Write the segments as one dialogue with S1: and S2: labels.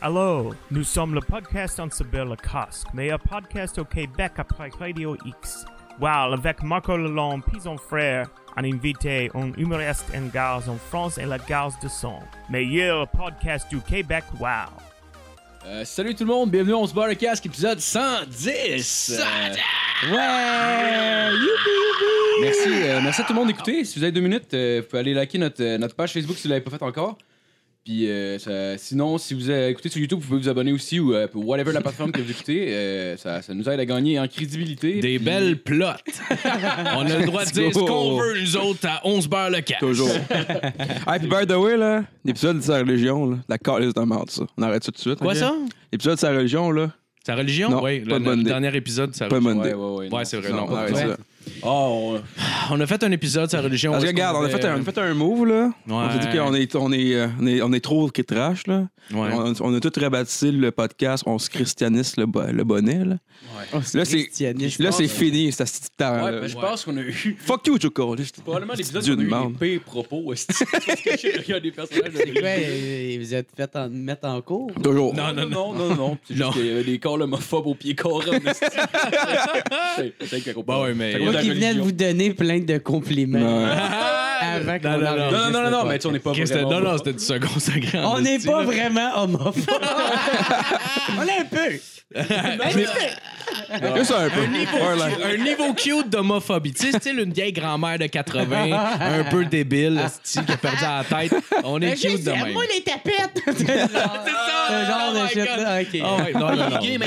S1: Allô, nous sommes le podcast en cyber le casque, meilleur podcast au Québec après Radio X. Wow, avec Marco Lalonde, puis son frère, un invité, un humoriste en gare en France et la gare de son. Meilleur podcast du Québec, wow.
S2: Euh, salut tout le monde, bienvenue on se barre le casque, épisode 110! 110! ouais! Youpi, youpi! Merci, euh, merci à tout le monde d'écouter. Si vous avez deux minutes, euh, vous pouvez aller liker notre, euh, notre page Facebook si vous l'avez pas fait encore. Puis euh, ça- sinon, si vous euh, écoutez sur YouTube, vous pouvez vous abonner aussi ou euh, pour whatever la plateforme que vous écoutez. euh, ça, ça nous aide à gagner en crédibilité.
S3: Des
S2: Puis-
S3: belles plottes. On a le droit de dire ce
S4: go.
S3: qu'on veut, nous autres, à 11 beurre le cas.
S4: Toujours. hey, puis by the way, là, l'épisode de sa religion, là, la calice de merde, ça. On arrête ça tout de suite.
S3: Quoi
S4: ok?
S3: ça?
S4: L'épisode de sa religion, là,
S3: Sa religion?
S4: Non,
S3: oui,
S4: pas
S3: le,
S4: de bonne
S3: le
S4: idée.
S3: dernier épisode, sa
S4: pas
S3: religion.
S4: Monday.
S2: Ouais, ouais, ouais.
S3: Ouais, c'est vrai,
S4: Non,
S3: non.
S4: on arrête
S3: Ouais.
S4: ça.
S2: Oh,
S3: On a fait un épisode, sa religion.
S4: Parce
S3: où
S4: que
S3: est-ce qu'on
S4: regarde, on a, fait
S3: avait-
S4: un, on a fait un move, là. On s'est
S3: Ouais.
S4: dit qu'on est, on est, euh, on est, on est trop qui trash, là.
S3: Ouais.
S4: On, on a tout rebaptisé le podcast, on se christianise le, bo- le bonnet, là. Là, c'est
S5: christianiste,
S4: là,
S5: je
S4: c'est
S5: pense.
S4: fini, cette petite
S2: on-
S4: terre,
S2: ouais,
S4: là.
S2: ben, je pense qu'on a eu
S4: Fuck you, Choco.
S2: probablement l'épisode
S4: Dieu
S2: où on a
S4: de
S2: eu
S4: merde.
S2: les pires propos. est-ce que- Parce que j'ai regardé des personnages de
S5: Ouais, euh, vous êtes fait en, mettre en cours.
S4: Toujours.
S2: Non, non, non, Oh, non, non. C'est juste
S3: Non.
S2: qu'il y avait des corps homophobes au pied carré. en esti. C'est c'est quelque chose.
S3: Bah ouais, mais-
S2: Fait que
S3: Moi
S2: la
S5: Moi qui venais de
S2: religion.
S5: vous donner plein de compliments
S3: Ah,
S4: Non.
S5: avant qu'on
S3: non, non,
S5: enregistre
S2: Non, non, non, non,
S5: le
S2: mais tu sais, on n'est pas
S3: Chris, c'était-
S2: vraiment...
S3: Non, non, c'était du second sacré.
S5: podcast. On n'est pas vraiment homophobe. on est un peu.
S4: Juste un peu. Ouais, là.
S3: Un niveau cute d'homophobie. Tu sais, style une vieille grand-mère de 80, un peu débile, esti, qui a perdu la tête. On est cute de même.
S5: Moi, les tapettes. C'est ça. genre
S3: oh
S5: de
S3: my
S5: shit
S3: God.
S5: là. OK.
S3: Ah ouais, non, non, non. non, non.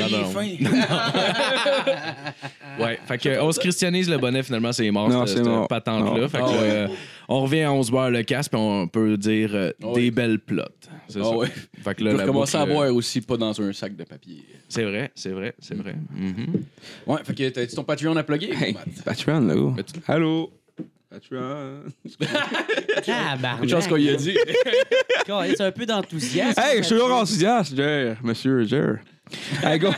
S3: Ouais, fait que euh, on se christianise le bonnet finalement, c'est mort
S4: Non,
S3: cette,
S4: c'est
S3: cette
S4: mort.
S3: patente-là.
S4: Non.
S3: Fait que
S2: Ah ouais.
S3: euh, on revient à 11 beurre le casque puis on peut dire euh,
S2: Ah
S3: des
S2: ouais.
S3: belles plottes. C'est
S2: Ah
S3: ça.
S2: ouais.
S3: Fait que là,
S2: Tu
S3: la
S2: peux commencer à
S3: boucle, euh,
S2: boire aussi, pas dans un sac de papier.
S3: C'est vrai, c'est vrai, c'est vrai. Mhm.
S2: Mm-hmm. Ouais, fait que t'as-tu ton Patreon à plugger?
S4: Hey,
S2: Matt?
S4: Patreon, là, gros.
S3: Mais tu-
S4: Allô? Patreon.
S5: Tabarnak.
S2: Une chance qu'on y a dit.
S5: Calais, C'est un peu d'enthousiasme.
S4: Hey, je suis toujours enthousiaste, Jer, monsieur Jer. Hey, go!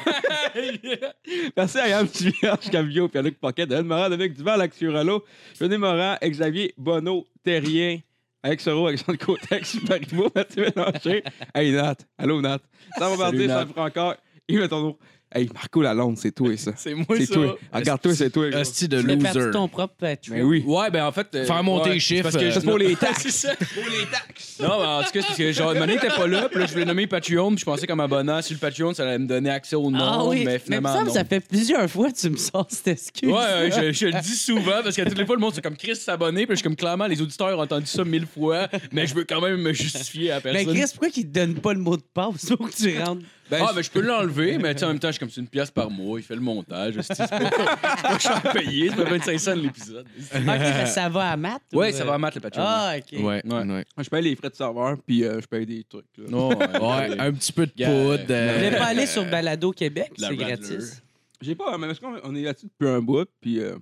S4: Merci à Yann Tivierge, Cavio, puis à Luc Paquet, Daniel Morin, Dominique Duval, Alex Furalo, René Morin, Xavier Bonneau, Terrien, Alex Soro, Alexandre Cotex, Marimo, Mathieu Mélanger. Hey, Nat. Allô, Nat. Ça va
S2: Salut,
S4: partir, ça
S2: Nat.
S4: encore. Yves Tourneau. Hey, Marco Lalonde, c'est toi, ça.
S2: C'est moi,
S4: C'est toi. Regarde-toi, c'est toi. gros.
S3: Hostie de
S5: Tu as perdu
S3: loser.
S5: ton propre Patreon.
S4: Mais oui.
S2: Ouais, ben en fait. euh,
S3: Faire monter
S2: ouais,
S3: les chiffres,
S2: c'est Parce
S3: euh,
S2: que
S4: Juste pour les taxes.
S2: C'est ça. Pour les taxes. Non, mais en tout cas, c'est parce que genre, Mané était pas là, puis là, je voulais nommer Patreon, puis je pensais qu'en m'abonnant sur le Patreon, ça allait me donner accès au nom,
S5: Ah oui,
S2: mais
S5: mais il me
S2: finalement.
S5: semble
S2: non.
S5: que ça fait plusieurs fois que tu me sors cette excuse.
S2: Ouais, ouais, je, je le dis souvent parce qu'à toutes les fois, le monde, c'est comme Chris s'abonner. Puis je suis comme clairement, les auditeurs ont entendu ça mille fois, mais je veux quand même me justifier à la
S5: Mais
S2: personne.
S5: Ben, Chris, pourquoi qu'il te donne pas le mot de passe pour que tu rentres?
S4: Ben,
S2: ah, mais je peux l'enlever, mais tu sais, en même temps, je suis comme c'est une pièce par mois, il fait le montage. C'est c'est pas, c'est pas cher à payer, ça fait 25 cents l'épisode.
S5: Ok, mais ça va à maths?
S2: Ouais,
S5: ou,
S2: ça
S5: euh,
S2: va mettre le Patreon.
S5: Ah, ok.
S3: Ouais, ouais.
S2: Ouais.
S3: ouais.
S4: Je paye les frais de serveur, puis euh, je paye des trucs. là.
S2: ben, Non, ouais.
S3: un petit peu de
S2: Gars,
S3: poudre.
S5: Vous
S3: euh,
S5: voulez pas aller sur Balado Québec?
S2: La
S5: C'est
S2: Rattler.
S5: gratis.
S4: J'ai pas, mais parce qu'on on est là-dessus depuis un bout, puis euh,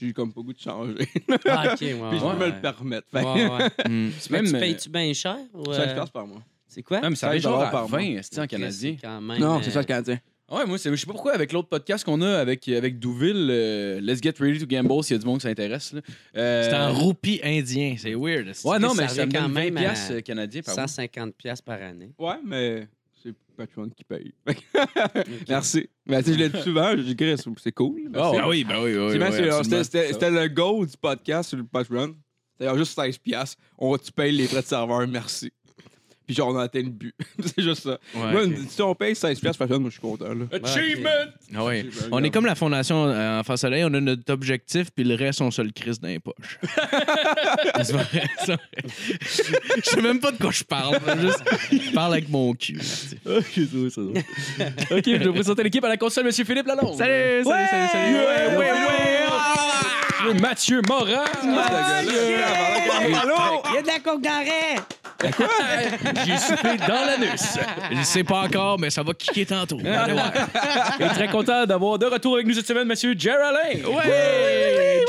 S4: j'ai comme pas goût de changer.
S5: Ah, ok, ouais.
S4: puis je
S5: ouais.
S4: peux me le permettre. Fait que-
S5: Ouais, ouais.
S3: mm.
S5: Mais
S2: Même,
S5: tu
S2: euh,
S5: payes-tu bien cher? ou, euh,
S4: 5 piastres par mois.
S5: C'est quoi?
S2: Non, mais ça
S4: Cinq
S2: arrive genre
S4: dollars
S2: à
S4: par mois.
S2: 20, c'est en canadien.
S5: Chris, quand même,
S4: Non,
S5: euh,
S4: c'est ça le Canadien.
S2: Ouais, moi, c'est- je sais pas pourquoi, avec l'autre podcast qu'on a avec, avec Douville, euh, Let's Get Ready to Gamble, s'il y a du monde qui s'intéresse. là. Euh,
S3: C'est en roupie indien, c'est weird. esti.
S2: Ouais, non,
S5: Ça
S2: mais
S5: revient
S2: ça me
S5: quand
S2: donne 20
S5: même à-
S2: piastres euh, canadiens par mois.
S5: 150 pièces par année.
S4: Ouais, mais c'est Patreon qui paye. Fait que- Merci. Mais tu sais, je l'ai dit souvent, je dis Chris, c'est cool.
S2: Ah
S4: Merci.
S2: ouais.
S3: Ah oui, ben oui, oui.
S4: C'est
S3: oui,
S4: bien, c'est-
S3: absolument.
S4: c'était- C'était c'était le goal du podcast sur le Patreon. D'ailleurs, juste 16 piastres. On, tu payes les frais de serveur, merci. Puis genre, on a atteint le but. c'est juste ça.
S3: Ouais,
S4: moi,
S3: ok.
S4: si on paye 16 piastres Patreon, moi, je suis content. Là.
S2: Achievement!
S3: Ah ouais.
S4: Je- je-
S3: On est comme la fondation euh, Enfant Soleil, on a notre objectif, puis le reste, on se le crisse dans les poches. C'est vrai, c'est vrai. Je sais même pas de quoi je parle. Je, juste- je parle avec mon cul. là, tu sais.
S2: Ok, c'est drôle, c'est drôle. ok, je vais vous présenter l'équipe à la console, Monsieur Philippe Lalonde.
S3: Salut, salut, salut, salut.
S2: Ouais, ouais, ouais.
S3: Ah!
S2: Monsieur Mathieu Morin.
S4: Ah,
S2: Mathieu.
S4: yeah! Allô?
S5: Il y a de la coke dans l'arrêt!
S2: J'ai soupé dans l'anus.
S3: Je sais pas encore, mais ça va kicker tantôt. Allez voir.
S2: Et très content d'avoir de retour avec nous cette semaine, Monsieur Geraldine.
S3: Ouais!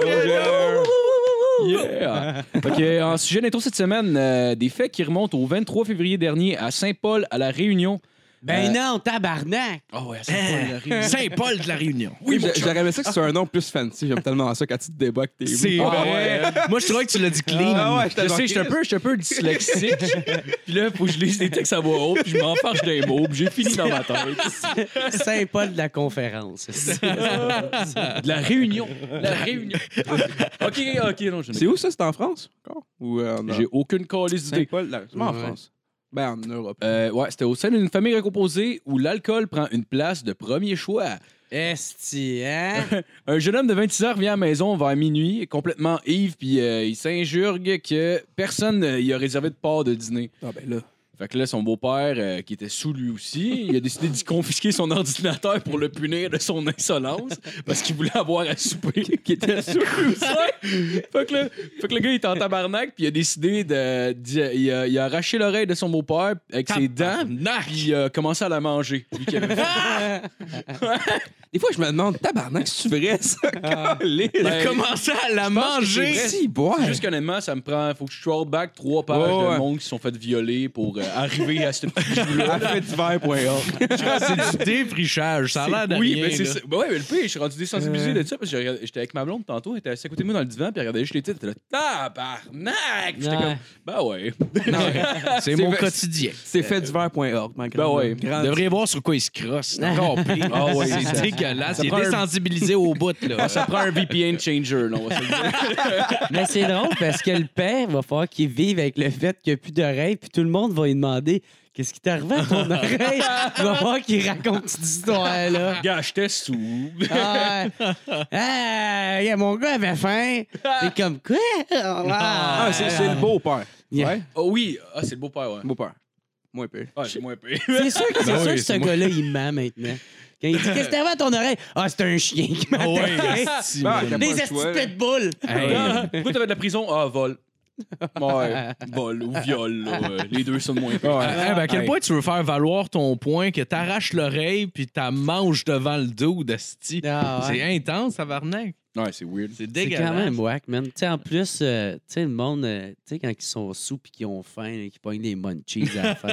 S4: Bonjour.
S2: Yeah! OK, en sujet d'intro cette semaine, euh, des faits qui remontent au 23 février dernier à Saint-Paul, à La Réunion.
S5: Ben non, tabarnak!
S3: Ah ouais, Saint-Paul-de-la-Réunion. Saint-Paul-de-la-Réunion.
S4: Oui, j'a- j'aurais aimé ça que ce soit un nom plus fancy. J'aime tellement ça quand tu te débats que t'es.
S3: C'est
S4: Ah,
S3: vrai. Moi, je trouvais que tu l'as dit clean.
S4: Ah ouais,
S2: Je sais, je suis un peu, je suis un peu dyslexique. puis là, faut que je lise des textes à voix haute, puis je m'enfarge des mots, puis j'ai fini dans ma tête.
S5: Saint-Paul de la conférence.
S2: De la réunion. De la réunion. OK, OK, non, je
S4: C'est où ça? C'est en France? Encore? Ou euh, en
S2: J'ai aucune calisse d'idée.
S4: Saint-Paul, là, sûrement en
S5: Ouais.
S4: France. Ben, en Europe.
S2: Euh, ouais, c'était au sein d'une famille recomposée où l'alcool prend une place de premier choix.
S5: Esti, hein?
S2: Un jeune homme de 26 ans revient à la maison vers minuit, complètement ivre, puis euh, il s'injurgue que personne euh, y a réservé de part de dîner.
S4: Ah, ben là.
S2: Fait que là, son beau-père, euh, qui était sous lui aussi, il a décidé d'y confisquer son ordinateur pour le punir de son insolence parce qu'il voulait avoir à souper. qui était sous lui aussi. fait, que là- fait que le gars, il est en tabarnak, puis il a décidé de. d'y- il, a, il a arraché l'oreille de son beau-père avec ses dents, puis il a commencé à la manger. lui qui avait-
S4: Des fois, je me demande, tabarnak, c'est vrai ça? Calé,
S3: Il
S2: Ben,
S4: là.
S3: a commencé à la manger.
S4: Si, boy.
S2: C'est Juste qu'honnêtement, ça me prend. Faut que je troll back trois pages
S4: Ouais, ouais.
S2: de monde qui se sont fait violer pour euh, arriver à ce petit
S4: Affairediver.org.
S3: C'est du défrichage. Ça a l'air de
S2: Oui,
S3: rien.
S2: mais c'est
S3: là.
S2: ça. Ben ouais, mais le pire, je suis rendu désensibilisé de ça parce que j'ai regardé- j'étais avec ma blonde tantôt, elle était assise à côté de moi dans le divan, puis elle regardait juste les titres, elle était là, tabarnak! Puis J'étais
S5: Ouais.
S2: comme, ben ouais.
S3: C'est
S4: C'est
S3: mon
S4: vrai.
S3: quotidien.
S4: C'est faitdiver.org, ma
S2: Ben ouais.
S3: Vous devriez voir sur quoi il se crosse. C'est encore pire.
S2: Ah ouais, ça-
S3: c'est dégueulasse.
S2: ça
S3: Il
S2: prend un-
S3: est désensibilisé au bout. là.
S2: Ça prend un VPN changer, là, on va se le dire.
S5: Mais c'est drôle parce que le père va falloir qu'il vive avec le fait qu'il n'y a plus d'oreille, puis tout le monde va lui demander Qu'est-ce qui t'est arrivé à ton oreille Il va falloir qu'il raconte cette histoire-là.
S2: Gars, j'étais sous.
S5: Ah, ouais. ah, regarde, mon gars avait faim. C'est comme quoi
S4: Ah, c'est c'est le beau-père.
S5: Yeah.
S4: Ouais?
S2: Ah oui, ah, c'est le beau-père, ouais.
S4: Beau-père. Moins pire.
S2: Ah, c'est moins pire.
S5: C'est sûr, que- c'est
S2: Ben
S5: sûr
S2: oui,
S5: que
S2: c'est
S5: ce
S2: moi.
S5: gars-là, il ment maintenant. Quand il dit Qu'est-ce qui t'est arrivé à ton oreille Ah, c'est un chien qui m'a
S3: ouais,
S5: attaqué.
S3: esti,
S4: Ben,
S3: man.
S4: pas
S5: Des
S4: le
S5: astuces
S4: choix,
S5: de
S4: là.
S5: pitbull.
S3: Hey.
S2: Ah, Pourquoi t'avais de la prison? Ah, vol. Ouais, vol ou viol, là, ouais. les deux sont de moins pires.
S3: Ah, ah, ben, à quel point tu veux faire valoir ton point que t'arraches l'oreille puis t'as manges devant le dos d'Asti?
S5: Ah, ouais.
S3: C'est intense, Tabarnak.
S2: Ouais, c'est weird.
S3: C'est
S5: C'est
S3: dégueulasse.
S5: quand même whack, man. Tu sais, en plus, euh, tu sais, le monde, euh, tu sais, quand ils sont sous puis qu'ils ont faim, là, qu'ils pognent des munchies à la fin.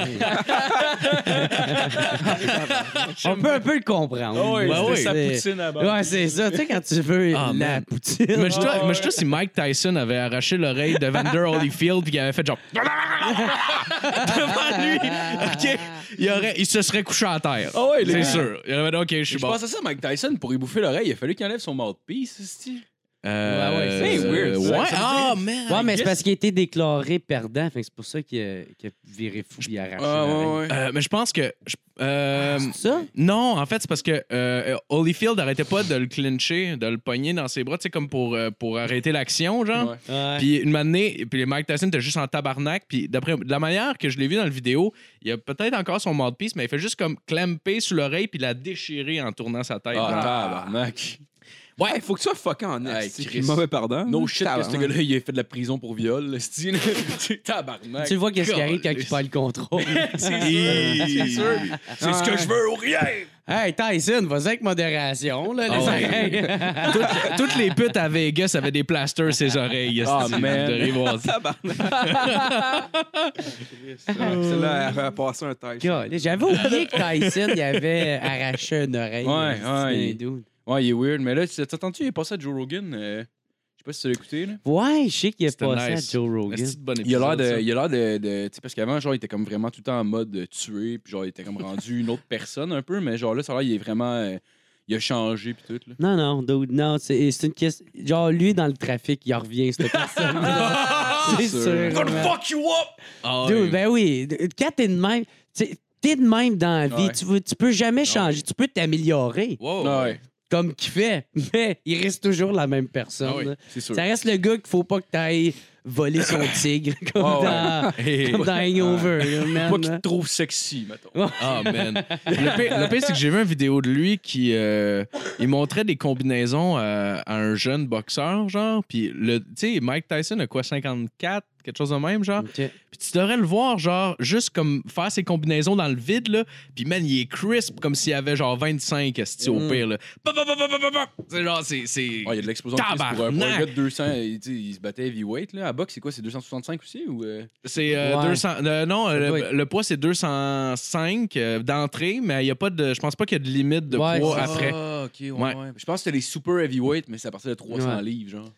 S5: On peut un peu le comprendre.
S2: Ah ouais,
S3: Ben
S2: c'était
S3: oui.
S2: sa
S5: C'est-
S2: poutine à bord.
S5: Ouais, c'est ça. Tu sais, quand tu veux
S3: Ah,
S5: la
S3: man.
S5: poutine.
S3: Mais je dois- mais je dois si Mike Tyson avait arraché l'oreille de Vander Holyfield puis qu'il avait fait genre. devant lui. OK. Il, aurait, il se serait couché à terre.
S2: Ah ouais, les
S3: C'est
S2: gars.
S3: sûr. Il aurait dit OK, je
S2: Je
S3: suis bon.
S2: pense à ça, Mike Tyson, pour y bouffer l'oreille, il a fallu qu'il enlève son mouthpiece, esti.
S3: Euh,
S5: Ouais,
S4: ouais, c'est
S3: euh,
S4: weird, ça.
S3: Ouais.
S4: Ça veut
S3: Ah, man.
S5: Ouais, mais c'est parce qu'il a été déclaré perdant. Fait que c'est pour ça qu'il a, qu'il a viré fou et arraché.
S4: Ah,
S5: l'oreille.
S3: Euh, mais je pense que. je- euh,
S5: C'est ça?
S3: Non, en fait, c'est parce que euh, Holyfield n'arrêtait pas de le clincher, de le pogner dans ses bras, tu sais, comme pour, euh, pour arrêter l'action, genre.
S2: Ouais.
S3: Puis une matinée, puis Mike Tyson était juste en tabarnak. Puis d'après de la manière que je l'ai vu dans la vidéo, il a peut-être encore son mouthpiece, mais il fait juste comme clamper sur l'oreille puis la déchirer en tournant sa tête. genre.
S2: Ah, tabarnak.
S4: Ah. Ouais, faut que tu sois fucké en
S2: Hey,
S4: est. c'est
S2: Chris.
S4: mauvais pardon.
S2: No shit, que ce
S4: Tabarnak.
S2: gars-là, il a fait de la prison pour viol, esti. C'est tabarnak.
S5: Tu vois qu'est-ce qui arrive quand
S3: Calisse.
S5: il perd le contrôle.
S2: C'est c'est sûr. C'est ce que je veux ou rien.
S5: hey, Tyson, vas-y avec modération, là, les
S3: Ah ouais.
S5: oreilles.
S3: toutes, toutes les putes à Vegas avaient des plasters ses oreilles.
S2: Ah,
S3: esti.
S2: man.
S3: Vous devriez voir ça.
S4: Ah, Ouais, Celle-là, elle a passé un test.
S5: God, J'avais oublié que Tyson il avait arraché une oreille.
S2: Ouais,
S5: euh, c'est
S2: ouais,
S5: un
S2: il-
S5: dude.
S2: Ouais, il est weird, mais là, tu- t'entends-tu, il est passé à Joe Rogan. euh, Je sais pas si tu l'as écouté, là.
S5: Ouais, je sais qu'il a
S3: C'était
S5: passé
S3: nice.
S5: à Joe Rogan.
S3: Esti de bon
S2: Il a l'air
S3: épisode, ça.
S2: de. Il a l'air de. de- tu sais, parce qu'avant, genre, il était comme vraiment tout le temps en mode de tuer, puis genre, il était comme rendu une autre personne un peu, mais genre là, ça a l'air, il est vraiment. euh, il a changé, puis tout, là.
S5: Non, non, dude, non, c'est c'est une question. Genre, lui, dans le trafic, il revient, cette personne. c'est
S2: Ah, sûr.
S5: sûr.
S2: I'm gonna
S5: man.
S2: you up!
S3: Ah,
S5: Dude,
S3: ouais.
S5: ben oui, d- quand t'es de même, t'sais, t'es de même dans la vie,
S2: Ouais. Ah
S5: tu, veux- tu peux jamais changer, tu peux t'améliorer,
S3: Wow.
S2: Ouais,
S5: comme qu'il fait, mais il reste toujours la même personne.
S3: Ah oui,
S5: là.
S2: c'est sûr.
S5: Ça reste le gars qu'il faut pas que t'ailles voler son tigre, comme,
S2: Ah ouais.
S5: dans,
S3: Hey.
S5: comme dans Hangover, là, man.
S2: Pas qu'il te trouve sexy, mettons.
S3: Ah, man. Le pire, le pire, c'est que j'ai vu une vidéo de lui qui euh, il montrait des euh, combinaisons à, à un jeune boxeur, genre. Puis, le- tu sais, Mike Tyson a quoi, 54, quelque quelque chose de même, genre.
S5: OK.
S3: Puis tu devrais le voir, genre, juste comme faire ses combinaisons dans le vide, là. Puis, man, il est crisp comme s'il avait genre 25 esti, au
S5: Mm.
S3: pire, là. Pop, pop, pop, pop, pop, pop, pop. C'est genre, c'est. c'est-
S2: Ah, il y a de l'explosion de crise pour, un- pour un
S3: Tabarnak!
S2: gars de 200. Il, tu sais, il se battait heavyweight. Là. À boxe, c'est quoi C'est 265 aussi ou euh,
S3: C'est euh,
S5: Ouais.
S3: 200. euh, non,
S5: Ça
S3: le,
S5: doit être-
S3: le poids, c'est 205 euh, d'entrée, mais il y a pas de. Je pense pas qu'il y a de limite de
S5: Ouais,
S3: poids
S5: c'est
S3: après.
S2: Ah, ok, ouais.
S3: Ouais.
S2: ouais. Je pense que c'était les super heavyweight, mais c'est à partir de 300
S5: Ouais.
S2: livres, genre.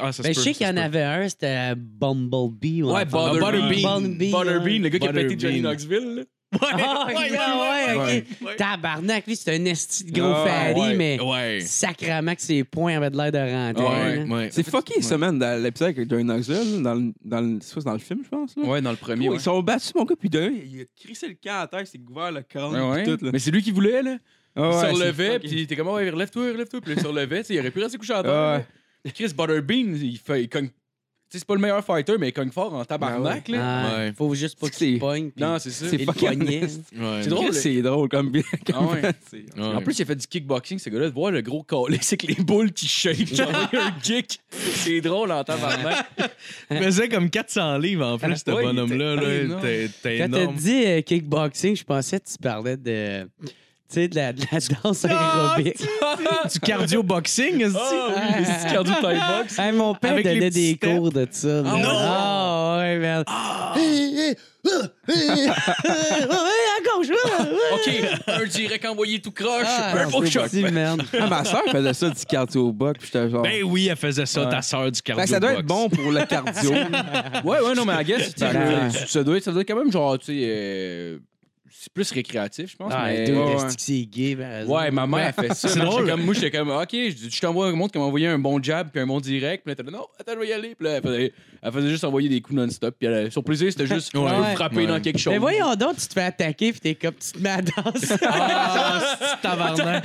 S3: Ah, ça se
S5: Ben, je
S3: peut,
S5: sais
S3: ça
S5: qu'il y
S3: se
S5: en
S3: peut.
S5: avait un, c'était Bumblebee. ou
S2: Ouais,
S5: un enfant-
S2: Butterbean.
S5: Butterbean,
S2: Butterbean,
S5: ouais.
S2: le gars qui a pété
S3: Butterbean.
S2: Johnny Knoxville. là.
S5: Ah,
S3: Ouais, ouais,
S5: ouais,
S3: ouais,
S5: ouais,
S3: ouais,
S5: ok.
S3: ouais.
S5: Tabarnak, lui, c'est un esti de gros
S4: Ah,
S5: fatty,
S2: ouais.
S5: mais
S3: Ouais.
S5: sacrament que ses points avaient de l'air de rentrer.
S2: Ouais,
S5: là.
S3: Ouais.
S4: C'est fucké, ça, man, dans l'épisode avec Johnny Knoxville, dans, le- dans, le- c'est quoi, c'est dans le film, je pense. Là.
S2: Ouais, dans le
S4: Gros,
S2: premier. ouais.
S4: Ils sont battus, mon gars, puis d'un, il a crissé le camp à terre, il s'est couvert le crâne,
S2: Ouais, ouais.
S4: puis tout. Là.
S2: Mais c'est lui qui voulait, là. il
S4: Ah ouais,
S2: se
S4: c'est
S2: relevait,
S4: fucké.
S2: puis t'es comme, ouais, relève-toi, relève-toi. Puis là, il se relevait, tu sais, il aurait pu rester couché à terre.
S4: Ah
S2: là. Chris Butterbean, il fait. il cogne- Tu sais, c'est pas le meilleur fighter, mais il cogne fort en tabarnak,
S5: Ah,
S2: là.
S3: Ouais.
S5: Faut juste pas que
S4: C'est-
S5: tu pognes. puis
S2: Non, c'est ça.
S5: il
S4: c'est fucking
S5: pognait.
S3: Ouais.
S2: C'est drôle,
S4: Chris,
S2: là.
S4: C'est drôle comme bien.
S2: Ah ouais.
S4: c'est-
S2: En plus, il a fait du kickboxing, ce gars-là. De voir le gros collet, c'est que les boules qui shake. Genre, il y a un kick. C'est drôle en tabarnak.
S3: il faisait comme 400 livres en plus, ce
S2: Ouais, il
S3: bonhomme-là.
S2: était
S3: là.
S2: énorme.
S3: T'es- T'es
S5: Quand t'as
S3: énorme.
S5: dit euh, kickboxing, je pensais que tu parlais de, tu sais, de, la, de la danse
S3: Ah,
S5: aérobique.
S3: Du cardio-boxing, Ah. est-ce
S5: Ah oui, les petits
S2: cardio
S5: Hey, mon père
S3: Avec les
S5: donnait
S3: petits
S5: des
S3: steps.
S5: cours de ça. là.
S3: non!
S5: Ah ouais, merde. Hey, hey, ah, hey, hey, à gauche, ah, ouais.
S2: OK, un direct envoyé tout croche,
S5: Ah,
S2: un
S5: non,
S2: faux
S5: c'est
S2: choc.
S5: possible, merde.
S4: Ah, ma soeur faisait ça du cardio box, puis j'étais genre.
S3: Ben oui, elle faisait ça,
S4: Ouais.
S3: ta sœur du
S4: Fait
S3: cardio
S4: que Ben, ça doit être bon pour le cardio.
S2: Ouais, ouais, non, mais I guess, tu sais,
S5: Ben,
S2: euh, ça, doit être, ça doit être quand même genre, tu sais, euh, c'est plus récréatif, je pense.
S5: Ah,
S2: mais-
S5: dude,
S2: ouais,
S5: est-ce que c'est gay, par
S2: ouais.
S5: exemple?
S2: Ouais, ma mère, elle fait ça.
S3: C'est
S2: Moi,
S3: drôle.
S2: j'étais Comme, moi, j'étais comme, OK, je dis, je t'envoie un montre comment envoyer un bon jab puis un bon direct. Puis là, t'as dit, non, attends, je vais y aller. Puis là, elle faisait, elle faisait juste envoyer des coups non-stop. Puis elle, son plaisir, c'était juste
S5: Ouais.
S2: euh, frapper
S3: Ouais.
S2: dans quelque chose.
S5: Mais voyons donc, tu te fais attaquer puis t'es comme tu te mets à danser.
S3: Ah, c'est tabarnak.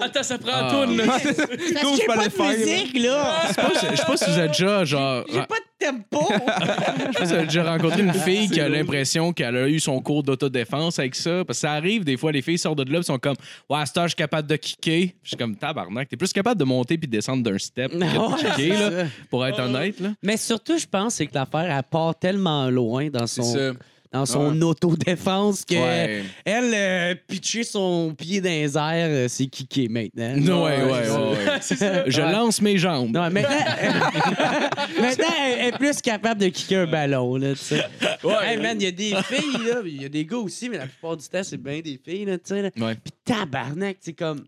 S2: Attends, ça prend
S3: Ah.
S2: un tourne.
S4: Parce que
S5: Parce qu'il y a pas de musique, là.
S3: Je sais pas si- je sais pas si vous êtes déjà, genre,
S5: J'ai pas de tempo.
S3: je sais pas si vous avez déjà rencontré une fille qui a l'impression qu'elle a eu son cours d'autodéfense avec ça. Parce que ça arrive, des fois, les filles sortent de là et sont comme, ouais, à cette heure, je suis capable de kicker. Je suis comme, tabarnak, t'es plus capable de monter puis de descendre d'un step que
S5: Ouais,
S3: de kicker,
S5: c'est
S3: là,
S5: ça.
S3: pour être honnête, là.
S5: Mais surtout, je pense c'est que l'affaire, elle part tellement loin dans
S2: C'est ça.
S5: son, dans son autodéfense que
S2: Ouais.
S5: elle, euh, pitcher son pied dans les airs, euh, c'est kické maintenant.
S3: Non, ouais, ouais, ouais, ouais. Je
S5: Ouais.
S3: lance mes jambes.
S5: Non, maintenant, maintenant elle elle est plus capable de kicker un ballon, là, tu sais.
S2: Ouais.
S5: Hey, man, il y a des filles, là, il y a des gars aussi, mais la plupart du temps, c'est bien des filles, là, tu sais. là.
S3: Ouais.
S5: Puis tabarnak, c'est comme...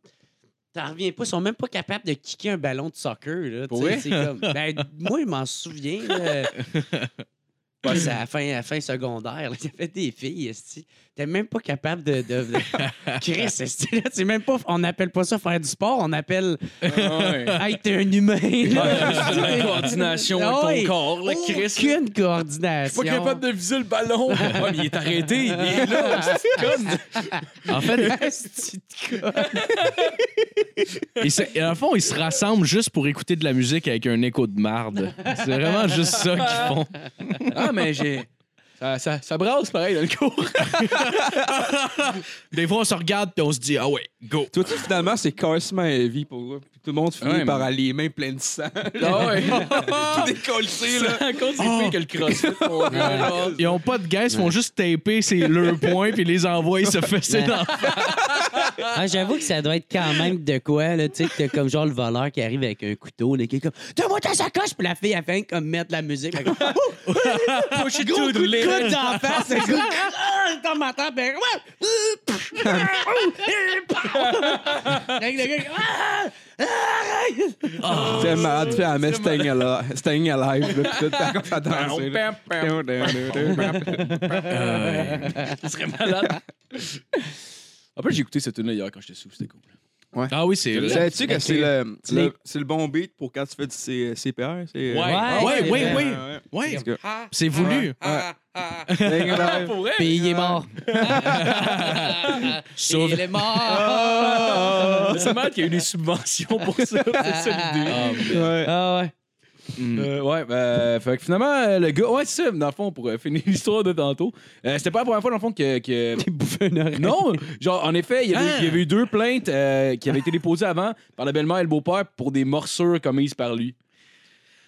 S5: T'en reviens pas, ils sont même pas capables de kicker un ballon de soccer, là, tu sais.
S2: Ouais.
S5: C'est comme... Ben, moi, je m'en souviens, là. Ouais, c'est à la fin, à la fin secondaire. là, Il y avait des filles, esti. T'es même pas capable de... de, de... Chris, esti, là, c'est même pas... On appelle pas ça faire du sport, on appelle
S2: Ouais.
S5: être un humain, là.
S2: de la coordination
S5: Ah
S2: avec
S5: ouais.
S2: ton corps, là, Chris.
S5: Aucune coordination.
S2: Oh. Pas capable de viser le ballon. Ouais, mais il est arrêté, il est là. C'est comme.
S3: En fait,
S5: Esti de con.
S3: Ils se- et en fond, ils se rassemblent juste pour écouter de la musique avec un écho de marde. C'est vraiment juste ça qu'ils font.
S2: Ah, mais j'ai. Ça, ça, ça brasse pareil dans le cours.
S3: Des fois, on se regarde et on se dit Ah ouais, go.
S4: Toi, tu finalement, c'est carrément heavy pour eux. Puis tout le monde finit
S2: Ouais,
S4: par
S2: mais-
S4: aller les mains pleines de sang.
S2: Ah ouais.
S4: Tout décollé, là.
S2: Encore, c'est pire que le crossfit. mon gars, genre.
S3: Ils ont pas de gaz, ils font juste taper c'est leurs points puis ils les envoient se fesser dans
S5: Ah, J'avoue que ça doit être quand même de quoi, là, tu sais, que t'as comme genre le voleur qui arrive avec un couteau, là, qui est comme « Donne-moi ta sacoche! » Puis la fille, elle fait comme mettre de la musique. Elle fait comme «
S2: Push it
S5: Gros
S2: to
S5: coup
S2: the
S5: de
S2: limit.
S5: coude d'en face! » C'est comme « Ah! » Dans ma tête, ben... Ouais! Euh, pff, ah, ouh, euh, pow! Avec le gars, Ah! Arrête!
S4: T'es malade, puis elle met Staying Alive. Staying Alive, là, puis tout, t'as comme à danser, là.
S2: Ça serait malade. En plus, j'ai écouté cette tune-là hier quand j'étais sous, c'était cool.
S3: Ah oui, c'est vrai.
S4: Savais-tu que c'est le,
S5: Tu l'es-
S4: le, c'est le bon beat pour quand tu fais du C- CPR? c'est-
S2: Ouais.
S5: Ouais,
S3: Ouais,
S5: c'est
S3: ouais,
S5: vrai.
S3: ouais. Ouais, c'est voulu.
S4: Staying Alive.
S2: ah, Pour vrai?
S5: Puis il est mort.
S3: Sauve-
S5: Il est mort!
S2: C'est mal qu'il y ait eu des subventions pour ça. C'est ça l'idée.
S4: Ouais.
S5: Ah ouais.
S2: Euh, ouais, ben, fait que finalement, euh, le gars, ouais, c'est ça, dans le fond, pour euh, finir l'histoire de tantôt. Euh, c'était pas la première fois, dans le fond, que. que- non, genre, en effet, il y avait,
S3: Ah.
S2: il y avait eu deux plaintes euh, qui avaient été déposées avant par la belle-mère et le beau-père pour des morsures commises par lui.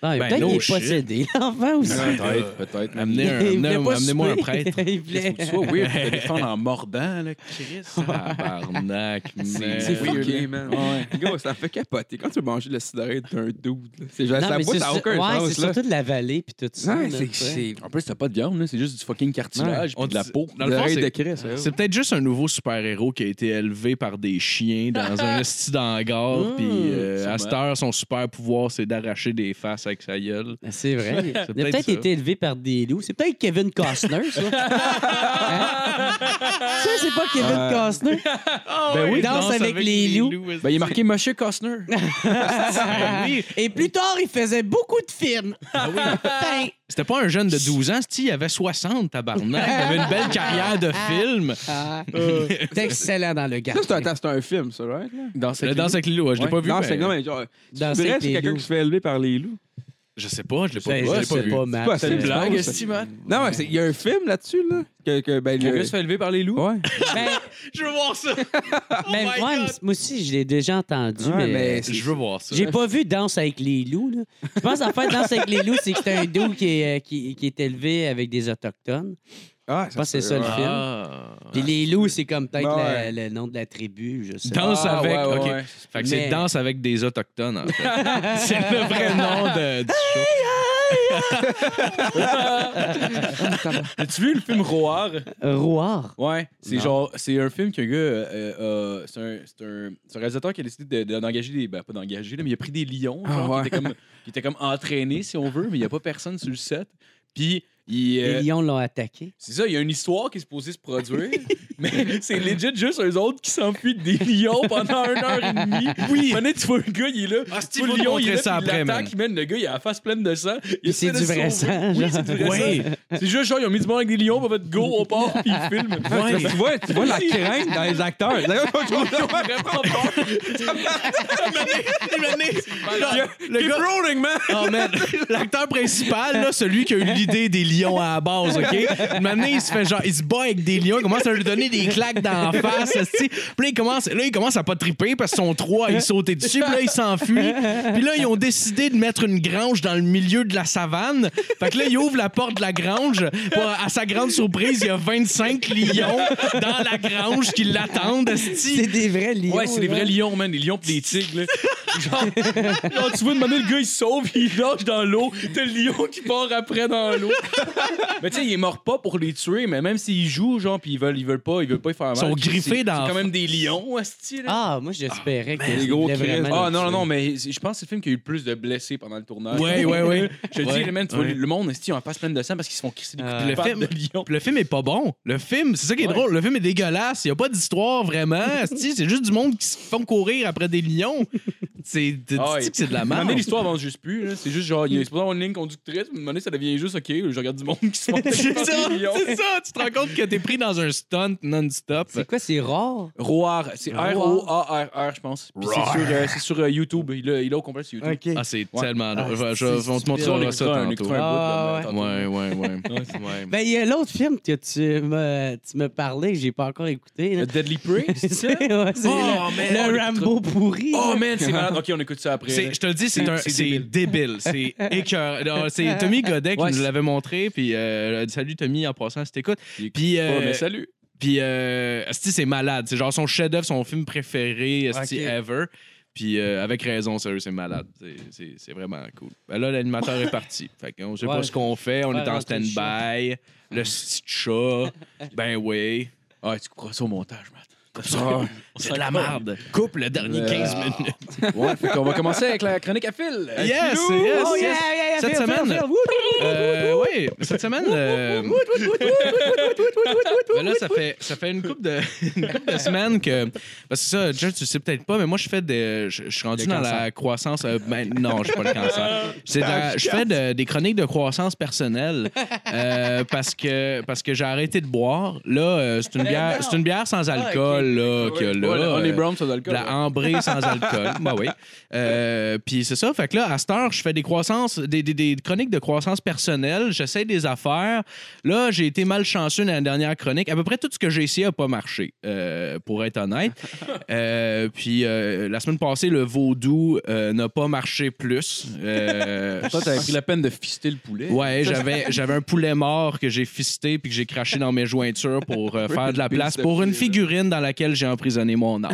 S5: Non,
S3: Ben,
S5: peut-être
S3: no
S5: qu'il est
S3: shit.
S5: possédé, l'enfant aussi.
S2: Peut-être, peut-être.
S3: Amenez un-
S5: Il
S3: amenez
S5: voulait pas
S3: un- Amenez-moi un
S5: souper.
S3: prêtre.
S5: Il
S2: Qu'est-ce
S5: voulait-
S2: que tu sois weird pour te défendre en mordant, là? Chris,
S3: Tabarnak, man.
S2: c'est
S4: weird,
S2: fucké,
S4: là.
S2: man.
S4: Ouais. Gros, ça me fait capoter. Quand tu veux manger de la cigarette d'un dude, là, c'est genre,
S5: Non,
S4: ça
S5: mais
S4: boit,
S5: c'est
S4: ça a
S5: sur-
S4: aucun
S5: ouais, c'est
S4: sens, là.
S5: surtout de la vallée puis tout ça.
S4: Ouais,
S5: là,
S4: c'est-
S5: tu sais.
S4: c'est
S2: En plus, c'est pas de viande, là, c'est juste du fucking cartilage
S3: Ouais.
S2: pis de la
S3: On-
S2: peau.
S3: Dans le fond,
S4: L'oreille
S3: c'est-
S4: de Chris, ouais.
S3: C'est peut-être juste un nouveau super-héros qui a été élevé par des chiens dans un esti d'hangar.
S5: Mmh,
S3: Puis euh,
S2: Hmm, sûrement.
S3: à cette heure, son super-pouvoir, c'est d'arracher des faces avec sa gueule.
S5: Ben, C'est vrai. Il a
S3: peut-être
S5: peut-être
S3: ça.
S5: été élevé par des loups. C'est peut-être Kevin Costner, ça. Hein? Ça, c'est pas Kevin
S4: Euh,
S5: Costner.
S2: Ah
S3: Ben
S5: oui, danse avec les loups.
S3: esti.
S2: Ben, il est marqué Monsieur Costner.
S5: Et plus tard, il faisait beaucoup de films.
S3: Ah
S5: Fin.
S3: C'était pas un jeune de 12 ans, c'ti, il avait 60, tabarnak. Il avait une belle carrière de film.
S5: Ah,
S3: Euh.
S5: C'est excellent dans le gars.
S4: Ça, c'est un- attends, c'est un film, ça, right? là?
S2: Dans
S3: Le danse avec les loups, ouais, je l'ai
S4: Ouais.
S3: pas vu.
S4: Non,
S3: mais-
S4: c'est non, mais genre. Tu
S5: Dans
S4: dirais
S5: Sec
S4: que c'est
S5: les
S4: quelqu'un
S5: loups.
S4: qui se fait élever par les loups.
S3: Je sais pas, je l'ai pas
S5: Je
S3: vu. Je
S5: Ben, je
S3: l'ai pas
S5: sais
S3: vu.
S5: pas,
S4: C'est
S5: Matt.
S4: pas assez
S5: Je
S4: de
S5: pense.
S4: blague,
S3: esti, man.
S4: Non, mais c'est- il y a un film là-dessus, là. Que, que, ben,
S2: Il
S4: le-
S5: Euh,
S2: se fait élever par les loups.
S4: Ouais.
S5: Ben,
S3: Je veux voir ça.
S5: ben,
S3: Oh my
S5: ouais,
S3: God.
S5: moi aussi, je l'ai déjà entendu,
S4: Ouais, mais
S5: mais...
S3: Je veux voir ça.
S5: J'ai pas vu Danse avec les loups. Là. Je pense en fait Danse avec les loups, c'est que c'est un doux qui est, euh, qui, qui est élevé avec des autochtones.
S4: Ah,
S5: Je pense que c'est ça le
S4: ouais.
S5: film.
S3: Ah.
S5: Puis les loups, c'est comme peut-être
S4: Ben
S5: la-
S4: ouais.
S5: le nom de la tribu, je sais pas.
S3: Danse
S2: Ah,
S3: avec.
S2: ouais, ouais,
S3: ok.
S2: ouais.
S3: Fait que c'est
S5: Mais-
S3: Danse avec des Autochtones, en fait. c'est le vrai nom de, du show.
S2: As-tu vu le film Roar?
S5: Ah, Roar.
S2: Ouais, c'est
S5: Non.
S2: genre, c'est un film qu'un gars, euh, euh, c'est un, c'est un- c'est un réalisateur qui a décidé de- de- d'engager des, ben pas d'engager, là, mais il a pris des lions,
S4: Ah
S2: genre,
S4: ouais.
S2: qui étaient comme, qui étaient comme entraînés, si on veut, mais il n'y a pas personne sur le set. Puis, il, euh,
S5: Les lions l'ont attaqué.
S2: c'est ça, il y a une histoire qui est supposée se produire, mais c'est legit juste eux autres qui s'enfuient des lions pendant une heure et demie. Oui! tu vois le gars, il est là,
S3: Ah,
S2: tu
S3: c'est-tu,
S2: vois
S3: faut
S2: le lion,
S3: te
S2: il est
S3: montrer ça
S2: là, puis
S3: après,
S2: il
S3: man.
S2: l'attaque, il mène le gars, il a la face pleine de sang. il
S5: Puis c'est
S2: essaie de
S5: du vrai
S2: sauver.
S5: sang,
S2: Oui,
S5: genre.
S2: c'est du vrai
S3: Ouais.
S2: sang. C'est juste genre, ils ont mis du monde avec des lions, puis en fait, go, on part, puis ils filment.
S4: Ouais, Tu vois, tu vois la crainte dans les acteurs. D'ailleurs, je trouve
S2: Euh,
S4: ça vraiment bon.
S3: Le gars- Oh, man. L'acteur principal, là, celui qui a eu l'idée des lions à la base, OK? Maintenant, il se fait genre, il se bat avec des lions, il commence à lui donner des claques d'en face, esti. Puis là, il commence, là, il commence à pas triper parce qu'ils sont trois, ils sautaient dessus, puis là, ils s'enfuient. Puis là, ils ont décidé de mettre une grange dans le milieu de la savane. Fait que là, il ouvre la porte de la grange. Pour- à sa grande surprise, il y a 25 lions dans la grange qui l'attendent, esti.
S5: C'est des vrais lions.
S2: Ouais, c'est des
S5: là.
S2: vrais lions, man. Des lions pis des tigres, là. Genre, genre, tu vois, demander le gars, il se sauve, il lâche dans l'eau. T'as le lion qui part après dans l'eau. mais tu sais, il est mort pas pour les tuer, mais même s'ils jouent, genre, pis ils veulent, ils veulent pas, ils veulent pas y faire mal.
S3: Ils sont
S2: C'est-
S3: griffés
S2: c'est-
S3: dans-
S2: C'est quand même des lions, hostie, là.
S5: Ah, moi, j'espérais que
S4: les gros Chris.
S2: Ah non, non, non, mais c'est- je pense que c'est le film qui a eu le plus de blessés pendant le tournage.
S3: Ouais, ouais, ouais.
S2: Je te
S3: Ouais,
S2: dis, le man, tu vois,
S3: ouais.
S2: le monde, hostie, ils ont pas pleine de sang parce qu'ils se font crisser des coups
S5: Euh,
S2: de
S3: le
S2: patte
S3: film-
S2: de lion.
S3: Le film est pas bon. Le film, c'est ça qui est drôle. Le film est dégueulasse. Il n'y a pas d'histoire vraiment. Asti, c'est juste du monde qui se font courir après des lions. C'est tu
S2: Ah ouais.
S3: dis que c'est de la
S2: À un moment
S3: merde. Hmm.
S2: donné, l'histoire avance juste plus. là. C'est juste genre, il y a supposé avoir une ligne conductrice, mais à un moment donné, ça devient juste, OK, je regarde du monde qui se monte.
S3: C'est ça, c'est ça. Tu te rends compte que t'es pris dans un stunt non-stop.
S5: C'est quoi, c'est rare?
S2: Roar, c'est R-O-A-R-R, je pense. Puis c'est sur, euh, c'est sur euh, YouTube. Il a, il a au complet sur YouTube.
S5: OK.
S3: Ah, c'est
S2: Ouais.
S3: tellement drôle.
S5: Ah,
S3: Je- je- on te
S2: on
S3: montrera ça
S2: écoutera un- on
S3: tantôt.
S2: écoutera
S5: Ah,
S2: un bout de- tantôt.
S3: Ouais, ouais, ouais. Ouais.
S5: Ben, il y a l'autre film que tu me, tu me parlais, que j'ai pas encore écouté. là.
S2: Le Deadly Prey, c'est ça?
S5: Ouais, c'est
S3: Oh,
S5: le,
S2: man, on
S5: le
S2: écoutera-
S5: Rambo pourri.
S2: Oh man, c'est malade. OK, on écoute ça après.
S3: C'est- Je te le dis, c'est
S2: C'est-
S3: un-
S2: c'est
S3: c'est débile. C'est écœur. Non, C'est Tommy Godet qui
S2: Ouais,
S3: nous
S2: c'est-
S3: l'avait montré. Puis euh, salut Tommy en passant, si t'écoutes. Puis
S2: Oh,
S3: euh,
S2: mais salut.
S3: Puis, euh, esti, c'est malade. C'est genre son chef-d'œuvre, son film préféré, esti,
S5: Ok.
S3: ever. Puis, euh, avec raison, sérieux, c'est malade. C'est- C'est c'est vraiment cool. Ben là, l'animateur est parti. Fait qu'on sait
S5: Ouais.
S3: pas ce qu'on fait. On
S5: Faire
S3: est en
S5: rentrer le
S3: stand-by. Le petit chat. Ben oui.
S2: Ah, tu couperas ça au montage, Matt.
S3: C'est de la merde. Coupe le dernier
S2: Euh,
S3: 15 minutes.
S2: Ouais, fait qu'on va commencer avec la chronique à fil.
S3: Yes, yes, yes.
S5: Oh, yeah, yeah, yeah,
S3: Cette
S5: feel, feel,
S3: semaine-
S5: feel, woo,
S3: Euh, ouais, cette semaine. euh, ben là, ça fait, ça fait une couple de, une couple de semaines que. Parce que ça, Jeff, tu le sais peut-être pas, mais moi, je fais des. Je, je suis rendu
S2: Le
S3: dans
S2: cancer.
S3: la croissance. euh, ben, non, je suis pas le cancer. C'est de la- je fais de- des chroniques de croissance personnelle
S6: Eh Ah,
S3: euh, parce que, parce que j'ai arrêté de boire. Là, euh, c'est une bière, c'est une bière sans alcool. d'alcool, là, qu'il y a là.
S6: Ouais, on est
S3: euh,
S6: brown sans
S3: de
S6: alcool.
S3: la ambrée sans alcool. bah oui. Euh, Puis c'est ça. Fait que là, à cette heure, je fais des croissances, des, des- des chroniques de croissance personnelle. J'essaie des affaires. Là, j'ai été malchanceux dans la dernière chronique. À peu près tout ce que j'ai essayé n'a pas marché, euh, pour être honnête. Euh, Puis euh, la semaine passée, le vaudou euh, n'a pas marché plus. Euh,
S6: Toi, t'avais pris la peine de fister le poulet.
S3: Ouais, j'avais, j'avais un poulet mort que j'ai fisté puis que j'ai craché dans mes jointures pour euh, faire de la place pour une figurine dans laquelle j'ai emprisonné mon âme.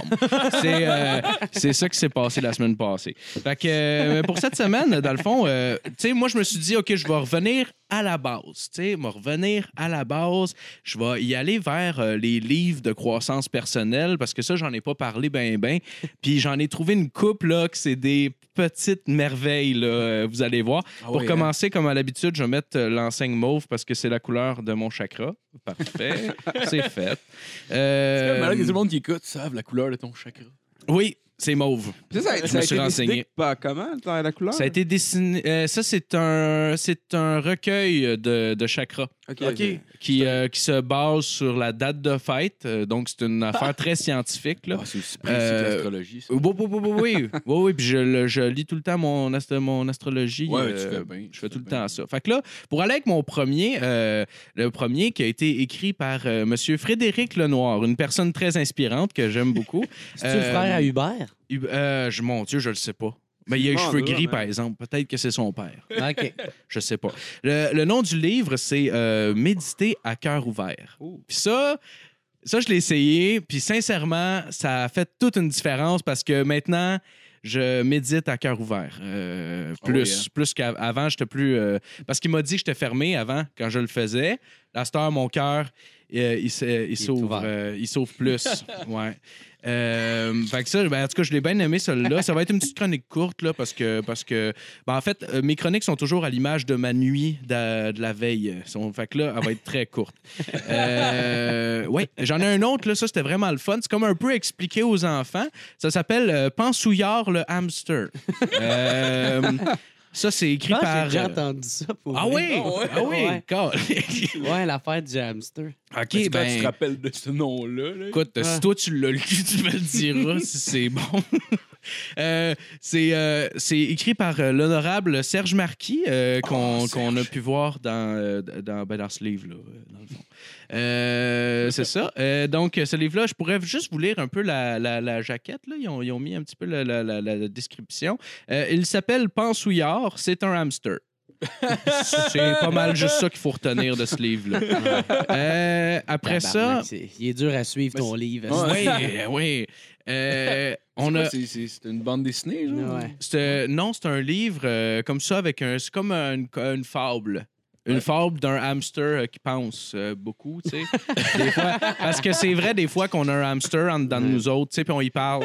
S3: C'est, euh, c'est ça qui s'est passé la semaine passée. Fait que euh, pour cette semaine, dans le fond, euh, tu sais, moi, je me suis dit, OK, je vais revenir à la base. Tu sais, je vais revenir à la base. Je vais y aller vers euh, les livres de croissance personnelle parce que ça, j'en ai pas parlé ben, ben. Puis j'en ai trouvé une coupe, là, que c'est des petites merveilles, là, euh, vous allez voir.
S6: Ah
S3: Pour
S6: hein?
S3: commencer, comme à l'habitude, je vais mettre euh, l'enseigne mauve parce que c'est la couleur de mon chakra. Parfait. c'est fait. Euh,
S6: Malade, il y a tout le monde qui écoute savent la couleur de ton chakra.
S3: oui, c'est mauve.
S4: Ça, ça, a-
S3: Je
S4: ça
S3: me
S4: a
S3: suis
S4: été
S3: renseigné.
S4: décidé par comment, dans la couleur?
S3: Ça a été dessiné. euh, ça, c'est un, c'est un recueil de, de chakras
S4: OK.
S3: qui, euh, qui se base sur la date de fête. Euh, donc, c'est une affaire très scientifique. Là.
S6: Ah, c'est aussi précis que
S3: Euh,
S6: l'astrologie. ça.
S3: Oui, oui, oui, oui, oui. oui, oui, puis je, le- je lis tout le temps mon, astro- mon astrologie.
S6: Ouais, tu
S3: euh,
S6: fais bien, tu
S3: Je fais tout le
S6: bien.
S3: temps ça. Fait que là, pour aller avec mon premier, euh, le premier qui a été écrit par euh, Monsieur Frédéric Lenoir, une personne très inspirante que j'aime beaucoup.
S5: C'est-tu le
S3: Euh,
S5: frère à Hubert?
S3: Hub- euh, je- mon Dieu, je le sais pas. Mais il a les
S4: Bon,
S3: cheveux
S4: là,
S3: gris,
S4: man.
S3: par exemple. Peut-être que c'est son père.
S5: OK.
S3: Je sais pas. Le, le nom du livre, c'est euh, Méditer à cœur ouvert.
S4: Oh.
S3: Puis ça, ça, je l'ai essayé. Puis sincèrement, ça a fait toute une différence parce que maintenant, je médite à cœur ouvert. Euh,
S6: Ah oui,
S3: plus
S6: hein?
S3: plus qu'avant, j'étais plus. euh, parce qu'il m'a dit que j'étais fermé avant, quand je le faisais. À cette heure, mon cœur, euh, il s- euh, il s'ouvre
S5: ouvert.
S3: euh, il s'ouvre plus. ouais. Euh, fait que ça, ben, en tout cas, je l'ai bien aimé, celle-là. Ça va être une petite chronique courte, là, parce que, parce que ben, en fait, euh, mes chroniques sont toujours à l'image de ma nuit d'a- de, la veille. Ils sont- Fait que là, elle va être très courte. Euh, ouais, j'en ai un autre, là, ça, c'était vraiment le fun. C'est comme un peu expliqué aux enfants. Ça s'appelle euh, Pensouillard le hamster. Euh, ça, c'est
S5: Je
S3: écrit
S5: pense que
S3: par. euh,
S5: J'ai déjà entendu ça pour
S3: ah oui!
S5: vrai.
S3: Ah oui!
S5: Ouais.
S3: God.
S5: Ouais, l'affaire du hamster.
S6: Parce
S3: OK,
S6: que quand tu te
S3: ben.
S6: rappelles de ce nom-là. là,
S3: Écoute, si toi tu l'as lu, tu me le diras si c'est bon. Euh, c'est euh, c'est écrit par euh, l'honorable Serge Marquis, euh, qu'on qu'on a pu voir dans, euh, dans, ben, dans ce livre-là, euh, dans le fond. Euh, c'est ça. Euh, donc, ce livre-là, je pourrais juste vous lire un peu la, la- la jaquette. Là. Ils, ont, ils ont mis un petit peu la, la- la- la description. Euh, il s'appelle Pensouillard, c'est un hamster. c'est pas mal juste ça qu'il faut retenir de ce livre-là. Euh, après ça,
S5: Tabarnak, c'est- Il est dur à suivre ton livre.
S6: Ah Ouais.
S3: oui, euh, oui. Euh,
S6: c'est
S3: on
S6: quoi,
S3: a.
S6: c'est- C'est c'est une bande dessinée, genre.
S5: Ouais.
S3: c'est, euh, non, c'est un livre euh, comme ça avec un. C'est comme une, une fable. Une fable d'un hamster euh, qui pense euh, beaucoup, tu sais. Des fois- parce que c'est vrai des fois qu'on a un hamster en dedans de nous autres, tu sais, puis on y parle.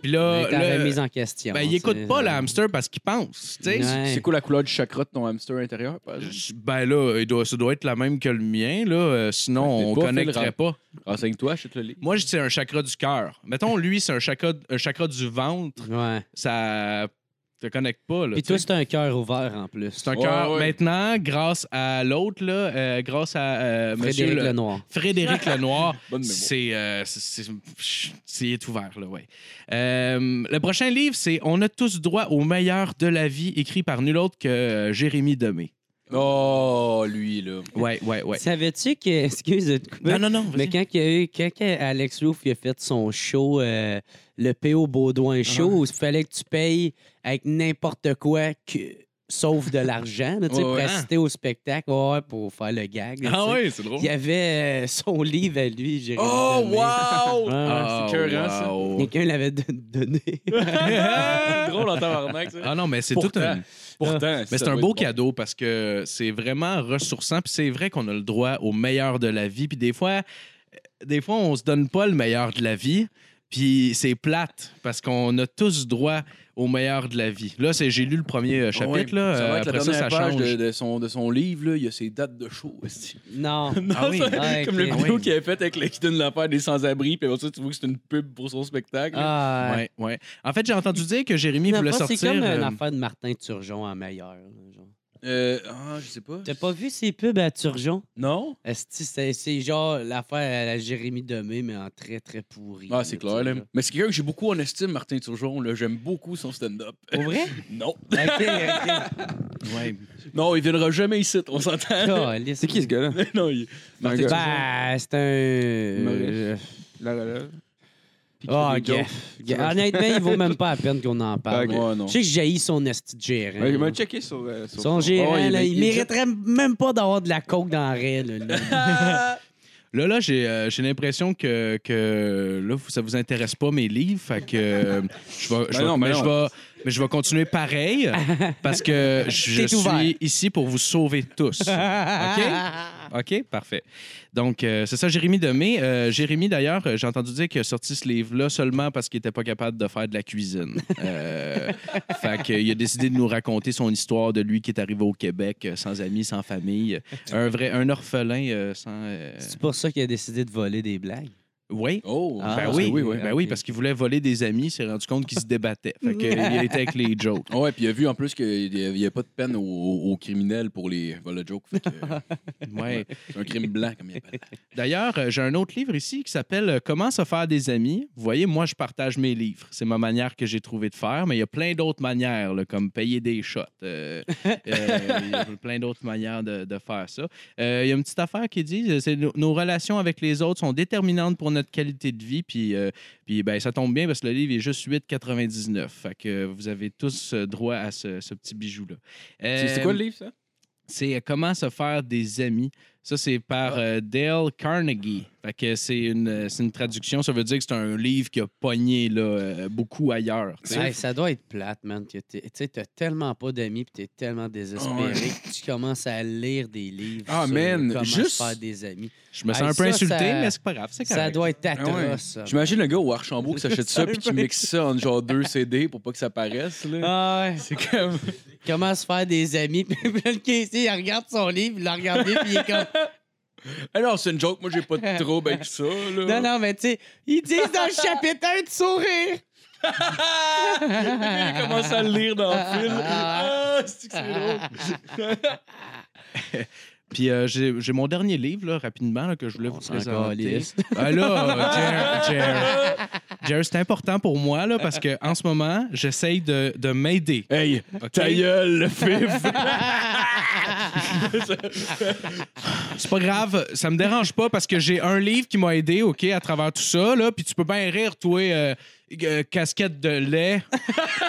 S3: Puis là,
S5: Mais t'as
S3: là,
S5: remise en question.
S3: ben, il écoute
S5: t'sais.
S3: pas le hamster parce qu'il pense, tu sais.
S5: Ouais.
S6: C'est quoi la couleur du chakra de ton hamster intérieur? par exemple?
S3: Je- Ben là, il doit- ça doit être la même que le mien, là. euh,
S6: Fait
S3: sinon,
S6: que t'es
S3: on
S6: pas fait le
S3: connecterait
S6: rap-
S3: pas.
S6: Renseigne-toi, je te le lis.
S3: Moi, Ah, je dis un chakra du cœur. Mettons, lui, c'est un chakra, un chakra du ventre.
S5: Ouais.
S3: ça te connecte pas. Là,
S5: Puis toi,
S3: tu sais.
S5: c'est un cœur ouvert en plus.
S3: c'est un
S6: Ouais,
S3: cœur.
S6: ouais.
S3: Maintenant, grâce à l'autre, là, euh, grâce à euh, monsieur
S5: Frédéric
S3: le-
S5: Lenoir.
S3: Frédéric Lenoir,
S6: Bonne mémoire.
S3: c'est euh, c'est- c'est- c'est il est ouvert là, ouais. Euh, le prochain livre, c'est On a tous droit au meilleur de la vie, écrit par nul autre que euh, Jérémy Demé.
S6: Oh, lui, là.
S3: Ouais, ouais, ouais.
S5: Savais-tu que. Excuse de te couper.
S3: Non, non, non. vas-y.
S5: Mais quand, il y a eu, quand que Alex Roof il a fait son show, euh, le P.O.
S3: Ah,
S5: Baudouin Show, où il fallait que tu payes avec n'importe quoi que- sauf de l'argent, là, tu sais,
S3: Ouais,
S5: pour
S3: ouais.
S5: assister au spectacle, ouais, pour faire le gag. là, tu
S3: Ah
S5: sais.
S3: ouais, c'est drôle.
S5: Il y avait euh, son livre à lui, j'ai
S6: Oh,
S5: regardé.
S6: wow!
S3: Oh,
S5: Ouais,
S3: Ah,
S6: c'est écœurant, hein, ça.
S3: wow.
S5: Quelqu'un l'avait don- donné.
S6: Drôle en tabarnak, ça.
S3: Ah non, mais c'est tout
S6: Pourtant.
S3: un.
S6: Pourtant,
S3: Mais c'est un beau cadeau parce que c'est vraiment ressourçant. Puis c'est vrai qu'on a le droit au meilleur de la vie. Puis des fois, des fois, on se donne pas le meilleur de la vie. Puis c'est plate parce qu'on a tous droit au meilleur de la vie. Là, c'est j'ai lu le premier euh, chapitre. Là,
S6: Ça
S3: Euh,
S6: va être la
S3: après ça, ça
S6: dernière page
S3: change.
S6: de, de son, de son livre, là, il y a ses dates de show. aussi.
S5: non.
S3: Ah oui.
S6: ça-
S5: Ouais,
S6: comme
S5: ok.
S6: le vidéo
S3: Ah oui.
S6: qu'il avait fait avec le, qui donne l'affaire des sans-abri, puis après ça, tu vois que c'est une pub pour son spectacle.
S5: Ah,
S3: Ouais, ouais. En fait, j'ai entendu dire que Jérémy
S5: non,
S3: voulait
S5: pas,
S3: sortir.
S5: C'est comme
S3: euh,
S5: une affaire de Martin Turgeon en meilleur. là, genre.
S6: Euh, ah, je sais pas.
S5: T'as pas vu ces pubs à Turgeon?
S6: Non?
S5: Esti, C'est c'est genre l'affaire à la Jérémy Demé, mais en très, très pourri.
S6: Ah, c'est
S5: là,
S6: clair,
S5: tu sais,
S6: là. Mais c'est quelqu'un que j'ai beaucoup en estime, Martin Turgeon. là. J'aime beaucoup son stand-up.
S5: Pour vrai?
S6: Non.
S5: OK, OK.
S3: Ouais.
S6: Non, il viendra jamais ici, on s'entend.
S5: Caliste.
S4: C'est qui ce gars-là?
S6: non, il...
S4: Un
S6: Martin
S4: gars.
S6: Turgeon.
S5: Ben, c'est un...
S4: Humoriste. La relève. Puis qui
S5: Ah,
S4: fait des
S5: gars.
S4: jokes.
S5: Gars, Honnêtement, il vaut même pas la peine qu'on en parle.
S4: Ok.
S6: Ouais, non.
S5: Je sais que j'ai son esti de gérant.
S4: Ouais, Il m'a
S5: là.
S4: checké sur. euh, sur
S5: Son gérant,
S6: Oh, il-
S5: là, il,
S6: il-
S5: mériterait même pas d'avoir de la coke dans la raie, là, lui.
S3: Là, là, j'ai euh, j'ai l'impression que, que là, vous- ça vous intéresse pas mes livres. Fait que euh, je vais, je
S6: Ben
S3: vais-
S6: non, ben
S3: mais,
S6: non.
S3: je vais, mais je vais continuer pareil parce que je, je
S5: T'es ouvert.
S3: suis ici pour vous sauver tous. OK? OK, parfait. Donc, euh, c'est ça, Jérémy Demé. Euh, Jérémy, d'ailleurs, euh, j'ai entendu dire qu'il a sorti ce livre-là seulement parce qu'il n'était pas capable de faire de la cuisine. Euh, fait qu'il a décidé de nous raconter son histoire de lui qui est arrivé au Québec euh, sans amis, sans famille. Un vrai, un orphelin euh, sans... euh,
S5: C'est pour ça qu'il a décidé de voler des blagues.
S3: Oui.
S6: Oh,
S5: Ah,
S6: je
S3: ben
S6: pense
S3: oui,
S6: que oui, ouais.
S3: ben oui, parce qu'il voulait voler des amis, il s'est rendu compte qu'il se débattait. Fait qu'il était avec les jokes.
S6: Ah ouais, puis il a vu en plus qu'il n'y a, pas de peine aux, aux- aux criminels pour les vols de jokes. Fait que, euh,
S3: Ouais.
S6: C'est un crime blanc, comme il appelle.
S3: D'ailleurs, euh, j'ai un autre livre ici qui s'appelle euh, Comment se faire des amis. Vous voyez, moi, je partage mes livres. C'est ma manière que j'ai trouvé de faire, mais il y a plein d'autres manières, là, comme payer des shots. Euh, euh, Il y a plein d'autres manières de, de faire ça. Euh, il y a une petite affaire qui dit euh, c'est nos, nos relations avec les autres sont déterminantes pour notre qualité de vie. Puis, euh, puis ben, ça tombe bien parce que le livre est juste 8,99. Fait que euh, vous avez tous euh, droit à ce, ce petit bijou-là.
S4: C'est c'est
S3: Euh,
S4: quoi le livre, ça?
S3: c'est euh, Comment se faire des amis. Ça, c'est par euh, Dale Carnegie. Fait que c'est une, euh, c'est une traduction. Ça veut dire que c'est un livre qui a pogné là, euh, beaucoup ailleurs. tu sais.
S5: Hey, ça doit être plate, man. que t'es- Tu sais, t'as tellement pas d'amis puis t'es tellement désespéré
S6: Ah ouais.
S5: que tu commences à lire des livres
S6: Ah,
S5: sur
S6: man,
S5: comment se
S6: juste-
S5: faire des amis.
S3: Je me sens
S5: Hey,
S3: un peu
S5: ça,
S3: insulté,
S5: ça-
S3: mais c'est pas grave. C'est
S5: Ça
S3: correct.
S5: doit être atroce.
S6: Ah ouais.
S5: ça.
S6: J'imagine le gars au Archambault qui s'achète ça puis qui mixe ça en genre deux CD pour pas que ça paraisse. Là.
S5: Ah ouais.
S6: C'est comme.
S5: Comment se faire des amis. Puis le caissier, il regarde son livre, il l'a regardé, puis il est comme...
S6: Alors, c'est une joke, moi j'ai pas de trouble avec ça. Là.
S5: Non, non, mais tu sais, ils disent dans le chapitre 1 de sourire.
S6: Il commence à le lire dans le film.
S5: Ah.
S6: Ah, c'est que c'est drôle.
S3: Puis euh, j'ai j'ai mon dernier livre, là, rapidement, là, que je voulais vous
S5: s'en
S3: présenter.
S5: calisse.
S3: Ah là, euh, Jer, Jer. Jer, c'est important pour moi là, parce qu'en ce moment, j'essaye de, de m'aider.
S6: Hey,
S3: OK?
S6: ta gueule, le fif.
S3: C'est pas grave, ça me dérange pas parce que j'ai un livre qui m'a aidé, OK, à travers tout ça, là. Puis tu peux bien rire, toi, euh, euh, casquette de lait.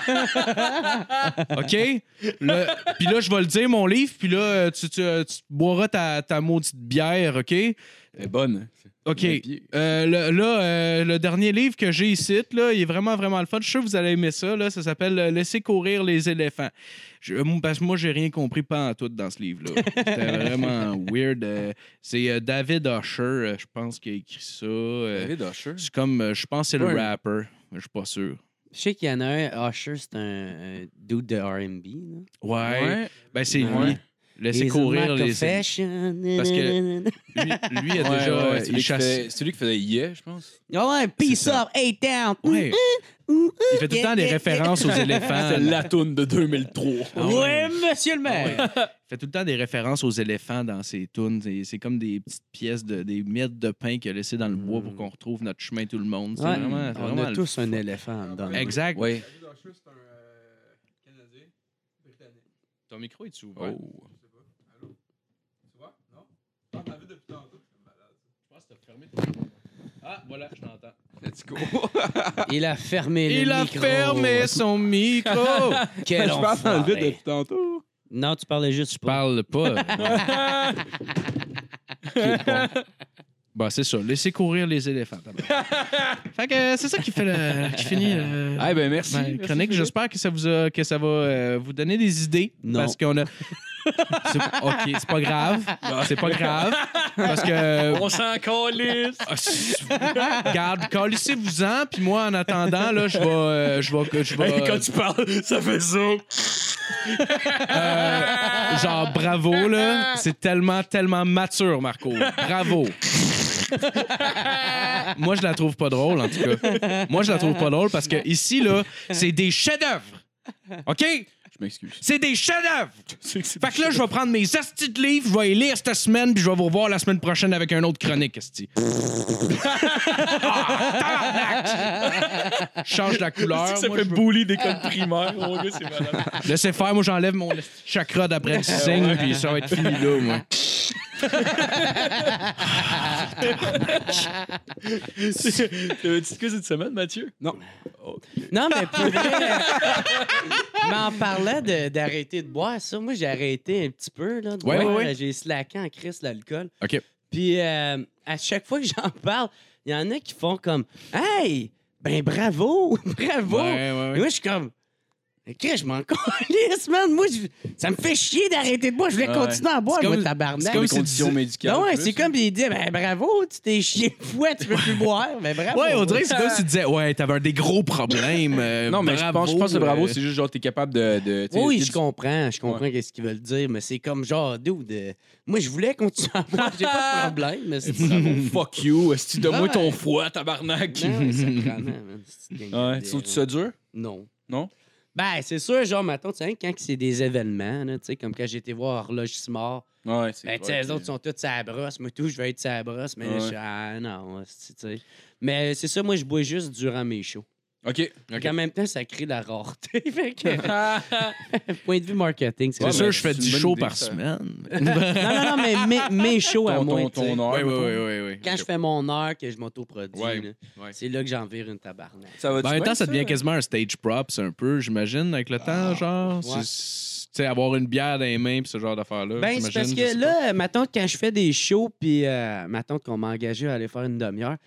S3: OK? Là, puis là, je vais le dire, mon livre, puis là, euh, tu, tu, euh, tu boiras ta, ta maudite bière, OK?
S6: Elle est bonne.
S3: OK.
S6: Mais puis-
S3: Euh, le- là, euh, le dernier livre que j'ai ici, là, il est vraiment, vraiment le fun. Je suis sûr que vous allez aimer ça. Là. Ça s'appelle euh, Laissez courir les éléphants. Je- euh, parce que moi, j'ai rien compris pas en tout dans ce livre-là. C'était vraiment weird. euh, c'est euh, David Usher, euh, je pense, qui a écrit ça. euh,
S6: David Usher.
S3: c'est comme, euh, je pense, que c'est le
S6: Ouais.
S3: rapper. mais Je suis pas sûr.
S5: Je sais qu'il y en a un, Usher, c'est un, un dude de R&B. là.
S3: Ouais. Ben, c'est
S6: Ouais.
S3: lui. Laissez
S5: Is a
S3: courir
S5: mark of
S3: les éléphants.
S5: fashion.
S3: Parce que- Lui, lui a
S6: Ouais,
S3: déjà.
S6: ouais,
S3: euh,
S6: ouais,
S3: il
S6: celui, qui
S3: chasse.
S6: fait- celui qui faisait Yeah, je pense.
S5: Ah ouais, peace
S3: C'est ça.
S5: up, eight down.
S3: Ouais. Il fait tout le temps des
S5: Yeah, yeah,
S3: références aux éléphants.
S6: C'est
S3: là.
S6: la toune de 2003.
S3: Ah
S5: ouais,
S3: ouais.
S5: monsieur le maire.
S3: Il fait tout le temps des références aux éléphants dans ses tunes. C'est- C'est comme des petites pièces, de, des miettes de pain qu'il a laissées dans le bois pour qu'on retrouve notre chemin tout le monde. C'est
S5: Mm. Ouais,
S3: vraiment, c'est
S5: on
S3: vraiment
S5: a
S3: le
S5: tous
S3: fun.
S5: un éléphant dedans.
S3: Exact.
S6: Ouais.
S4: David Usher, c'est un euh, Canadien, Britannique.
S3: Ton micro est ouvert.
S6: Oh.
S4: Je sais pas. Allô? Tu vois? Non? Je parle de la vie depuis tantôt. Je suis malade.
S3: Je pense que t'as fermé Ah, voilà, je t'entends.
S4: Let's go.
S5: Il a fermé le
S3: Il a
S5: micro.
S3: fermé son micro!
S5: Quel
S4: Je parle dans le vide
S5: enfoiré.
S4: depuis tantôt.
S5: Non, tu parlais juste pas.
S3: Parle pas. Bah, c'est ça. Laissez courir les éléphants. tabarnak. fait que c'est ça qui, fait le- qui finit.
S5: Eh
S3: le-
S6: Ah, ben merci.
S3: Ma
S6: Merci,
S3: chronique.
S6: Philippe.
S3: J'espère que ça vous a- que ça va euh, vous donner des idées.
S5: Non.
S3: Parce qu'on a. C'est- ok, c'est pas grave. C'est pas grave. Parce que.
S6: On s'en calisse.
S3: Ah, c'est- Garde, calissez-vous-en, puis moi, en attendant, là, je vais. euh, je vais. Je vais
S6: Quand tu parles, ça fait ça.
S3: euh, genre, bravo, là. C'est tellement, tellement mature, Marco. Bravo. moi, je la trouve pas drôle, en tout cas. Moi, je la trouve pas drôle parce que ici, là, c'est des chefs-d'œuvre. OK?
S6: Je m'excuse.
S3: C'est des chefs-d'œuvre. Fait que là, je vais prendre mes astis de livres, je vais les lire cette semaine, puis je vais vous revoir la semaine prochaine avec un autre chronique, asti. Ah, tabarnak! Change la couleur.
S2: Ça
S3: moi,
S2: fait
S3: je veux-
S2: bully des codes primaires. Mon gars, c'est malade.
S3: Laissez faire, moi j'enlève mon esti de chakra d'après le signe, puis ça va être fini là, moi.
S2: T'avais-tu de quoi cette semaine, Mathieu?
S5: Non, mais pour vrai. euh, mais en parlant de- d'arrêter de, boire, ça, moi, j'ai arrêté un petit peu. Là, de
S3: Ouais,
S5: boire.
S3: ouais, ouais.
S5: J'ai slacké en crise l'alcool.
S3: OK.
S5: Puis euh, à chaque fois que j'en parle, il y en a qui font comme Hey, ben bravo, bravo.
S3: Ouais, ouais, ouais.
S5: Et moi, je suis comme. Mais Chris, je m'en calisse, man. Moi, je- ça me fait chier d'arrêter de boire. Je voulais
S6: Ouais.
S5: continuer à boire,
S3: C'est
S5: moi,
S3: comme-
S5: tabarnak.
S3: c'est comme
S6: Des
S3: si
S6: conditions médicales.
S5: Ben ouais,
S6: en plus.
S5: c'est
S3: hein.
S5: comme il dit, ben bravo, tu t'es chié une fois, tu peux plus boire. Ben bravo.
S3: Ouais, on dirait que c'est comme si tu disais, ouais, t'avais un des gros problèmes. euh,
S6: Non, mais je
S3: bravo,
S6: pense, je pense que le bravo,
S3: euh,
S6: c'est juste genre, t'es capable de. de tu sais,
S5: Oui,
S6: t'es
S5: je comprends, je comprends qu'est-ce qu'ils veulent dire, mais c'est comme genre, dude, euh, moi je voulais continuer à boire, j'ai pas de problème, mais c'est ça.
S6: du- Oh, Fuck you, est-ce que tu donnes-moi
S5: Ouais.
S6: ton froid, tabarnak?
S5: Non, sacrément, man, c'est une
S6: Ouais.
S5: gang
S6: Tu
S5: de-
S6: trouves que ça dur?
S5: Non.
S6: Non?
S5: Ben, c'est sûr, genre, maintenant, tu sais, quand c'est des événements, là, tu sais, comme quand j'étais voir Horloge Smart,
S6: Ouais, c'est.
S5: ben, tu sais, les autres sont tous à la brosse, moi, tout, je vais être à la brosse, mais là,
S6: Ouais.
S5: je suis, ah non, c'est- tu sais. Mais c'est ça, moi, je bois juste durant mes shows.
S6: Ok.
S5: Puis En même temps, ça crée de la rareté. fait que- Point de vue marketing, c'est
S3: C'est
S6: Ouais,
S5: vrai.
S3: sûr,
S6: mais
S3: je fais
S6: c'est une
S3: 10
S6: bonne
S3: shows
S6: idée,
S3: par
S6: ça.
S3: semaine.
S5: Non, non, non, mais mes, mes shows à
S6: Ton-
S5: moi.
S6: ton-
S5: tu sais.
S6: ton heure.
S3: Ouais, ouais, ouais, ouais.
S5: Quand je fais mon heure que je m'autoproduis,
S6: Ouais,
S5: là,
S6: ouais.
S5: c'est là que j'en vire une tabarnak.
S6: Ça va
S3: Ben, en même temps, ça devient quasiment un stage props, un peu, j'imagine, avec le temps, genre. C'est-
S5: Ah, ouais.
S3: c'est- Tu sais, avoir une bière dans les mains, puis ce genre d'affaires-là.
S5: Ben, c'est
S3: j'imagine,
S5: parce
S3: je sais
S5: que là, ma tante, quand je fais des shows, puis euh, ma tante qu'on m'a engagé à aller faire une demi-heure,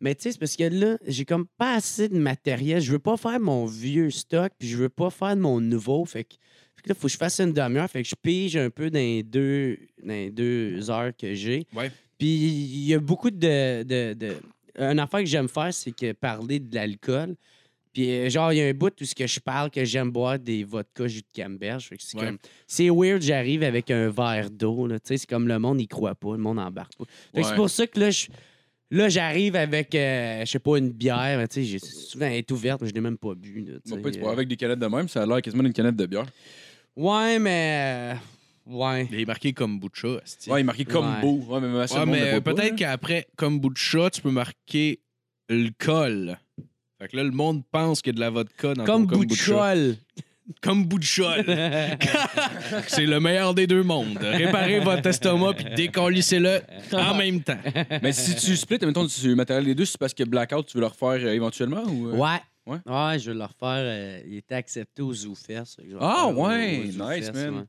S5: mais tu sais, c'est parce que là, j'ai comme pas assez de matériel. Je veux pas faire mon vieux stock, puis je veux pas faire de mon nouveau. Fait que, fait que là, faut que je fasse une demi-heure. Fait que je pige un peu dans les deux, dans les deux heures que j'ai.
S3: Ouais.
S5: Puis il y a beaucoup de. de, de... Une affaire que j'aime faire, c'est que parler de l'alcool. Puis euh, genre, il y a un bout où ce que je parle que j'aime boire des vodkas jus de camberge. Fait que c'est
S3: Ouais.
S5: comme c'est weird, j'arrive avec un verre d'eau. là. Tu sais, C'est comme le monde n'y croit pas, le monde n'embarque pas. Fait que
S6: Ouais.
S5: C'est pour ça que là, je- là, j'arrive avec, euh, je sais pas, une bière. mais tu sais, j'ai- souvent, elle est ouverte, mais je l'ai même pas bu. là, tu
S6: Moi,
S5: sais,
S6: pas, tu vois,
S5: euh.
S6: avec des canettes de même, ça a l'air quasiment d'une canette de bière.
S5: Ouais, mais. euh, Ouais.
S3: pas. Il est marqué comme Butcha. esti.
S6: Ouais, il est marqué comme
S5: Ouais.
S6: beau. Ouais, mais, ma seule
S3: Ouais,
S6: monde
S3: mais
S6: le voit pas,
S3: peut-être
S6: là.
S3: qu'après, comme Butcha, tu peux marquer le col. Fait que là, le monde pense qu'il y a de la vodka dans
S5: Comme
S3: ton
S5: bout de
S3: kombucha.
S5: chol.
S3: Comme Butcha. C'est le meilleur des deux mondes. Réparez votre estomac puis décollissez-le en même temps.
S6: Mais si tu splits, mettons, du matériel des deux, c'est parce que Blackout, tu veux le refaire euh, éventuellement ou. euh?
S5: Ouais.
S6: Ouais.
S5: Ouais. je vais le refaire. euh, il était accepté aux Euh, ZooFest.
S6: Ah, ouais, nice, man.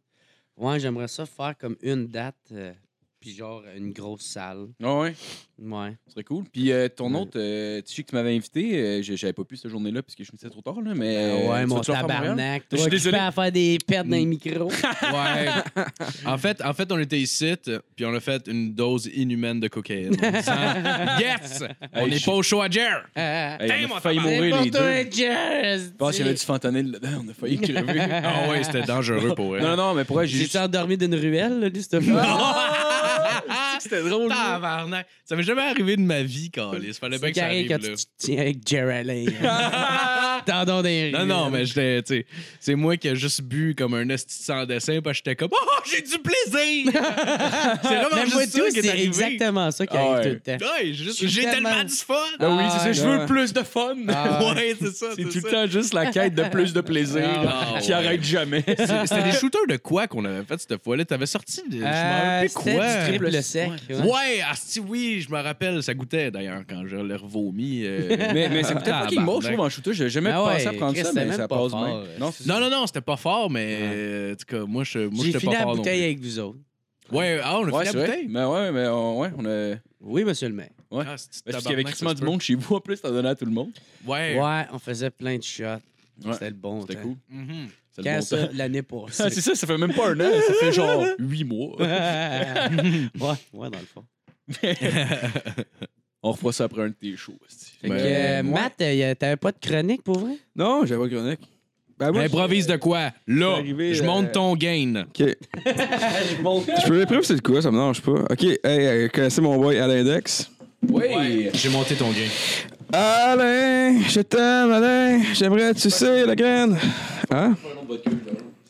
S5: Ouais, Ouais, j'aimerais ça faire comme une date, euh, puis genre une grosse salle.
S6: Ah ouais,
S5: Ouais.
S6: ce serait cool. Puis euh, ton
S5: Ouais.
S6: autre, euh, tu sais que tu m'avais invité, euh, je- j'avais pas pu cette journée-là parce que je me disais trop tard, là, mais.
S5: Ben
S6: euh,
S5: ouais,
S6: tu
S5: mon
S6: vas-tu le refaire à Montréal?
S5: tabarnak.
S6: Je
S5: Toi,
S6: suis
S5: qui
S6: désolé.
S5: à faire des pertes dans les micros.
S3: Ouais. En fait, en fait, on était ici, t- puis on a fait une dose inhumaine de cocaïne. en disant, yes! On
S6: Hey,
S3: n'est
S6: je-
S3: pas au show à Jer!
S5: Ah,
S6: Hey,
S3: Hey,
S6: on
S3: mon
S6: a failli
S3: tabarnak.
S6: mourir les deux.
S5: Jess!
S6: Je pense qu'il y avait du fentanyl dedans, on a failli crever.
S3: Ah ouais, c'était dangereux pour elle.
S6: Non, non, non, mais pour vrai, j'ai
S5: J'ai-tu
S6: juste.
S5: endormi d'une ruelle, là, Ah! lui, cette fois?
S3: C'était drôle. Ah! Tabarnak. Ça m'est jamais arrivé de ma vie, Carlis. Fallait bien
S5: C'est
S3: que ça
S5: carré
S3: arrive,
S5: quand
S3: là.
S5: tu te tiens avec Geraldine. Tendon des
S3: Non, non, mais j'étais, tu sais, c'est moi qui ai juste bu comme un esti sans dessin, parce que j'étais comme, oh, j'ai du plaisir! c'est vraiment
S5: Même
S3: juste
S5: moi,
S3: ça
S5: tout,
S3: qui est
S5: c'est
S3: arrivé.
S5: exactement ça qui
S6: Ah
S5: arrive
S6: ouais.
S5: tout le temps.
S3: Ouais, j'ai juste-
S5: Je suis
S3: j'ai tellement...
S5: tellement-
S3: du fun! Ah
S6: Ah oui, c'est ça, je veux
S4: ouais.
S6: plus de fun.
S3: ouais, c'est ça.
S6: C'est tout
S3: ça.
S6: le temps juste la quête de plus de plaisir
S3: Ah,
S6: là, qui
S3: ouais.
S6: arrête jamais.
S3: C'est- C'était des shooters de quoi qu'on avait fait cette fois-là? T'avais sorti de. je m'en rappelle
S5: Euh,
S3: plus quoi.
S5: C'était du triple sec. ouais.
S3: Ouais, asti, oui, je me rappelle, ça goûtait d'ailleurs quand je l'ai revomi. euh,
S6: Mais, mais c'est peut-être fucking
S3: Tabarnak.
S6: mort, je trouve, en shooter. J'ai jamais
S5: Ah ouais,
S6: pensé à prendre
S5: Chris,
S6: ça,
S5: c'était
S6: mais
S5: même
S6: ça
S5: pas
S6: passe
S5: fort, euh,
S6: bien.
S5: ouais.
S6: Non, c'est
S3: Non, non, non, c'était pas fort, mais euh, en tout cas, moi, je moi,
S5: J'ai
S3: j'étais pas
S5: fini la
S3: fort. non
S5: bouteille
S3: plus.
S5: avec vous autres.
S3: Ouais, ah, on a
S6: Ouais,
S3: fini
S6: c'est
S3: la
S6: vrai.
S3: bouteille.
S6: Mais ouais, mais on, ouais, on a.
S5: Oui, monsieur le maire.
S6: Ouais.
S3: Ah, c'est-tu
S6: Parce qu'il y avait
S3: tabarnak,
S6: quasiment
S3: ça se
S6: du
S3: peut.
S6: monde chez vous en plus, t'en donnais à tout le monde.
S3: Ouais.
S5: Ouais, on faisait plein de shots.
S6: Ouais.
S5: C'était le bon
S6: C'était
S5: temps.
S6: cool.
S3: Mhm.
S6: C'est le
S5: Quand
S6: bon
S5: ça,
S6: temps.
S5: l'année
S6: Ah,
S5: passée.
S6: c'est ça, ça fait même pas un an, ça fait genre huit mois.
S5: ouais, ouais, dans le fond.
S6: On refera ça après un de tes shows. hostie.
S5: Fait
S6: Ben,
S5: que, euh, Matt, euh, y a- t'avais pas de chronique pour vrai?
S4: Non, j'avais pas de chronique. Ben, moi,
S3: Improvise de quoi? Là,
S4: c'est arrivé,
S3: je
S4: euh,
S3: monte ton gain.
S4: je- OK. je peux l'éprouver, c'est de quoi? Ça me dérange pas. OK, hey, euh, connaissez mon boy à l'index?
S6: Ouais.
S3: J'ai monté ton gain.
S4: Alain, je t'aime, Alain. J'aimerais, tu sais, la graine. Hein?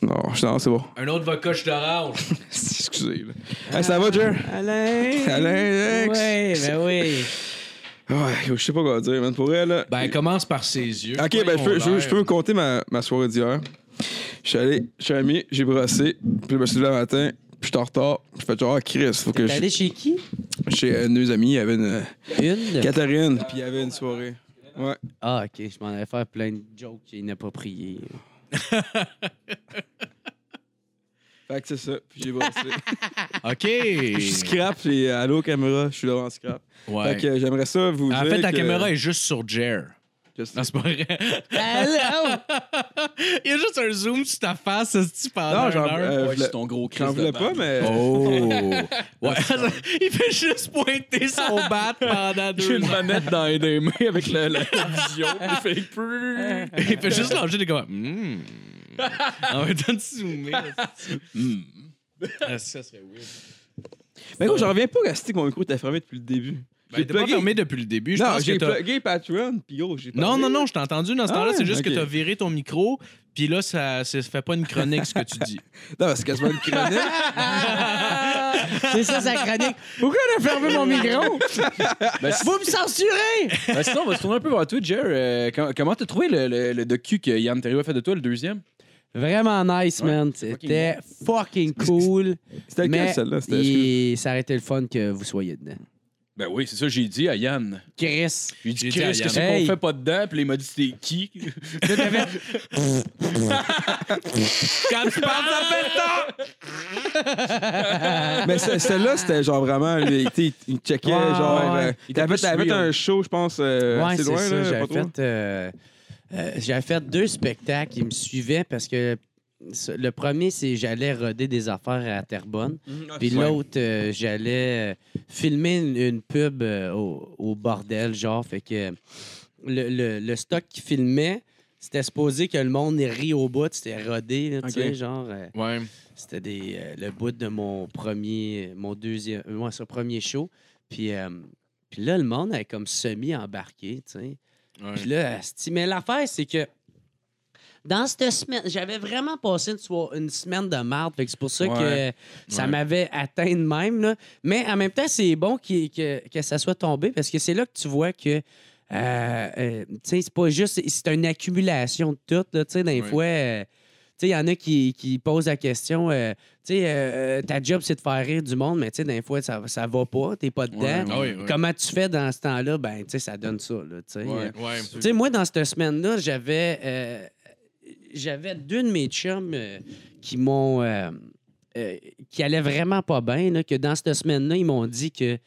S4: Non, je- non, c'est bon.
S3: Un autre va coche d'orange.
S4: Excusez. Là. Hey, ça va, Jer?
S5: Alain!
S4: Alain, Alex!
S5: Ouais, ben oui.
S4: Ouais, je sais pas quoi dire, man. Pour elle, là.
S3: Ben, commence par ses yeux.
S4: Ok, ben, je peux, je, peux- je peux vous compter ma, ma soirée d'hier. Je suis allé chez un ami, j'ai brossé, puis je me suis levé le matin, puis j'étais en retard. Puis Je fais genre, ah, Chris, faut que
S5: T'es
S4: je.
S5: allé chez qui?
S4: Chez une de mes amies, il y avait une. euh,
S5: Une?
S4: Catherine, puis il y avait une soirée. Ouais.
S5: Ah, ok, je m'en allais faire plein de jokes inappropriés.
S4: Fait que c'est ça, puis j'ai brossé.
S3: OK.
S4: je scrap, et allô caméra, je suis là en scrap.
S3: Ouais.
S4: Fait que euh, j'aimerais ça vous
S3: en
S4: dire.
S3: fait, ta
S4: que-
S3: caméra est juste sur Jer.
S4: Je sais.
S2: Ah,
S3: Non, c'est pas vrai. Il y a juste un zoom sur ta face, ça se dit pendant
S4: Non,
S3: une
S4: j'en
S3: heure.
S4: euh,
S2: Ouais,
S4: je l'ai-
S2: c'est ton gros crise
S4: j'en voulais
S2: de
S4: pas,
S2: balle.
S4: mais.
S3: Oh! Ouais.
S4: euh,
S3: Il fait juste pointer son bat pendant
S2: J'ai
S3: deux
S2: une
S3: heures.
S2: manette dans les deux mains avec la, la vision. Il fait prrrr.
S3: Il fait juste lancer des comme. Hmm. En même temps de zoomer. Hmm. Ah, Ça serait weird.
S4: Mais gros, j'en reviens pas, Gasté, que mon micro était fermé depuis le début.
S3: Ben, t'es pas
S4: plugué-
S3: fermé depuis le début. Je
S4: Non,
S3: pense que
S4: j'ai
S3: t'as-
S4: plugué Patreon, puis gros, j'ai.
S3: Non,
S4: parlé.
S3: non, non, je t'ai entendu dans ce
S4: Ah
S3: temps-là.
S4: ouais,
S3: C'est juste
S4: ok.
S3: que t'as viré ton micro, puis là, ça, ça fait pas une chronique ce que tu dis.
S4: Non, c'est quasiment une chronique.
S5: C'est ça sa chronique. Pourquoi on a fermé mon micro? Vous me censurez!
S6: Ben, sinon, on va se tourner un peu vers toi, Jer. Euh, com- comment t'as trouvé le, le, le docu que Yann Terriot a fait de toi, le deuxième?
S5: Vraiment nice, man. C'était fucking cool.
S4: C'était lequel,
S5: mais
S4: celle-là? C'était- excuse.
S5: il- ça aurait été le fun que vous soyez dedans.
S6: Ben oui, c'est ça, j'ai dit à Yann.
S5: Chris,
S6: J'ai dit,
S3: J'ai dit à
S6: qu'est-ce que
S3: Yann.
S6: c'est
S5: Hey.
S6: qu'on fait pas dedans? Puis il m'a dit, c'est qui?
S3: Quand tu parles,
S2: Ah!
S3: ça fait
S4: Mais ce- celle-là, c'était genre vraiment. lui, Il, était- il checkait,
S5: Ouais,
S4: genre.
S5: ouais.
S4: euh,
S6: Il était
S4: T'avais
S6: plus
S4: t'avais fait
S6: real.
S4: un show, je pense, euh,
S5: ouais,
S4: assez
S5: c'est
S4: loin,
S5: ça.
S4: là,
S5: J'avais
S4: pas trop.
S5: fait, euh, euh, j'avais fait deux spectacles qui me suivaient parce que ce- le premier, c'est j'allais roder des affaires à Terrebonne.
S2: Mm,
S4: Ah,
S5: Puis l'autre, euh, j'allais euh, filmer une, une pub euh, au, au bordel, genre. Fait que le, le- le stock qui filmait, c'était supposé que le monde rit au bout, c'était rodé, là, tu sais, genre. euh,
S3: Ouais.
S5: c'était des, euh, le bout de mon premier, mon deuxième, euh, ouais, ça, premier show. Puis, euh, puis là, le monde est comme semi-embarqué, tu sais. Puis là, asti, mais l'affaire, c'est que dans cette semaine, j'avais vraiment passé une, soi- une semaine de marde. Fait que c'est pour ça
S4: Ouais.
S5: que ça m'avait atteint de même. Là. Mais en même temps, c'est bon qu'il- que, que ça soit tombé parce que c'est là que tu vois que. euh, euh, tu sais, c'est pas juste, c'est- c'est une accumulation de tout. Là, tu sais, des
S3: Ouais.
S5: fois, euh, tu sais, il y en a qui, qui posent la question euh, tu sais, euh, euh, ta job, c'est de faire rire du monde, mais tu sais, des fois, ça, ça va pas, t'es pas dedans.
S3: Ah oui, oui.
S5: Comment tu fais dans ce temps-là? Ben, tu sais, ça donne ça. Là, tu sais. Euh,
S3: Ouais.
S5: tu sais, moi, dans cette semaine-là, j'avais euh, j'avais deux de mes chums euh, qui m'ont. euh, euh, qui allaient vraiment pas bien, là, que dans cette semaine-là, ils m'ont dit que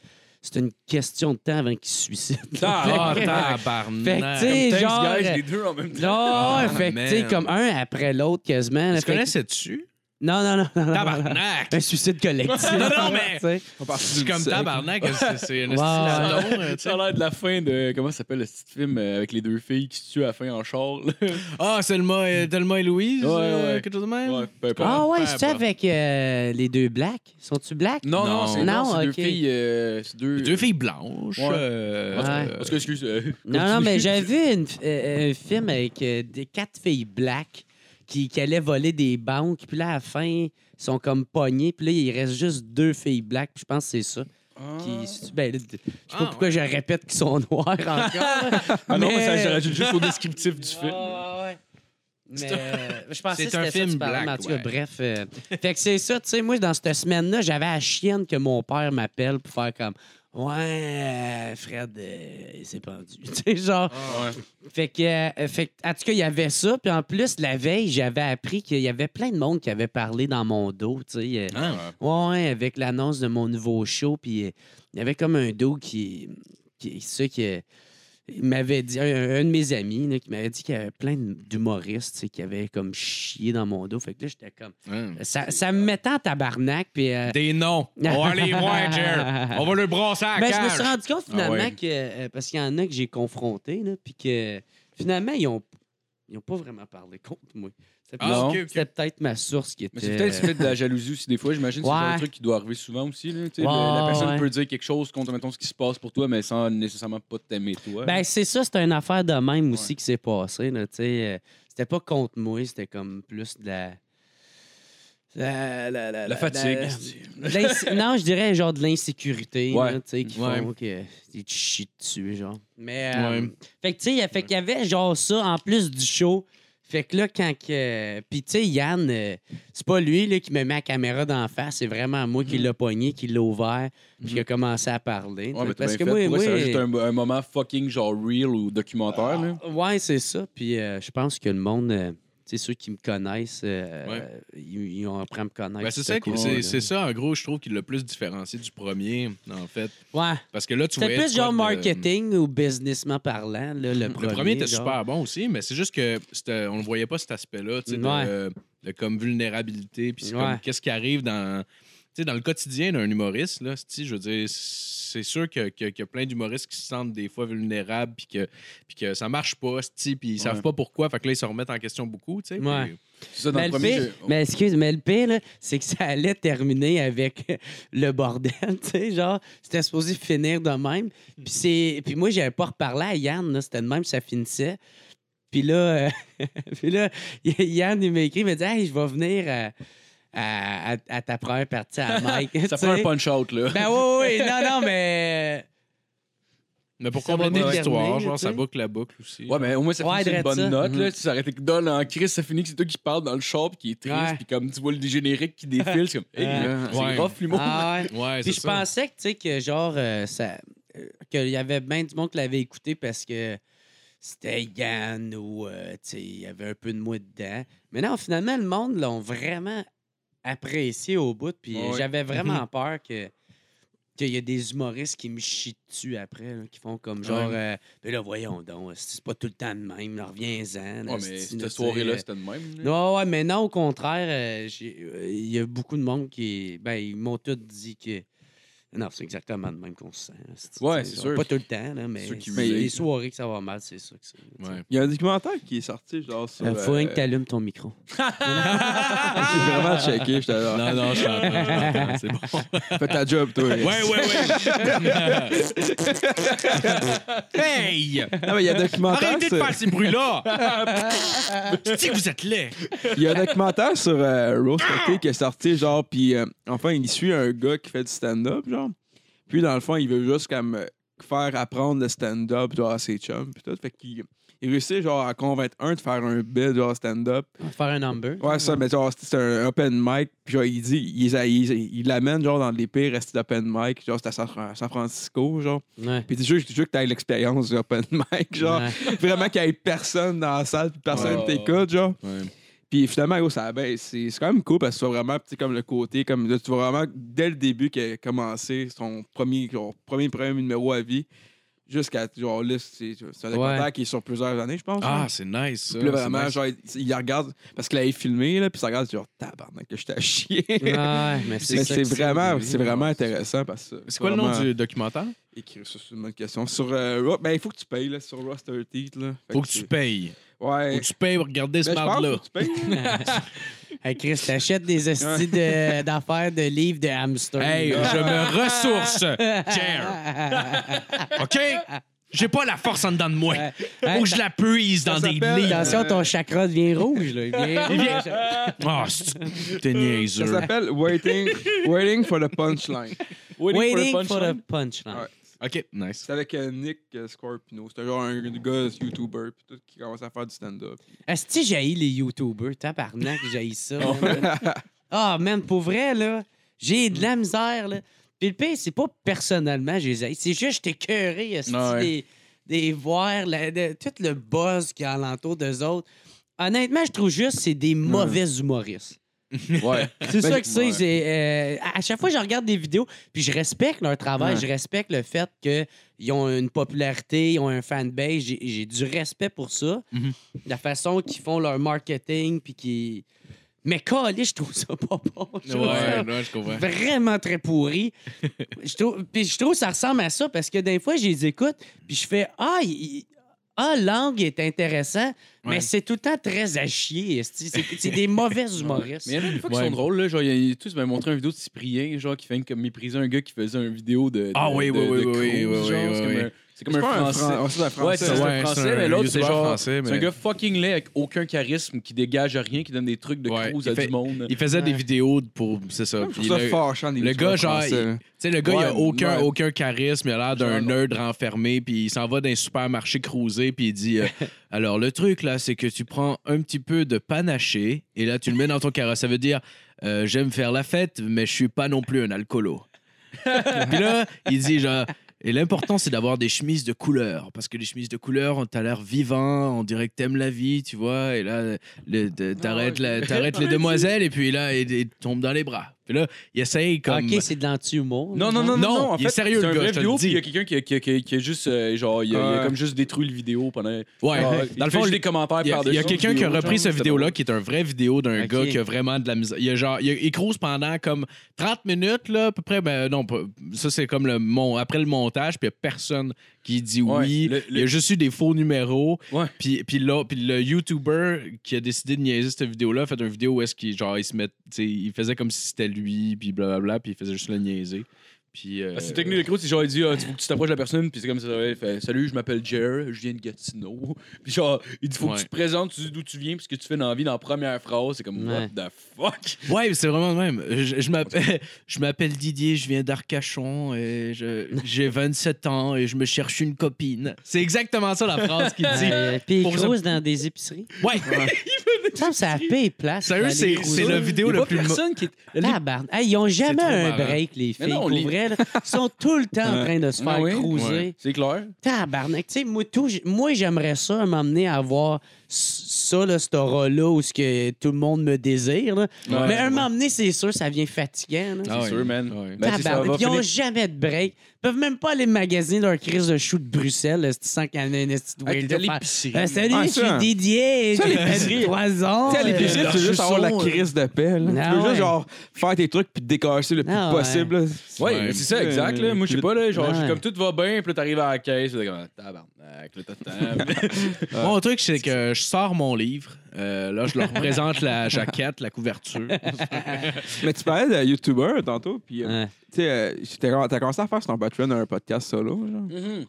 S5: c'est une question de temps avant qu'ils se suicident.
S3: Ah,
S5: Fait que-
S3: tabarnak.
S5: Fait que, tu sais, genre.
S2: les deux en même temps.
S5: Non,
S3: Ah,
S5: fait que, tu sais,
S3: man.
S5: comme un après l'autre, quasiment. là,
S3: Tu
S5: fait que-
S3: connaissais-tu?
S5: Non, non, non, non, non. non, non.
S3: Tabarnak!
S5: Un suicide collectif.
S3: Non, non, mais-
S5: Tu sais.
S4: On partit
S3: Je suis
S4: du
S3: comme
S4: sec.
S3: tabarnak, c'est- c'est un style
S5: Ouais.
S3: de don, euh, tu sais.
S2: Ça a l'air de la fin de. Comment ça s'appelle le petit film euh, avec les deux filles qui se tuent à la fin en char? là?
S3: Ah, Selma et, Thelma et Louise?
S2: Ouais,
S3: euh,
S2: ouais.
S3: Quelque chose de même?
S2: Ouais, peu importe.
S5: Ah ouais,
S3: Ouais,
S5: c'est
S3: bah.
S5: avec euh, les deux blacks. Sont-tu blacks?
S2: Non, non, c'est
S5: Non,
S2: non, c'est deux
S5: ok.
S2: filles. euh, c'est deux.
S3: Deux filles blanches.
S2: Ouais.
S3: euh,
S5: Ouais.
S3: euh,
S2: Parce que, excuse. euh,
S5: Non, non, mais j'avais vu une- euh, un film avec euh, des quatre filles black qui, qui allaient voler des banques. Puis là, à la fin, ils sont comme pognés. Puis là, il reste juste deux filles black. Puis je pense que c'est ça. Qui, c'est- ben, là, je sais pas
S3: Ah,
S5: pourquoi
S3: ouais.
S5: je répète qu'ils sont noirs encore.
S2: Ah non, mais ça, je rajoute juste au descriptif du film.
S5: Mais euh, je pensais que
S3: C'est un
S5: c'était ça
S3: film
S5: que tu parlais,
S3: black,
S5: mais en tout cas,
S3: ouais.
S5: bref. euh, fait que c'est ça, tu sais, moi, dans cette semaine-là, j'avais la chienne que mon père m'appelle pour faire comme « Ouais, euh, Fred, euh, il s'est pendu. » Tu sais, genre... Fait que, euh, fait que- en tout cas, il y avait ça. Puis en plus, la veille, j'avais appris qu'il y avait plein de monde qui avait parlé dans mon dos, tu sais. euh,
S2: Hein?
S3: Ah,
S5: Ouais, avec l'annonce de mon nouveau show, puis euh, il y avait comme un dos qui. qui ça qui. euh, il m'avait dit, un, un de mes amis, là, qui m'avait dit qu'il y avait plein de- d'humoristes, tu sais, qui avaient comme chié dans mon dos. Fait que là, j'étais comme.
S3: ouais.
S5: Ça, ça me mettait en tabarnak, puis. euh,
S3: Des noms. On va les voir, Jer. On va le brasser à la
S5: ben, je me suis
S3: cage.
S5: rendu compte finalement
S3: Ah ouais.
S5: que. euh, parce qu'il y en a que j'ai confronté, là, puis que finalement, ils ont, ils ont pas vraiment parlé contre moi. C'était
S3: Ah,
S5: plus-
S3: ok, ok.
S5: c'était peut-être ma source qui était. euh,
S6: Mais c'est peut-être c'est peut-être de la jalousie aussi, des fois, j'imagine. C'est
S5: Ouais.
S6: le genre de truc qui doit arriver souvent aussi. Là, tu sais, le-
S5: Ouais,
S6: la personne
S5: ouais.
S6: peut dire quelque chose contre, mettons, ce qui se passe pour toi, mais sans nécessairement pas t'aimer, toi.
S5: Ben, c'est ça, c'est une affaire de même aussi qui s'est passée. là, tu sais, euh, C'était pas contre moi, c'était comme plus de la. La, la, la,
S2: La fatigue.
S5: ben, l'insé- non, je dirais genre de l'insécurité,
S2: Ouais.
S5: là, tu sais, qui
S3: Ouais.
S5: font que ils te chient dessus, genre. Mais, euh,
S3: Ouais.
S5: fait que, tu sais, fait qu'il y avait genre ça en plus du show. Fait que là, quand que. Puis, tu sais, Yann, euh, c'est pas lui là, qui me met la caméra d'en face, c'est vraiment moi qui l'ai pogné, qui l'ai ouvert, puis qui a commencé à parler.
S2: Ouais, mais t'as
S5: Parce
S2: bien
S5: que
S2: fait. Pour
S5: moi,
S2: vrai,
S5: moi-
S2: c'est juste un, un moment fucking genre real ou documentaire, là.
S5: Ouais, c'est ça. Puis euh, je pense que le monde, euh, tu sais, ceux qui me connaissent, euh,
S3: Ouais.
S5: ils, ils ont appris à me connaître.
S3: Ben, c'est ça,
S5: quoi.
S3: qui- c'est c'est ça, en gros, je trouve qu'il l'a plus différencié du premier, en fait.
S5: Ouais.
S3: Parce que là, tu
S5: C'était
S3: voyais...
S5: plus
S3: du quoi
S5: genre
S3: de-
S5: marketing ou businessment parlant, là, le premier.
S3: Le premier était
S5: genre.
S3: super bon aussi, mais c'est juste que c'était- on ne voyait pas cet aspect-là, tu sais, de,
S5: Ouais.
S3: de comme vulnérabilité, puis c'est
S5: Ouais.
S3: comme qu'est-ce qui arrive dans, tu sais, dans le quotidien d'un humoriste, là, c'ti, je veux dire, c'est sûr que- que- qu'il y a plein d'humoristes qui se sentent des fois vulnérables, puis que, puis que ça marche pas, c'ti, puis ils savent pas pourquoi, fait que là, ils se remettent en question beaucoup, tu sais.
S5: Ouais.
S3: puis-
S2: C'est ça, dans
S5: Mais
S2: le
S5: le,
S2: premier.
S5: pire,
S2: je-
S5: mais excuse, mais le pire, là, c'est que ça allait terminer avec le bordel, tu sais, genre, c'était supposé finir de même. Puis c'est, puis moi, j'avais pas reparlé à Yann, là, c'était de même, que ça finissait. Puis là, euh, puis là, Yann, il m'a écrit, il m'a dit, hey, je vais venir à, à- à- à ta première partie à Mike.
S2: Ça
S5: Tu
S2: prend un
S5: sais.
S2: punch-out, là.
S5: Ben oui, oui, non, non, mais.
S3: Mais pour
S5: Ça va
S3: compléter
S5: bien
S3: l'histoire,
S5: terminer,
S3: genre,
S5: tu sais.
S3: ça boucle la boucle aussi.
S2: Ouais, mais au moins, ça
S5: Ouais,
S2: finit sur une bonne
S5: drette ça.
S2: note, là.
S5: Mhm.
S2: Tu t'arrêtes avec Don en crise, ça finit que c'est toi qui parles dans le shop, qui est
S5: Ouais.
S2: triste, puis comme tu vois le générique qui défile, c'est comme, hey,
S5: Ouais.
S2: euh,
S3: Ouais.
S2: c'est rough, l'humour.
S5: Ah ouais.
S3: Ouais,
S5: Puis
S3: c'est
S5: je
S3: ça.
S5: pensais que, tu sais, que genre, euh, ça. euh, qu'il y avait bien du monde qui l'avait écouté parce que c'était Yann ou, euh, tu sais, il y avait un peu de moi dedans. Mais non, finalement, le monde l'ont vraiment apprécié au bout. Puis euh,
S2: Ouais. Mhm.
S5: j'avais vraiment peur que. Qu'il y a des humoristes qui me chient dessus après, là, qui font comme genre. euh, mais là, voyons donc, c'est pas tout le temps de même, là, reviens-en. là, euh,
S2: Ouais,
S5: Ah, c'est-
S2: mais
S5: tu sais,
S2: cette soirée-là, c'était le même. là.
S5: non, ouais, mais non, au contraire, euh, j'ai- euh, il y a beaucoup de monde qui. Ben, ils m'ont tous dit que. Non, c'est exactement de même qu'on se sent. hein, là, c'est-
S2: Ouais,
S5: t'sais,
S2: c'est sûr.
S5: on- Pas tout le temps, là, mais
S2: Ceux qui
S5: c'est les
S2: veillent.
S5: soirées que ça va mal, c'est ça que c'est. là,
S3: Ouais.
S4: Il y a un documentaire qui est sorti, genre,
S5: t'sais.
S4: sur.
S5: Euh, faut rien que
S4: euh,
S5: tu allumes ton micro.
S4: J'ai vraiment checké, j'étais là.
S3: Non, non, je t'entends, je t'entends, c'est bon.
S4: Fais ta job, toi.
S3: Ouais, ouais, ouais. hey!
S4: Non, mais il y a un documentaire.
S3: Arrêtez de
S4: sur-
S3: faire ces bruits-là! Si vous êtes laid!
S4: Il y a un documentaire sur euh, Rose Cocktail qui est sorti, genre, puis euh, enfin, il suit un gars qui fait du stand-up, genre. Puis, dans le fond, il veut juste comme euh, faire apprendre le stand-up, genre, à ses chums, puis tout. Fait qu'il il réussit, genre, à convaincre un de faire un bit, genre, stand-up.
S5: Faire un number.
S4: Ouais, ça, mais genre, c'est un open mic, puis genre, il dit, il il- il l'amène, genre, dans les pires restes d'open mic, genre, c'était à San Fran- San Francisco, genre.
S5: Ouais.
S4: Puis, tu veux que t'aies l'expérience du open mic, genre
S5: Ouais.
S4: vraiment qu'il n'y ait personne dans la salle, puis personne
S2: Ouais.
S4: t'écoute, genre.
S2: Ouais.
S4: Puis finalement, gros, ça abaisse. C'est c'est quand même cool parce que tu vois vraiment, tu sais, comme le côté, comme là, tu vois vraiment dès le début qu'il a commencé son premier, genre, premier, premier numéro à vie, jusqu'à, genre, là, c'est c'est un documentaire qui est sur plusieurs années, je pense.
S3: Ah,
S4: là.
S3: c'est nice, ça.
S4: Puis là,
S3: c'est
S4: vraiment,
S3: nice.
S4: genre, il, il regarde, parce qu'il avait filmé, là, puis ça regarde, genre, tabarnak, que j'étais à chier.
S5: Ouais, mais c'est
S4: Mais
S5: ça
S4: c'est
S5: que
S4: vraiment,
S5: oui.
S4: c'est vraiment intéressant parce que.
S3: C'est quoi le nom
S4: vraiment-
S3: du documentaire?
S4: Écrit ça, c'est une bonne question. Sur, euh, Ro- ben, il faut que tu payes, là, sur Roster Teeth, là. Fait
S3: Faut que
S4: c'est-
S3: tu payes.
S4: Ouais.
S3: Faut que tu payes pour regarder ce
S4: Ben, je pense
S3: marde-là.
S4: que tu payes.
S5: Hey, Chris, t'achètes des estis de- d'affaires, de livres, de hamsters.
S3: Hey, je me ressource, Jer.
S5: Hein?
S3: OK? J'ai pas la force en dedans de moi.
S5: Ouais.
S3: Faut que je la puise dans des
S4: s'appelle-
S3: livres.
S5: Attention, ton chakra devient rouge, là. Il devient rouge, le chakra.
S3: Ah, c'est- t'es
S4: Ça
S3: niaiseux.
S4: s'appelle Waiting, Waiting for the Punchline.
S5: Waiting for the punchline.
S4: Ouais.
S3: OK, nice.
S4: C'est avec euh, Nick euh, Scorpino. C'est genre un gars YouTuber pis tout, qui commence à faire du stand-up.
S5: Est-ce que j'ai les YouTubers? Tabarnak, j'ai ça. man. Ah, man, pour vrai, là, j'ai de la misère, là. Puis le pire, c'est pas personnellement, j'ai C'est juste, j'étais curé, est
S2: Ouais.
S5: des, des voir, la- de- tout le buzz qui est alentour d'eux autres. Honnêtement, je trouve juste c'est des mauvais humoristes.
S2: Ouais.
S5: C'est ça
S4: Ben,
S5: que c'est. c'est, euh, à- à chaque fois, je regarde des vidéos, puis je respecte leur travail,
S4: Ouais.
S5: je respecte le fait qu'ils ont une popularité, ils ont un fanbase. J'ai- J'ai du respect pour ça.
S3: Mhm.
S5: La façon qu'ils font leur marketing, puis qu'ils. Mais calé, je trouve ça pas bon. Je trouve ça
S3: Ouais, ouais, je comprends.
S5: Vraiment très pourri. je trouve, puis je trouve que ça ressemble à ça parce que des fois, je les écoute, puis je fais Ah, il- ah l'angle est intéressant,
S3: Ouais.
S5: mais c'est tout le temps très à chier. esti. C'est c'est des mauvais humoristes.
S2: Mais il y en a des fois qui
S3: Ouais.
S2: sont drôles, là. Genre, il y a, tu sais, tu m'avais montré une vidéo de Cyprien, genre, qui fait comme mépriser un gars qui faisait une vidéo de. de-
S3: Ah oui,
S2: de-
S3: oui,
S2: de
S3: oui, oui,
S2: cruise,
S3: oui,
S2: genre,
S3: oui, oui,
S2: c'est
S3: oui.
S2: comme un-
S6: C'est comme un français.
S4: c'est un
S6: Ouais, c'est
S4: français.
S6: un
S3: Ouais,
S6: français,
S3: c'est un
S6: mais l'autre, c'est
S3: YouTuber
S6: genre.
S3: français,
S6: C'est un
S3: mais-
S6: gars fucking laid avec aucun charisme qui dégage rien, qui donne des trucs de
S3: Ouais,
S6: cruise
S3: il
S6: à
S3: fait-
S6: du monde.
S3: Il faisait des vidéos pour. C'est ça.
S4: Je
S3: Puis
S4: trouve ça
S3: le-
S4: fâchant, des
S3: le
S4: YouTubeurs
S3: gars, genre,
S4: français,
S3: il-
S4: là.
S3: Tu sais, le gars, il
S6: Ouais,
S3: a aucun,
S6: ouais.
S3: aucun charisme, il a l'air d'un
S6: Genre-
S3: nerd renfermé, puis il s'en va dans un supermarché cruiser, puis il dit euh, Alors, le truc, là, c'est que tu prends un petit peu de panaché, et là, tu le mets dans ton carrosse. Ça veut dire euh, J'aime faire la fête, mais je suis pas non plus un alcoolo. puis là, il dit genre. Et l'important, c'est d'avoir des chemises de couleur. Parce que les chemises de couleur, t'as l'air vivant, on dirait que t'aimes la vie, tu vois. Et là, le- de- t'arrêtes la- t'arrêtes les demoiselles, et puis là, il, il tombe dans les bras. Puis là, il essaye
S6: Ah,
S3: comme.
S5: Ok, c'est de l'anti-humour. là,
S6: Non, non, non, non,
S3: Non,
S6: non, en
S3: il est
S6: fait,
S3: sérieux,
S6: c'est
S3: le
S6: un
S3: gars, je
S6: vrai
S3: te le
S6: vidéo,
S3: dis. Ah
S6: puis il y a quelqu'un qui, a- qui, a- qui, a- qui a juste, euh, genre, il a, il a
S4: Ouais.
S6: comme juste détruit le vidéo pendant.
S3: Ouais.
S6: Ah,
S3: Dans le
S6: fait
S3: fond,
S6: juste des commentaires
S3: il y a,
S6: par-dessus.
S3: il y a quelqu'un qui a repris cette vidéo-là, qui est un vrai vidéo d'un
S5: Ok.
S3: gars qui a vraiment de la misère. Il, a genre, il, a- il crouse pendant comme 30 minutes, là, à peu près. Ben, non, pas- ça, c'est comme le mon, après le montage, puis il n'y a personne qui dit
S6: Ouais,
S3: oui.
S6: le-
S3: Il y a
S6: le-
S3: juste eu des faux numéros.
S6: Ouais.
S3: Puis, puis, là, puis le YouTuber qui a décidé de niaiser cette vidéo-là a fait une vidéo où est-ce qu'il genre, il se met, tu sais, il faisait comme si c'était lui, puis blablabla, puis il faisait juste le niaiser. Puis, euh,
S6: Parce que technique de croûte, Ah, c'est genre, il dit, ah, tu faut que tu t'approches de la personne, puis c'est comme ça, ouais, il fait, salut, je m'appelle Jer, je viens de Gatineau. Puis genre, il dit, faut que
S3: Ouais.
S6: tu te présentes, tu dis d'où tu viens, puis ce que tu fais dans la vie, dans la première phrase, c'est comme,
S5: Ouais.
S6: what the fuck?
S3: Ouais, mais c'est vraiment le même. Je, je m'appelle, je m'appelle Didier, je viens d'Arcachon et je- j'ai 27 ans et je me cherche une copine. C'est exactement ça la phrase qu'il dit.
S5: Euh, Puis
S3: Pour
S5: ils crousent dans des épiceries.
S3: Ouais,
S5: Ça, me semble que c'est la paix place.
S3: sérieux,
S5: d'aller
S3: c'est,
S5: cruiser.
S3: c'est le vidéo
S6: Il y a
S3: le
S6: pas
S3: plus. mo-
S6: personne qui est-
S5: Tabarn. Hey, ils n'ont jamais
S3: trop
S5: un
S3: marrant.
S5: break, les filles.
S6: Mais non,
S5: pour
S6: les-
S5: vrai, là. ils sont tout le temps en train de se
S6: Ah
S5: faire
S6: oui?
S5: cruiser.
S6: Ouais. C'est clair.
S3: Ah
S5: Tabarnak. Tu sais, moi, tout- j- moi, j'aimerais ça m'emmener à avoir s- ça, là, cette aura-là, où ce que tout le monde me désire. là.
S6: Ouais,
S5: Mais un
S6: ouais.
S5: moment donné, c'est sûr, ça devient fatigant. là.
S6: C'est
S3: Ah ouais.
S6: sûr, man.
S3: Ouais.
S6: Ben, c'est ça,
S5: Tabarnak.
S6: va
S5: Puis Ils n'ont
S6: finir-
S5: jamais de break. Ils peuvent même pas aller magasiner leur crise de chou de Bruxelles, là, sans qu'il y en ait une petite
S6: Ah, t'es allé
S5: weirdo.
S6: pisser.
S5: Euh, Salut,
S4: Ah,
S5: je
S4: ça.
S5: suis dédié.
S4: Ça,
S5: J'ai
S4: l'épicerie.
S5: 23 ans.
S4: Tu sais, à
S5: euh,
S4: l'épicerie, tu veux juste avoir la crise de paix. là.
S5: Ah
S4: Tu veux
S5: ouais.
S4: juste, genre, faire tes trucs puis te décasser le plus
S5: Ah ouais.
S4: possible. là.
S6: Ouais,
S3: Ouais.
S6: mais c'est ça, exact. Là. Moi, je sais pas, là, genre,
S5: Ouais.
S6: comme tout va bien, puis là, t'arrives à la caisse, là, t'es comme, ah, tabarnak, là, t'attends.
S3: Mon truc, c'est que je sors mon livre. Euh, là, je leur présente la jaquette, la couverture.
S4: Mais tu parlais de YouTuber tantôt, puis euh,
S5: Ouais.
S4: tu sais, euh, j'étais- t'as commencé à faire sur ton Patreon un podcast solo. Genre.
S5: Mm-hmm.
S6: Mhm.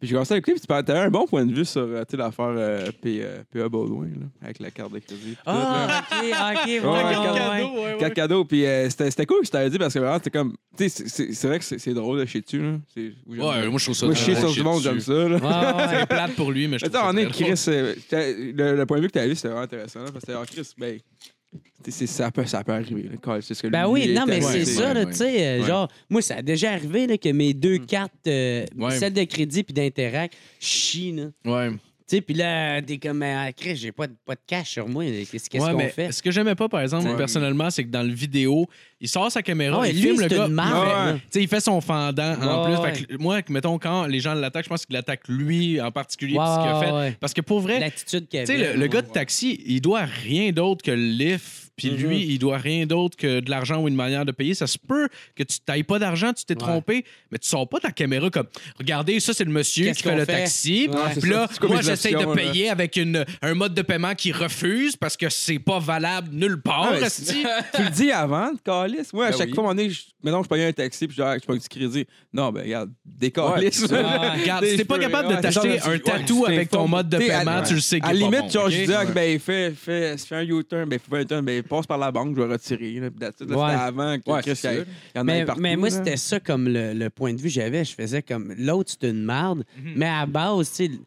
S4: Puis j'ai commencé à l'écouter, puis tu parlais- t'avais un bon point de vue sur euh, tu sais, l'affaire euh, P- euh, PA Baudouin, là, avec la carte de crédit. puis tout, là.
S5: Ah, OK, OK. ouais,
S4: carte
S5: ouais.
S3: hein.
S4: Quatre cadeaux, puis euh, c'était c'était cool que je t'avais dit parce que vraiment, c'était comme. Tu sais, c'est- c'est c'est vrai que c'est c'est drôle de chez tu. Là. C'est- ou j'aime-
S3: Ouais, moi, je trouve ça
S4: moi, je
S3: très
S4: chie
S3: drôle,
S4: sur du monde,
S3: dessus.
S4: j'aime ça. Là.
S5: Ouais, ouais.
S3: C'est plate pour lui, mais je trouve
S4: Mais tu sais,
S3: ça
S4: en est,
S3: très drôle.
S4: Chris, euh, t'as- le, le point de vue que t'as vu, c'était vraiment intéressant. là, parce que, alors, Chris, ben, tu sais, c'est- ça peut, ça peut arriver. là, Carl, c'est ce que
S5: Ben
S4: lui,
S5: oui,
S4: il
S5: non,
S4: est
S5: mais
S4: allé,
S5: c'est
S4: tu sais.
S5: ça, là,
S3: ouais.
S5: tu sais, euh,
S3: Ouais. Mm.
S5: genre, moi, ça a déjà arrivé là, que mes deux cartes, euh,
S3: Ouais.
S5: celle de crédit puis d'Interact, chient, là.
S3: Ouais.
S5: Tu sais, puis là, t'es comme, ah, Chris, j'ai pas de, pas de cash sur moi, qu'est-ce qu'est-ce
S3: Ouais,
S5: qu'on
S3: mais
S5: fait?
S3: Ce que j'aimais pas, par exemple,
S4: Ouais.
S3: personnellement, c'est que dans le vidéo, il sort sa caméra,
S5: Ah Ouais,
S3: il
S5: lui,
S3: filme le
S5: c'est
S3: gars.
S5: une marde,
S3: il fait-
S4: là.
S3: tu sais, il fait son fendant en
S5: Ouais,
S3: plus. Fait que moi, que, mettons, quand les gens l'attaquent, je pense qu'il attaque lui en particulier.
S5: Ouais,
S3: puis ce qu'il a fait.
S5: ouais.
S3: Parce que pour vrai,
S5: L'attitude
S3: tu
S5: qu'elle
S3: sais, le, le gars de taxi, il doit rien d'autre que le lift. Puis
S5: Mm-hmm.
S3: lui, il doit rien d'autre que de l'argent ou une manière de payer. Ça se peut que tu t'ailles pas d'argent, tu t'es
S5: Ouais.
S3: trompé, mais tu sors pas ta caméra comme Regardez, ça, c'est le monsieur
S5: Qu'est-ce
S3: qui fait
S5: qu'on
S3: le
S5: fait?
S3: taxi.
S4: Ouais, c'est
S3: Puis
S4: ça.
S3: là,
S4: C'est comme
S3: moi,
S4: une
S3: j'essaie de
S4: gestion, là.
S3: payer avec une, un mode de paiement qui refuse parce que c'est pas valable nulle part.
S4: Ah, mais
S3: esti.
S4: tu le dis avant, le calice. Moi, à
S6: Ben
S4: chaque
S6: oui.
S4: fois, à un moment donné, je- mettons, je payais un taxi, puis genre, je prends du crédit. Non, ben, regarde, des calices.
S3: Ah, regarde, si t'es pas capable de t'acheter un tatou
S4: tu
S3: avec ton
S4: t'informes.
S3: mode de
S4: T'sais, à-
S3: paiement, tu le sais qu'il
S4: À
S3: est
S4: la
S3: pas
S4: limite,
S3: bon,
S4: genre,
S3: ok?
S4: je disais, ah, ben, fais, fais, fais un U-turn, ben, fais un U-turn, ben, passe par la banque, je vais retirer. Là, puis that's it, là,
S5: Ouais.
S4: C'était avant que
S6: Ouais,
S4: Chris,
S6: c'est
S4: il y
S6: sûr.
S4: ait- il y en
S5: Mais,
S4: ait partout.
S5: mais moi,
S4: là.
S5: c'était ça comme le, le point de vue que j'avais. Je faisais comme l'autre, c'est une merde.
S3: Mhm.
S5: Mais à base, tu sais, le-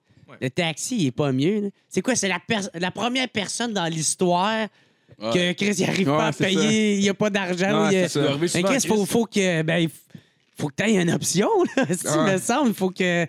S5: le taxi, il est pas mieux. là. C'est quoi? C'est la, pers- la première personne dans l'histoire que Chris, il arrive
S4: Ouais,
S5: pas à
S4: c'est ça.
S5: payer, il n'y a pas d'argent.
S4: Ouais,
S5: ou il y a-
S4: c'est ça.
S6: Tu vas arriver
S5: Mais
S6: souvent,
S5: Chris, faut, faut que. Ben, il f- faut que t'aies une option, là. Si tu
S4: Ouais.
S5: me semble, faut que.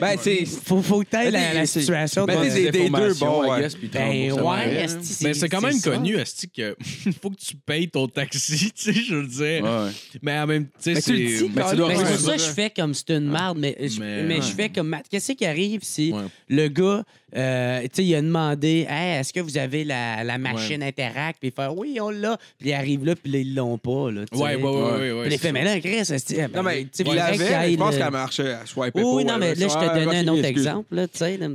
S4: Ben, c'est.
S5: Faut, faut que t'aies la, la
S4: c'est-
S5: situation.
S4: Ben,
S5: de-
S4: t'es des- des deux, bon, ouais.
S5: Ben, ouais,
S6: ouais.
S5: esti,
S3: Mais c'est quand même
S5: ça.
S3: connu, Asti, que faut que tu payes ton taxi, tu sais, je veux dire.
S6: Ouais.
S3: Mais en même temps, tu sais,
S4: Mais tu le
S3: c'est.
S4: dis,
S6: mais tu dois
S5: Mais
S6: Ouais.
S5: c'est pour ça que je fais comme c'est une merde, mais je,
S3: Mais-
S5: mais
S3: Ouais.
S5: je fais comme. Matt, Qu'est-ce qui arrive si
S3: Ouais.
S5: le gars, euh, tu sais, il a demandé Hey, est-ce que vous avez la, la machine Interact Puis il fait Oui, on l'a. Puis il arrive là, puis là, ils l'ont pas. Là, tu sais.
S3: Ouais, ouais, ouais, ouais, ouais, ouais,
S5: Puis il
S3: c'est
S5: fait Mais là, Chris, c'est.
S4: Non, mais
S5: tu sais,
S4: il
S5: faudrait qu'il
S4: l'avait,
S5: aille
S4: je pense
S5: le-
S4: qu'elle marchait, elle swipait
S5: Oui,
S4: pas,
S5: oui, non,
S4: elle-
S5: mais là, je
S4: Ah,
S5: te donnais un
S4: ok,
S5: autre
S4: excuse.
S5: exemple, là, tu sais. là.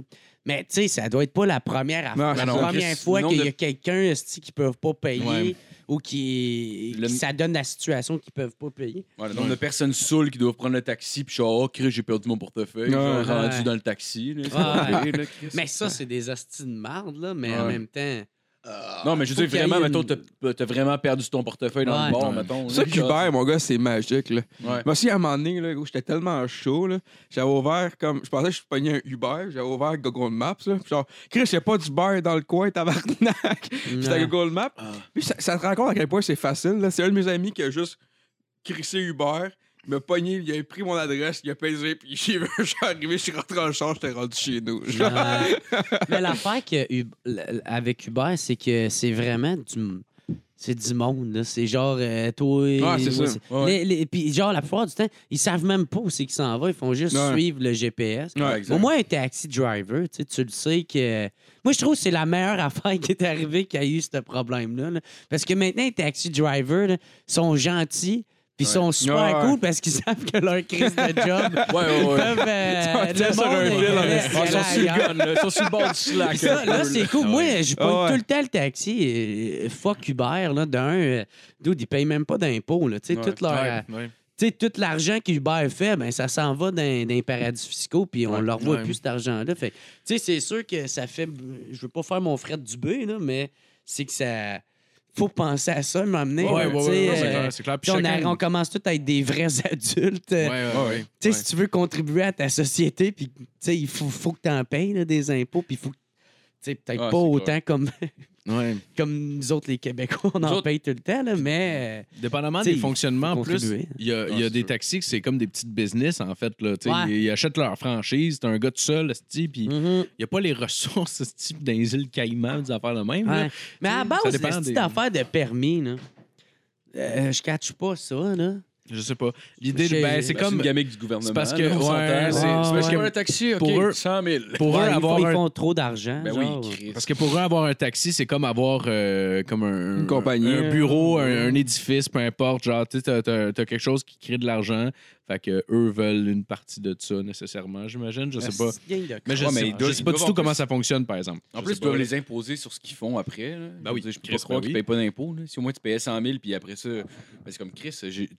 S5: Mais tu sais, ça doit être pas la première, affaire-
S4: Non,
S5: la
S4: c'est ça.
S5: première
S6: Chris,
S5: fois
S6: le
S5: qu'il
S6: nombre
S5: y a
S6: de-
S5: quelqu'un esti, qui ne peut pas payer
S3: Ouais.
S5: ou qui,
S2: Le-
S5: qui ça donne la situation qu'ils peuvent pas payer.
S2: Ouais, le nombre de personnes saoules qui doivent prendre le taxi, puis genre, oh, Chris, j'ai perdu mon portefeuille.
S4: Ouais,
S2: genre, rendu
S5: ouais.
S2: dans le taxi. là,
S5: Ouais.
S2: c'est pas vrai, là, Chris.
S5: Mais ça, c'est des hosties de marde, là, mais en
S2: Ouais.
S5: même temps.
S2: Non, mais je veux
S5: Faut qu'il
S2: dire,
S5: y ait
S2: vraiment,
S5: une-
S2: mettons, t'as euh, t'as vraiment perdu ton portefeuille dans
S5: Ouais.
S2: le bar,
S3: Ouais.
S2: mettons.
S4: Ça,
S2: là, genre,
S4: Cuber, mon gars, c'est magique. Là.
S2: Ouais.
S4: Moi aussi, à un moment donné, là, gros, j'étais tellement chaud. là, J'avais ouvert comme. Je pensais que je pognais un Uber. J'avais ouvert Google Maps. Là, puis genre, Chris, y'a pas d'Uber dans le coin, tabarnak. Puis C'était
S5: Non.
S4: Google Maps. Puis ça, ça te rend compte à quel point c'est facile. là. C'est un de mes amis qui a juste crissé Uber. Il m'a pogné, il a pris mon adresse, il a pesé, puis j'ai vu, je suis arrivé, je suis rentré en charge, j'étais rendu chez nous. Genre.
S5: Ouais. mais l'affaire que Ub- l- avec Uber, c'est que c'est vraiment du. C'est du monde, là. C'est genre, euh, toi.
S4: Ouais, c'est ça.
S2: Ouais.
S5: Les- les- puis genre, la plupart du temps, ils savent même pas où c'est qu'ils s'en vont. Ils font juste
S4: Ouais.
S5: suivre le GPS.
S4: Ouais,
S5: Au moins, un taxi driver, tu sais, tu le sais que. Moi, je trouve que c'est la meilleure affaire qui est arrivée qui a eu ce problème-là. là. Parce que maintenant, les taxi drivers là, sont gentils. Puis sont super
S4: Ouais.
S5: cool parce qu'ils savent que leur crise de job.
S2: Ouais, ouais,
S5: ils
S2: ouais.
S5: peuvent, euh,
S4: Ils sont sur un
S5: le monde
S4: fil,
S5: est-
S4: hein.
S2: Ah, ils
S5: est- est
S2: sont
S5: là
S2: sur
S5: ailleurs.
S2: le gun, là, ils sont sur le bord du slack.
S5: Ça,
S2: un peu,
S5: là, c'est cool.
S3: Ah
S5: Moi, je pogne
S4: Ah ouais.
S5: tout le temps le taxi. euh, Fuck Uber, là, d'un. euh, Dude, ils payent même pas d'impôts, là. Tu sais,
S2: Ouais.
S5: toute leur, euh,
S3: Ouais, ouais.
S5: tu sais, tout l'argent qu'Uber fait, ben, ça s'en va dans, dans les paradis fiscaux, puis on
S3: Ouais,
S5: leur voit
S3: ouais.
S5: plus cet argent-là. Fait que, tu sais, c'est sûr que ça fait. Je veux pas faire mon fret du bœuf, là, mais c'est que ça. Faut penser à ça, m'emmener.
S3: Ouais,
S5: là,
S3: ouais,
S5: tu sais,
S3: ouais, ouais, c'est
S5: euh,
S3: clair, c'est clair. Puis
S5: puis
S2: Ben,
S5: on,
S3: chacun-
S5: a- on commence tout à être des vrais adultes.
S3: Ouais,
S5: euh,
S3: ouais, ouais.
S5: tu sais, si tu veux contribuer à ta société, puis tu sais, il faut, faut que tu en payes là, des impôts, puis il faut que- tu sais, peut-être
S2: Ah,
S5: pas
S2: c'est
S5: autant comme,
S3: Ouais.
S5: comme nous autres, les Québécois, on en
S2: autres-
S5: paye tout le temps, là, mais. euh,
S3: Dépendamment
S5: T'sais,
S3: des fonctionnements,
S5: faut
S3: plus,
S5: contribuer.
S3: il y a, il y a
S2: c'est
S3: des
S2: sûr.
S3: taxis que c'est comme des petites business, en fait. Là, t'sais.
S5: Ouais. Mm.
S3: ils, ils achètent leur franchise, t'es un gars tout seul, esti, puis il n'y a pas les ressources, esti, dans les îles Caïmans, des affaires de même. là.
S5: Ouais. Mais à la
S3: Ça
S5: base,
S3: dépend
S5: cette
S3: des-
S5: affaire de permis, là, euh, je catch pas ça, là.
S3: Je sais pas. L'idée, de-
S5: J'ai-
S3: ben, c'est
S2: C'est
S3: comme
S2: une gamique du gouvernement.
S3: c'est parce que-
S2: là, on
S3: ouais,
S2: s'entend,
S3: ouais,
S2: c'est-
S5: ouais.
S2: c'est parce que un taxi, OK,
S3: Pour eux-
S2: 100 000.
S3: pour
S5: Ouais,
S3: eux
S5: ils,
S3: avoir
S5: font, ils
S3: un-
S5: font trop d'argent.
S2: Ben
S5: genre.
S2: oui, Chris.
S3: Parce que pour eux, avoir un taxi, c'est comme avoir euh, comme un,
S4: Une compagnie.
S3: un bureau, un, un édifice, peu importe. Genre, tu sais, t'as, t'as- t'as quelque chose qui crée de l'argent. Fait que eux veulent une partie de ça nécessairement, j'imagine. Je sais pas.
S5: C'est une gang de
S3: Mais je
S2: Ouais, mais
S3: sais,
S2: ils
S3: je
S2: doivent-
S3: sais pas
S2: ils
S3: du
S2: doivent
S3: tout
S2: en
S3: comment
S2: plus-
S3: ça fonctionne, par exemple.
S2: En
S3: Je
S2: plus,
S3: sais
S2: ils doivent
S3: pas.
S2: les imposer sur ce qu'ils font après. là.
S3: Ben oui,
S2: Je, veux dire, je peux
S3: Chris,
S2: pas croire
S3: ben
S2: qu'ils
S3: oui.
S2: payent pas d'impôts. là. Si au moins tu payais 100 000 puis après ça, ben, c'est comme Chris, j'ai-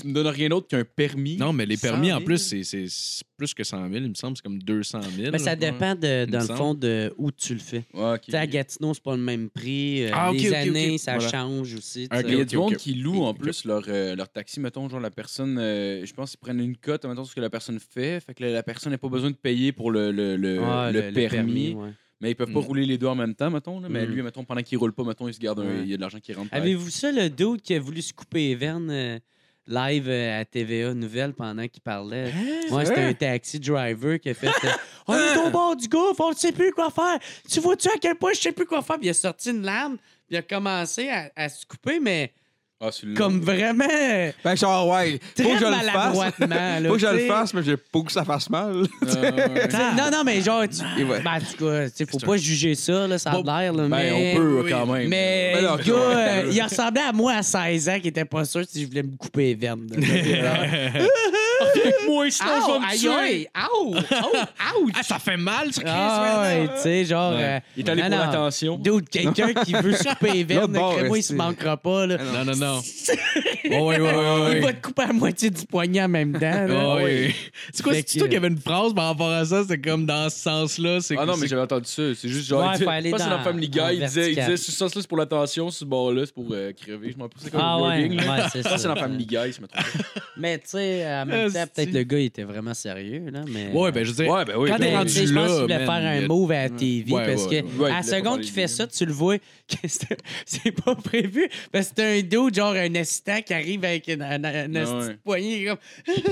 S2: tu me donnes rien d'autre qu'un permis.
S3: Non, mais les
S2: 100
S3: permis, en
S2: 000.
S3: plus, c'est- c'est c'est plus que 100 000, il me semble. C'est comme 200 000.
S5: Mais ça
S3: là.
S5: dépend,
S3: me
S5: de, dans le
S3: semble.
S5: fond, de où tu le fais.
S2: Ouais, Ah, ok.
S5: Tu sais, à Gatineau, c'est pas le même prix. euh,
S3: Ah, ok,
S5: les
S3: ok, ok.
S5: années, ça
S3: Voilà.
S5: change aussi. tu
S3: Un
S5: sais.
S2: Mais il y a
S3: Ok,
S2: du
S3: ok,
S2: monde
S3: ok.
S2: qui loue en
S3: Ok.
S2: plus leur, euh, leur taxi, mettons, genre la personne, euh, je pense qu'ils prennent une cote, mettons, ce que la personne fait, fait que la, la personne n'a pas besoin de payer pour le, le, le-
S3: euh,
S5: Ouais,
S2: le permis,
S5: ouais.
S2: mais ils peuvent pas
S3: Mm.
S2: rouler les deux en même temps, mettons, là, mais
S5: Mm.
S2: lui, mettons, pendant qu'il roule pas, mettons, il se garde, un-
S5: Ouais.
S2: il y a de l'argent qui rentre. par-
S5: Avez-vous ça, le dude qui a voulu se couper les vernes euh, live euh, à TVA Nouvelle pendant qu'il parlait? ouais, c'était un taxi driver qui a fait euh, Hein? On est au bord du gouffre, on ne sait plus quoi faire. Tu vois-tu à quel point je sais plus quoi faire? Puis il a sorti une lame, puis il a commencé à, à se couper, mais
S2: Ah, c'est le
S5: comme vraiment euh,
S4: Ben, genre, ouais, faut
S5: très
S4: que je le fasse.
S5: maladroitement. là,
S4: Faut que je
S5: tu
S4: le
S5: sais.
S4: fasse, mais j'ai pas que ça fasse mal.
S2: Ah, ouais.
S5: Tu sais, Non, non, mais genre, tu...
S4: Et ouais.
S5: ben, en tout cas, tu sais, faut pas juger ça, là, ça a l'air.
S2: Ben,
S5: là,
S2: on
S5: mais...
S2: peut quand même.
S5: Mais
S4: Ben non,
S5: le gars, euh, il ressemblait à moi à 16 ans qui était pas sûr si je voulais me couper les vernes.
S2: Moi, sinon, je vais me tuer.
S5: Aïe,
S3: Ah, ça fait mal, ce Chris,
S5: aïe!
S3: maintenant.
S5: Tu sais, genre... euh,
S2: Il est allé
S5: non,
S2: pour
S5: non.
S2: l'attention.
S5: Dude, quelqu'un qui veut se couper les
S4: L'autre
S5: vernes,
S4: bord,
S5: moi, il
S4: esti.
S5: se manquera pas. Là.
S3: Non, non, non. Oh, oui, oui, oui, oui.
S5: Il va te couper à moitié du poignet en même temps. là.
S3: Ah oui. C'est quoi,
S5: Fait
S3: c'est toi
S5: que-
S3: qui avait une phrase par rapport à ça? C'est comme dans ce sens-là. c'est-
S2: Ah non, mais
S3: c'est-
S2: j'avais entendu ça. C'est juste genre.
S5: Ouais,
S2: il disait-
S5: faut aller
S2: je pense que c'est
S5: dans-
S2: dans Family Guy.
S5: en
S2: Il disait, il
S5: vertical.
S2: disait, ce sens-là, c'est pour l'attention. Ce bord-là, c'est pour euh, crever. Je m'en prie, c'est comme
S5: Ah
S2: le
S5: ouais,
S2: wording, là.
S5: ouais, c'est
S2: Je pense que c'est
S5: ça.
S2: dans Family Guy, je me trompe.
S5: Mais tu sais, en même temps,
S3: Esti.
S5: peut-être le gars, il était vraiment sérieux. Là, mais...
S3: Ouais, ben je veux dire.
S2: Ouais, ben oui.
S5: Quand
S2: ben
S5: t'es
S2: oui.
S5: rendu, je pense
S3: là,
S5: qu'il voulait
S3: man,
S5: faire un
S3: il y a-
S5: move à la TV
S3: Ouais,
S5: parce
S2: ouais.
S3: ouais,
S5: que à la
S2: Ouais, il voulait
S5: seconde
S2: pas
S5: qu'il fait
S2: aller
S5: ça, tu le vois que c'est- c'est pas prévu. Parce que c'est un dude, genre un assistant qui arrive avec une, un, un, un
S2: Ouais.
S5: petit poignet il est comme...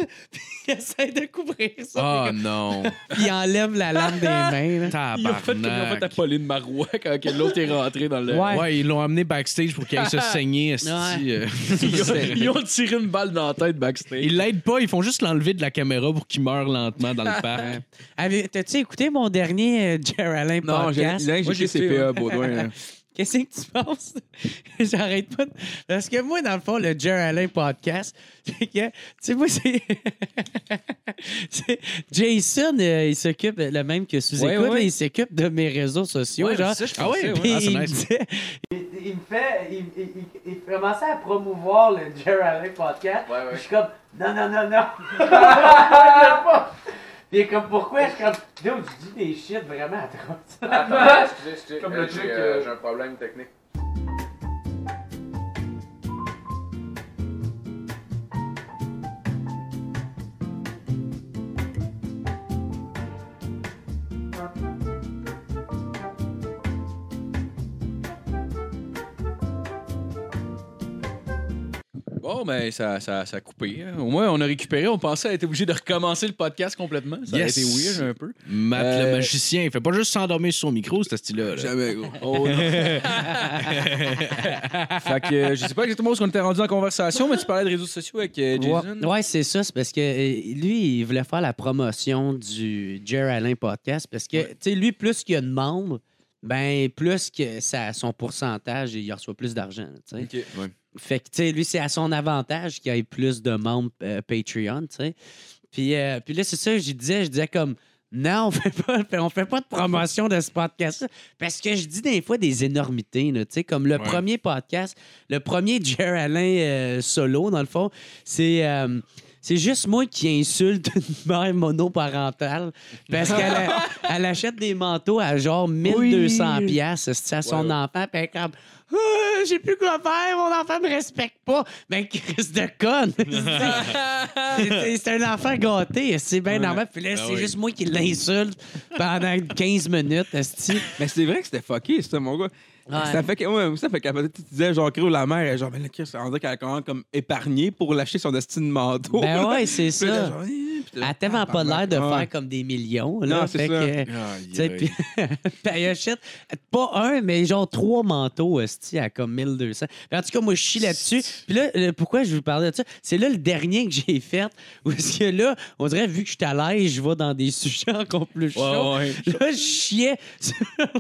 S5: Puis il essaie de couvrir ça.
S3: Ah non.
S5: Puis il enlève la lame des mains. là.
S2: Ils ont fait comme ils ont fait à
S3: Tabarnak.
S2: Pauline Marois quand que l'autre est rentré dans le.
S5: Ouais.
S3: Ouais, ils l'ont amené backstage pour qu'il aille se saigner. esti,
S5: Ouais.
S3: euh.
S2: Ils ont, ils ont tiré une balle dans la tête backstage.
S3: Ils l'aident pas, ils font juste l'enlever de la caméra pour qu'il meure lentement dans le parc.
S5: Avez- T'as-tu écouté mon dernier euh, Geraldine podcast?
S2: Moi, j'ai écouté,
S4: CPA,
S2: Euh,
S5: hein.
S4: Baudouin.
S5: Qu'est-ce que tu penses? J'arrête pas. de- Parce que moi, dans le fond, le Jer Alain podcast, c'est que, tu sais, moi, c'est. c'est- Jason, euh, il s'occupe, le même que sous-écoute,
S2: Ouais, ouais.
S5: là, il s'occupe de mes réseaux sociaux.
S2: Ouais,
S5: genre.
S2: ça, je
S3: Ah ouais,
S2: pensais,
S5: Puis
S3: ah, c'est
S5: il me
S3: nice.
S5: disait-
S7: fait, il, il, il- il commençait à promouvoir le Jerry Allen podcast.
S2: Ouais, ouais.
S7: Je suis comme, non, non, non, non. Je veux pas. Puis il est comme, pourquoi? Je suis comme, dude, tu dis des shit vraiment atroces.
S2: Comme le truc. euh, J'ai un problème technique. Bon, ben, ça, ça, ça a coupé. hein. Au moins, on a récupéré. On pensait être obligé de recommencer le podcast complètement. Ça
S3: Yes.
S2: a été weird un peu.
S3: Matt
S2: Euh,
S3: le magicien, il fait pas juste s'endormir sur son micro, ce style-là. là.
S2: Jamais, gros. Oh, fait que euh, je sais pas exactement où on était rendu en conversation, mais tu parlais de réseaux sociaux avec euh, Jason.
S5: Ouais, ouais, c'est ça. C'est parce que euh, lui, il voulait faire la promotion du Jerry Alain podcast. Parce que, tu sais, lui, plus qu'il y a de membres, ben plus que ça, son pourcentage, il reçoit plus d'argent. tu sais.
S2: Ok. Ouais.
S5: Fait que, tu sais, lui, c'est à son avantage qu'il y ait plus de membres euh, Patreon, tu sais. Puis, euh, puis là, c'est ça, je disais, je disais comme, non, on fait pas, on fait pas de promotion de ce podcast-là. Parce que je dis des fois des énormités, là, tu sais, comme le
S3: Ouais.
S5: premier podcast, le premier Jerry Alain euh, solo, dans le fond, c'est. euh, c'est juste moi qui insulte une mère monoparentale parce qu'elle a- elle achète des manteaux à genre 1200 pièces à son enfant puis elle est comme Ah, j'ai plus quoi faire mon enfant me respecte pas ben Chris de conne C'est- c'est- c'est un enfant gâté c'est bien normal puis
S3: Ben
S5: là c'est
S3: oui.
S5: juste moi qui l'insulte pendant 15 minutes esti.
S4: Mais Ben, c'est vrai que c'était fucké, ça, mon gars. Ça fait que, ouais, moi, ça fait qu'à tu disais, genre, Créo, la mère, elle, genre, mais là, Chris, on dirait qu'elle a quand même comme épargné pour lâcher son estime de manteau.
S5: ben
S4: là.
S5: ouais c'est
S4: Puis hein. là, genre,
S5: ça
S4: Hi, hi, puis
S5: elle
S4: là,
S5: a tellement pas l'air de
S4: Ouais.
S5: faire comme des millions là
S4: Non, c'est
S5: fait
S4: ça.
S5: que- Tu sais, puis puis elle achète pas un, mais genre trois manteaux hostie, à comme 1200. Puis en tout cas, moi, je chie là-dessus. Puis là, le- pourquoi je vous parlais de ça? C'est là le dernier que j'ai fait. Où est-ce que là, on dirait, vu que je suis à l'aise, je vais dans des sujets encore plus chauds.
S3: Ouais,
S5: Là, je chiais sur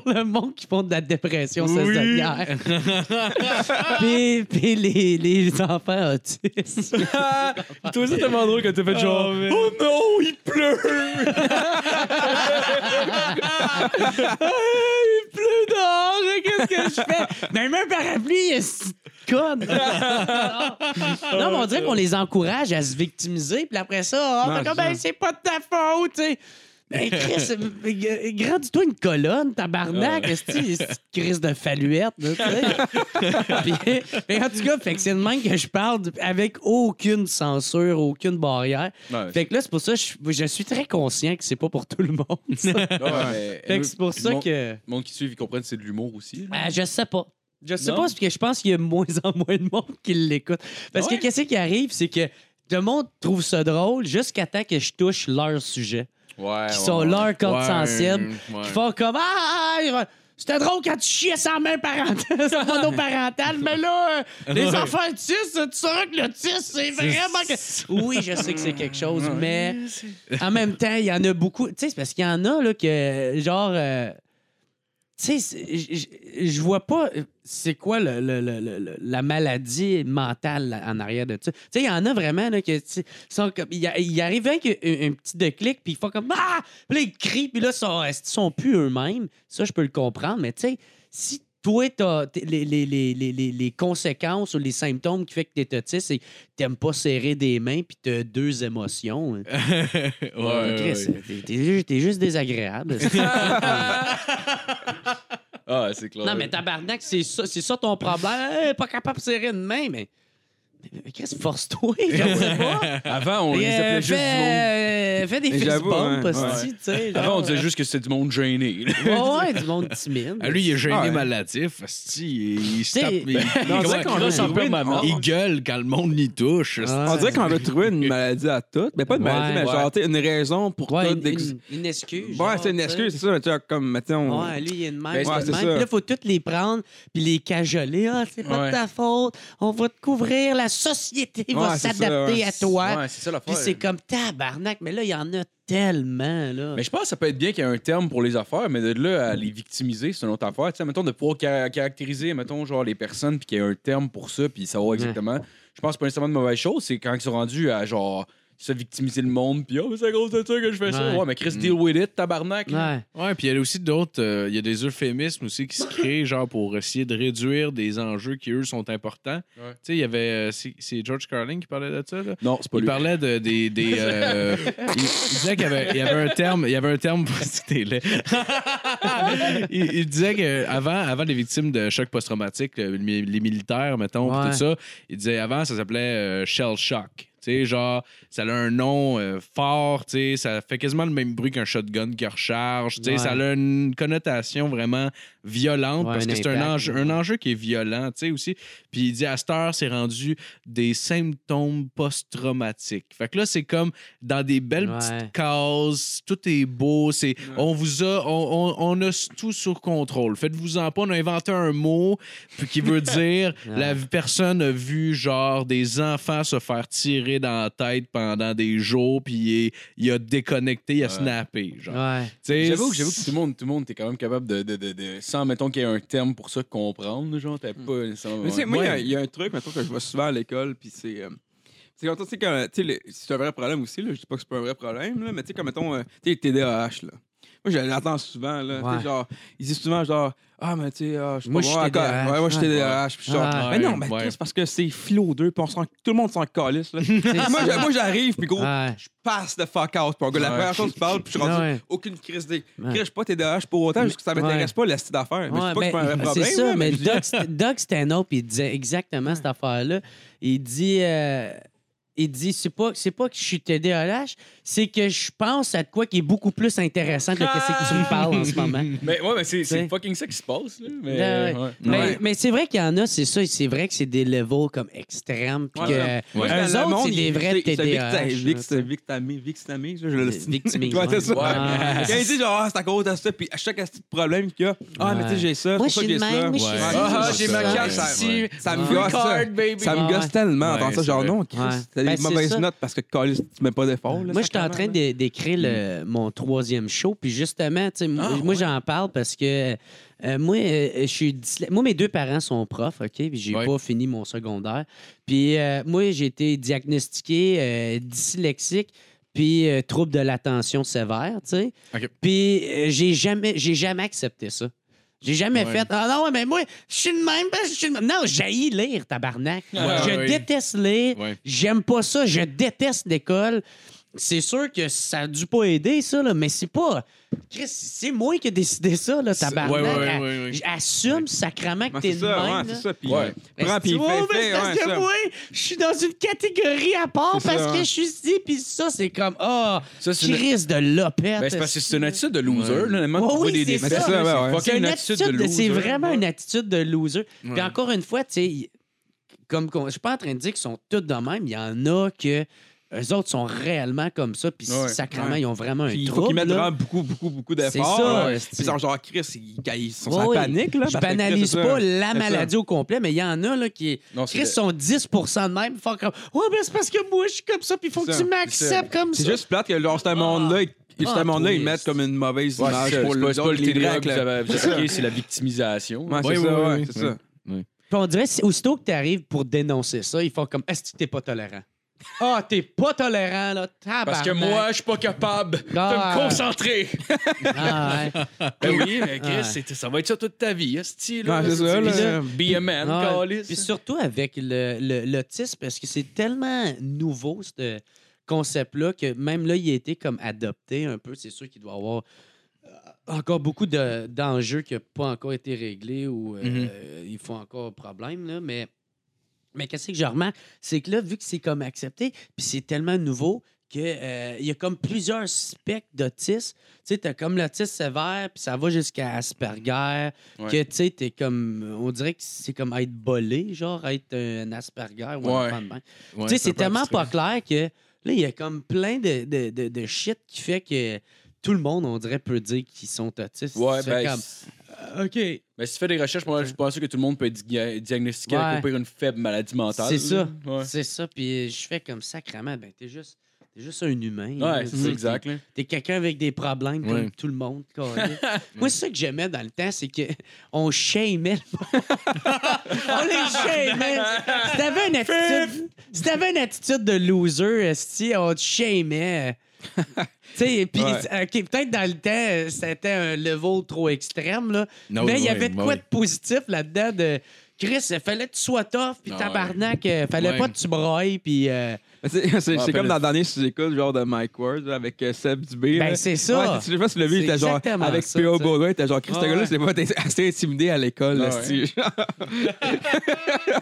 S5: le monde qui font de la dépression saisonnière. puis puis les, les enfants autistes.
S4: Toi aussi, t'es vraiment drôle quand t'as fait genre. Oh non, il pleut!
S5: Il pleut dehors, là, qu'est-ce que je fais? Même un parapluie, il est conne.
S4: Oh,
S5: non, mais on dirait qu'on les encourage à se victimiser, puis après ça, oh,
S4: Non,
S5: t'es comme,
S4: c'est ça.
S5: ben, c'est pas de ta faute, tu sais. Ben, Chris, euh, euh, grandis-toi une colonne, tabarnak, est-ce que c'est Chris de faluette, là, tu sais? Puis- mais en tout cas, fait que c'est le même que je parle du- avec aucune censure, aucune barrière.
S2: Ouais,
S5: Fait que là, c'est pour ça, je, je suis très conscient que c'est pas pour tout le monde, ça.
S2: ouais,
S5: Fait que c'est pour ça
S2: Mon-
S5: que.
S2: Le monde qui suit, ils comprennent, c'est de l'humour aussi. là.
S5: Ah, je sais pas. Je sais
S2: Non?
S5: pas, parce que je pense qu'il y a de moins en moins de monde qui l'écoute. Parce
S2: Ouais.
S5: que qu'est-ce qui arrive, c'est que le monde trouve ça drôle jusqu'à temps que je touche leur sujet,
S2: Ouais.
S5: qui
S2: ouais,
S5: sont
S2: ouais.
S5: leur corde sensible,
S3: ouais.
S5: qui font comme Ah, ah, ah, c'était drôle quand tu chiais sans main parentale, sans monoparentale, mais là, euh, les enfants autistes, tu sauras que l'autisme, c'est vraiment que. Oui, je sais que c'est quelque chose, mais en même temps, il y en a beaucoup. Tu sais, c'est parce qu'il y en a, là, que, genre. euh, tu sais, c'est- je- je je vois pas euh, c'est quoi le- le- le- le- le- la maladie mentale là, en arrière de ça. Tu sais, il y en a vraiment là, que, tu sais, sont comme, il, a- il arrive un, que- un, un petit déclic, puis ils font comme Ah! Puis là, ils crient, puis là, ils sont, ils sont plus eux-mêmes. Ça, je peux le comprendre, mais tu sais, si toi, t'as t'es- les, les, les, les, les- les conséquences ou les symptômes qui fait que t'es autiste, c'est que t'aimes pas serrer des mains, puis t'as deux émotions. hein.
S3: ouais,
S5: Chris,
S3: ouais.
S5: t'es- t'es juste- t'es juste désagréable.
S2: Ah, c'est clair.
S5: Non, mais tabarnak, c'est ça, c'est ça ton problème. Hey, pas capable de serrer une main, mais. mais Qu'est-ce que force-toi? Je sais pas.
S2: Avant, on les
S5: Mais,
S2: appelait
S5: euh,
S2: juste du monde.
S5: fais, euh, fais des
S4: Mais
S5: fist
S4: j'avoue,
S5: bumps,
S4: hein,
S5: hostie, tu sais.
S2: Avant, on
S5: genre.
S2: disait juste que c'était du monde gêné. là.
S5: Ouais, ouais, du monde timide.
S3: Ah, lui, il est gêné
S4: Ouais.
S3: maladif. asti, il, il se tape.
S5: T'sais,
S3: Il, il,
S4: on
S3: il-
S4: dirait qu'on
S3: il-
S4: l'a
S3: il-
S4: trouvé,
S3: il- il gueule quand le monde n'y touche. asti.
S5: Ah.
S4: On dirait qu'on veut trouver une maladie à toutes. Mais pas une
S5: Ouais.
S4: maladie, mais genre, tu sais, une raison pour
S5: Ouais,
S4: toi
S5: une,
S4: d'ex-
S5: une- une excuse.
S4: Ouais,
S5: genre,
S4: c'est une
S5: tu sais.
S4: excuse, c'est ça, mais tu vois, comme, mettons.
S5: Ouais, lui, il est de même.
S4: Ben,
S5: il est
S4: ouais,
S5: de
S4: c'est
S5: même.
S4: ça.
S5: Puis là, faut toutes les prendre, puis les cajoler. Ah, c'est pas
S2: Ouais.
S5: de ta faute. On va te couvrir. La société va
S4: Ouais, c'est ça,
S5: s'adapter
S4: ouais.
S5: à toi.
S2: Ouais, c'est ça
S5: Puis
S2: l'affaire.
S5: c'est comme tabarnak. Mais là, il y en a tellement, là.
S2: Mais je pense que ça peut être bien qu'il y ait un terme pour les affaires, mais de là à les victimiser, c'est une autre affaire. Tu sais, mettons, de pouvoir ca- caractériser, mettons, genre les personnes,
S4: Mm.
S2: puis qu'il y ait un terme pour ça, puis savoir exactement. Je pense que c'est pas nécessairement de mauvaise chose, c'est quand ils sont rendus à genre. se victimiser le monde, puis oh, mais c'est à cause de ça que je fais ça.
S5: Ouais.
S2: Ouais, mais Chris, deal with it, tabarnak. là.
S5: Ouais.
S3: Ouais, puis il y a aussi d'autres, euh, il y a des euphémismes aussi qui se créent, genre pour essayer de réduire des enjeux qui, eux, sont importants.
S2: Ouais.
S3: Tu sais, il y avait, euh, c'est c'est George Carlin qui parlait de ça, là.
S2: Non, c'est pas
S3: il
S2: lui.
S3: parlait de, des. des euh, il, il disait qu'il y avait, il y avait un terme. Il y avait un terme pour c'était laid. il, il disait qu'avant avant les victimes de choc post-traumatique, le- les, militaires, mettons, pis
S5: Ouais.
S3: tout ça, il disait avant, ça s'appelait euh, shell shock. Tu sais, genre, ça a un nom euh, fort, tu sais, ça fait quasiment le même bruit qu'un shotgun qui recharge, tu sais,
S5: Ouais.
S3: ça a une connotation vraiment violente
S5: Ouais,
S3: parce
S5: un
S3: que c'est un
S5: impact.
S3: enjeu, un enjeu qui est violent, tu sais, aussi. Puis il dit à cette heure, c'est rendu des symptômes post-traumatiques. Fait que là, c'est comme dans des belles
S5: Ouais.
S3: petites cases, tout est beau, c'est on vous a, on, on- on a s- tout sur contrôle. Faites-vous-en pas, on a inventé un mot puis qui veut dire
S5: Ouais.
S3: la v- personne a vu genre des enfants se faire tirer dans la tête pendant des jours puis il, est- il a déconnecté, il a
S2: Ouais.
S3: snappé. Genre.
S5: Ouais.
S3: Tu sais,
S2: J'avoue que, j'avoue que tout le monde, tout le monde, t'es quand même capable de, de, de, de- sans, mettons qu'il y a un terme pour ça, comprendre, genre, t'as pas nécessairement...
S4: Mm. Mais tu sais,
S2: Ouais.
S4: moi, il y a-
S2: Ouais.
S4: il y, a un truc, mettons, que je vois souvent à l'école, puis c'est. euh, c'est quand, tu sais, quand, tu sais, le- c'est un vrai problème aussi, là, je dis pas que c'est pas un vrai problème, là, mais tu sais, comme, mettons, euh, tu sais, TDAH, là. Moi, je l'entends souvent, là. tu sais,
S5: Ouais.
S4: genre, ils disent souvent, genre, ah, mais tu sais, ah, je suis pas
S5: Moi, je
S4: bon
S5: suis
S4: encore.
S5: TDAH.
S4: Ouais, moi, je suis
S5: Ouais.
S4: TDAH, puis je suis genre,
S5: Ah.
S4: Mais non, mais
S3: Ouais.
S4: c'est parce que c'est philo 2, puis on s'en- tout le monde s'en calisse, là. moi, j'a- moi, j'arrive, puis gros,
S5: Ouais.
S4: je passe de fuck out, puis on gars, la
S2: Ouais.
S4: première chose, tu parles, puis je suis rendu
S5: Ah, Ouais.
S4: aucune crise des.
S5: Ouais.
S4: Crise, je suis pas TDAH pour autant, parce que ça m'intéresse
S5: Ouais.
S4: pas, la style d'affaires. Mais
S5: Ouais,
S4: c'est pas que c'est pas un vrai
S5: ben,
S4: problème.
S5: c'est ça,
S4: là,
S5: mais
S4: je dis-
S5: Doc, Doc Stanhope, il disait exactement cette affaire-là. Il dit, euh, il dit, c'est pas, c'est pas que je suis TDAH, c'est que je pense à de quoi qui est beaucoup plus intéressant que ce que tu me parles en ce moment.
S2: Mais ouais, mais c'est, c'est
S5: sais.
S2: fucking ça qui se passe,
S4: Ben
S2: là. Mais,
S5: Ouais,
S2: ouais.
S5: Mais, mais c'est vrai qu'il y en a, c'est ça, c'est vrai que c'est des levels comme extrêmes, puis
S4: Ouais,
S5: que
S4: Moi,
S5: eux
S4: dans le
S5: autres,
S4: monde,
S5: c'est des
S4: il-
S5: vrais
S4: c'est- c'est
S5: TDAH.
S4: victi- vict- C'est victimé, victimé, ça, je le
S5: Victimisé,
S4: Ouais, c'est ça.
S5: ouais. Ouais.
S4: Quand ils disent genre, ah, c'est à cause de ça, puis à chaque petit problème qu'il y a, ah, mais tu sais, j'ai ça, c'est
S5: Moi,
S4: pour
S5: je
S4: ça que
S5: suis
S4: j'ai
S5: de
S4: ça.
S5: même, moi, je suis
S3: Ouais.
S5: de même.
S4: Ah,
S5: je
S4: j'ai
S5: suis
S4: ma
S5: ça.
S4: carte,
S3: Ouais.
S4: ici. Ça me
S5: Free
S2: ah,
S4: gosse, ça. Ça me
S5: Ouais.
S4: gosse tellement.
S3: Ouais,
S4: Attends
S3: c'est
S4: ça, genre,
S3: vrai.
S4: non, Chris,
S5: Ouais.
S4: t'as des
S5: Ben, c'est
S4: mauvaises
S5: ça.
S4: notes parce que Carlis, tu mets pas d'effort. là,
S5: Moi, j'étais en train
S4: sacrément,
S5: de- d'écrire
S3: Mm.
S5: le- mon troisième show, puis justement, tu sais,
S3: Ah,
S5: moi, moi, j'en parle parce que euh, moi, euh, je suis dysle- moi, mes deux parents sont profs, OK, puis j'ai
S3: Ouais.
S5: pas fini mon secondaire. Puis euh, moi, j'ai été diagnostiqué euh, dyslexique puis euh, trouble de l'attention sévère, tu sais.
S3: OK.
S5: Puis euh, j'ai jamais j'ai jamais accepté ça. J'ai jamais
S3: Ouais.
S5: fait Ah non, ouais, mais moi, je suis de même parce que je suis de même. Non, j'haïs lire, tabarnak. je
S3: ouais.
S5: déteste lire.
S3: Ouais.
S5: J'aime pas ça. Je déteste l'école. C'est sûr que ça a dû pas aider, ça, là, mais c'est pas. Chris, c'est moi qui ai décidé ça, là, tabarnak.
S3: ouais, ouais, ouais, ouais.
S5: J'assume sacrament que
S4: là. Ouais,
S5: t'es
S4: C'est
S5: de même.
S4: ça, ouais,
S5: là.
S4: c'est ça. Puis,
S2: Ouais.
S4: prends, puis
S5: Tu vois,
S4: fais,
S5: mais
S4: fais,
S5: c'est parce
S4: ouais,
S5: que
S4: ça.
S5: moi, je suis dans une catégorie à part
S4: C'est ça,
S5: parce que
S4: ouais.
S5: je suis dit, puis ça, c'est comme, ah,
S2: Ça, c'est une-
S5: crise de lopette.
S2: Ben, c'est parce que c'est une attitude de loser, là. honnêtement,
S5: Ouais,
S2: pour
S5: oui,
S2: trouver des
S5: c'est
S2: défaites,
S4: ça.
S2: là,
S4: C'est ça, ouais, ouais.
S2: fucking
S5: C'est une attitude de- c'est vraiment une attitude de loser. Puis encore une fois, tu sais, il- comme qu'on- je suis pas en train de dire qu'ils sont tous de même, il y en a que eux autres sont réellement comme ça, puis
S2: Ouais,
S5: si sacrément,
S4: ouais.
S5: ils ont vraiment un
S4: Puis il faut qu'ils
S5: trouble.
S4: mettent
S5: là.
S4: vraiment beaucoup, beaucoup, beaucoup
S5: C'est
S4: d'efforts.
S5: ça,
S4: là.
S5: ouais,
S4: Puis genre, genre, Chris, ils ils sont
S5: Ouais,
S4: en
S5: ouais.
S4: panique, là. parce
S5: Je
S4: que Chris,
S5: banalise
S4: c'est ça.
S5: pas la
S4: C'est ça.
S5: maladie au complet, mais il y en a là, qui
S2: Non, c'est
S5: Chris
S2: de-
S5: sont 10 de même. Font comme Ouais, mais c'est parce que moi, je suis comme ça, puis il faut que
S4: C'est
S5: tu
S4: ça,
S5: m'acceptes comme
S4: C'est
S5: ça.
S4: juste plate que genre, ce monde-là, ils- ce
S5: Ah,
S4: monde-là, ils
S5: twist.
S4: mettent comme une mauvaise
S2: Ouais,
S4: image
S2: c'est ça,
S4: pour
S2: c'est
S4: les
S2: pas- c'est pas
S4: autres,
S2: le
S4: les
S2: TDA
S4: dragues,
S2: que vous
S4: là.
S2: avez appliqué, c'est la victimisation.
S4: Ouais,
S3: Oui,
S4: c'est
S3: oui,
S4: ça, ouais,
S3: oui,
S4: c'est
S3: oui.
S4: ça.
S5: Puis on dirait, c'est- aussitôt que tu arrives pour dénoncer ça, ils font comme Est-ce que t'es pas tolérant? Ah, t'es pas tolérant, là. Tabarnak.
S2: Parce que moi, je suis pas capable de
S5: Ah.
S2: me concentrer.
S5: Ah, ouais.
S2: Ben oui, mais Chris,
S5: Ouais.
S2: c'est- ça va être ça toute ta vie, style.
S4: Ouais, c'est ça, là.
S2: Be a man,
S5: Ah ouais.
S2: calice.
S5: Puis surtout avec le- le- l'autisme, parce que c'est tellement nouveau, ce concept-là, que même là, il a été comme adopté un peu. C'est sûr qu'il doit avoir euh, encore beaucoup de- d'enjeux qui n'ont pas encore été réglés ou euh,
S3: Mhm.
S5: il faut encore problème, là, mais... Mais qu'est-ce que je remarque? C'est que là, vu que c'est comme accepté, puis c'est tellement nouveau que euh, il y a comme plusieurs spectres d'autisme. Tu sais, t'as comme l'autisme sévère, puis ça va jusqu'à Asperger,
S2: Ouais.
S5: que tu sais, t'es comme... On dirait que c'est comme être bolé, genre être un Asperger ou un
S2: Ouais.
S5: enfant de même.
S3: Ouais,
S5: tu sais,
S3: un
S5: c'est
S3: peu
S5: tellement
S3: abstrait.
S5: pas clair que là, il y a comme plein de, de, de, de shit qui fait que tout le monde, on dirait, peut dire qu'ils sont autistes.
S2: Ouais,
S5: Tu fais
S2: ben,
S5: comme,
S2: c'est-
S5: euh, OK,
S2: ben, si tu fais des recherches, moi, je suis pas sûr que tout le monde peut être dia- diagnostiqué
S5: Ouais.
S2: avec au pire une faible maladie mentale.
S5: C'est ça.
S2: Ouais.
S5: C'est ça. Puis euh, je fais comme sacrament. Ben, t'es juste. T'es juste un humain. là,
S2: Ouais,
S5: tu
S2: c'est
S5: sais,
S2: exact. là.
S5: T'es quelqu'un avec des problèmes comme
S3: Ouais.
S5: tout le monde. câlisse. Moi, c'est ça que j'aimais dans le temps, c'est qu'on shamait le monde. on les shamait. Si t'avais une attitude, si t'avais une attitude de loser, esti, on te shamait. tu sais, puis
S4: Ouais.
S5: OK, peut-être dans le temps, euh, c'était un level trop extrême, là.
S3: Non,
S5: mais il y
S3: ouais,
S5: avait de
S3: bah
S5: quoi
S3: oui.
S5: de positif là-dedans de Chris, il fallait que tu sois tough, puis
S2: Ah
S5: tabarnak, euh, fallait
S3: Ouais.
S5: pas que tu brailles, puis. euh,
S4: C'est c'est-
S2: Ouais,
S4: c'est comme
S2: appelle-
S4: dans le dernier sous-écoute, genre de Mike Ward, là, avec euh, Seb Dubé.
S5: Ben,
S4: là.
S5: c'est ça.
S4: Ouais, tu sais pas si tu l'as vu, il
S5: C'est
S4: était genre
S5: exactement
S4: avec
S5: ça,
S4: P.O.
S5: tu sais.
S4: Baudouin, il était genre, Chris, ce
S2: Ah
S4: gars-là,
S2: ouais.
S4: c'est pas été assez intimidé à l'école,
S2: Ah
S4: là,
S2: ouais.
S4: si.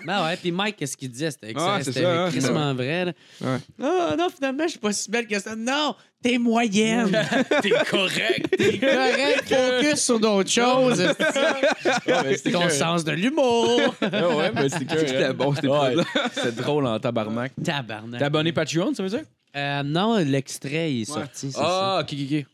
S5: Ben ouais, puis Mike, qu'est-ce qu'il disait? C'était
S4: Ah,
S5: excellent.
S4: c'est
S5: C'était
S4: ça, hein,
S5: crissement vrai. là.
S4: Ouais.
S5: Ah, non, finalement, je suis pas si belle que ça. Non, t'es moyenne.
S3: T'es correct.
S5: t'es correct. Focus sur d'autres choses. C'est ton sens de l'humour.
S2: Ouais, ouais, mais c'est que.
S4: C'était bon, c'était
S2: Ouais.
S4: là
S2: C'est drôle en tabarnak. T'as
S5: Tabarnak.
S2: abonné Patreon, ça veut dire?
S5: Euh, non, l'extrait, il est sorti. c'est ça.
S2: Ah, ok, ok, ok.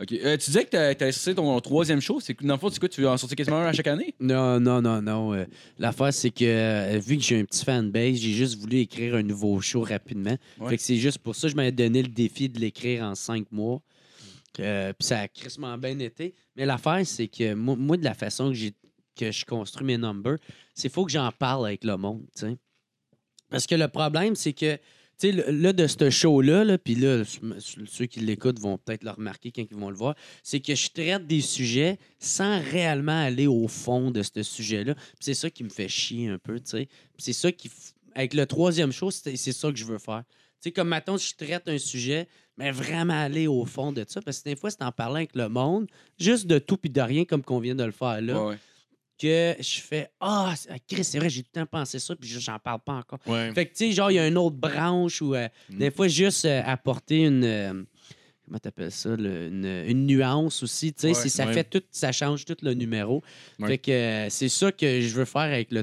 S2: Ok. Euh, tu disais que t'as- t'as sorti ton troisième show. C'est que, dans le fond, c'est quoi? Tu veux en sortir quasiment un à chaque année?
S5: Non, non, non, non. euh, L'affaire, c'est que euh, vu que j'ai un petit fanbase, j'ai juste voulu écrire un nouveau show rapidement.
S2: Ouais.
S5: Fait que c'est juste pour ça que je m'avais donné le défi de l'écrire en cinq mois. Euh, Puis ça a crissement bien été. Mais l'affaire, c'est que moi, moi, de la façon que j'ai que je construis mes numbers, c'est faut que j'en parle avec le monde, tu sais. Parce que le problème, c'est que, tu sais, le- là, de ce show-là, là, puis là, ceux qui l'écoutent vont peut-être le remarquer quand ils vont le voir, c'est que je traite des sujets sans réellement aller au fond de ce sujet-là. Puis c'est ça qui me fait chier un peu, tu sais. Puis c'est ça qui. f- Avec le troisième show, c'est c'est ça que je veux faire. Tu sais, comme maintenant, je traite un sujet, mais vraiment aller au fond de ça. Parce que des fois, c'est en parlant avec le monde, juste de tout puis de rien, comme qu'on vient de le faire là,
S2: Ouais, ouais.
S5: que je fais Ah, c'est- ah, Chris, c'est vrai, j'ai tout le temps pensé ça, puis je- j'en parle pas encore.
S3: Ouais. Mm.
S5: Fait que, tu sais, genre, il y a une autre branche où, euh, des fois, juste euh, apporter une. euh, comment t'appelles ça? le- une, une nuance aussi. Tu sais,
S2: Ouais,
S5: si ça
S3: ouais.
S5: fait tout. Ça change tout le numéro.
S3: Ouais.
S5: Fait que euh, c'est ça que je veux faire avec le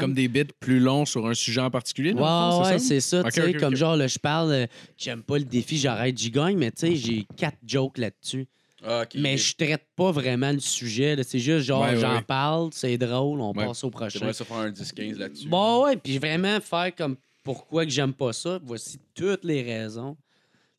S3: C'est comme des bits plus longs sur un sujet en particulier.
S5: Ouais,
S3: dans le fond,
S5: ouais,
S3: c'est ça?
S5: c'est ça.
S3: Ok,
S5: tu sais,
S3: ok,
S5: comme
S3: ok.
S5: genre, là, je parle, euh, j'aime pas le défi, j'arrête, j'y gagne, mais tu sais, j'ai quatre jokes là-dessus.
S2: Ah, ok,
S5: Mais
S2: ok.
S5: je traite pas vraiment le sujet. là. C'est juste genre,
S3: Ouais, ouais,
S5: j'en
S3: ouais.
S5: parle, c'est drôle, on
S3: Ouais.
S5: passe au prochain.
S2: J'aimerais ça faire un 10-15 là-dessus.
S5: Bon, Bah ouais, puis vraiment faire comme pourquoi que j'aime pas ça. Voici toutes les raisons.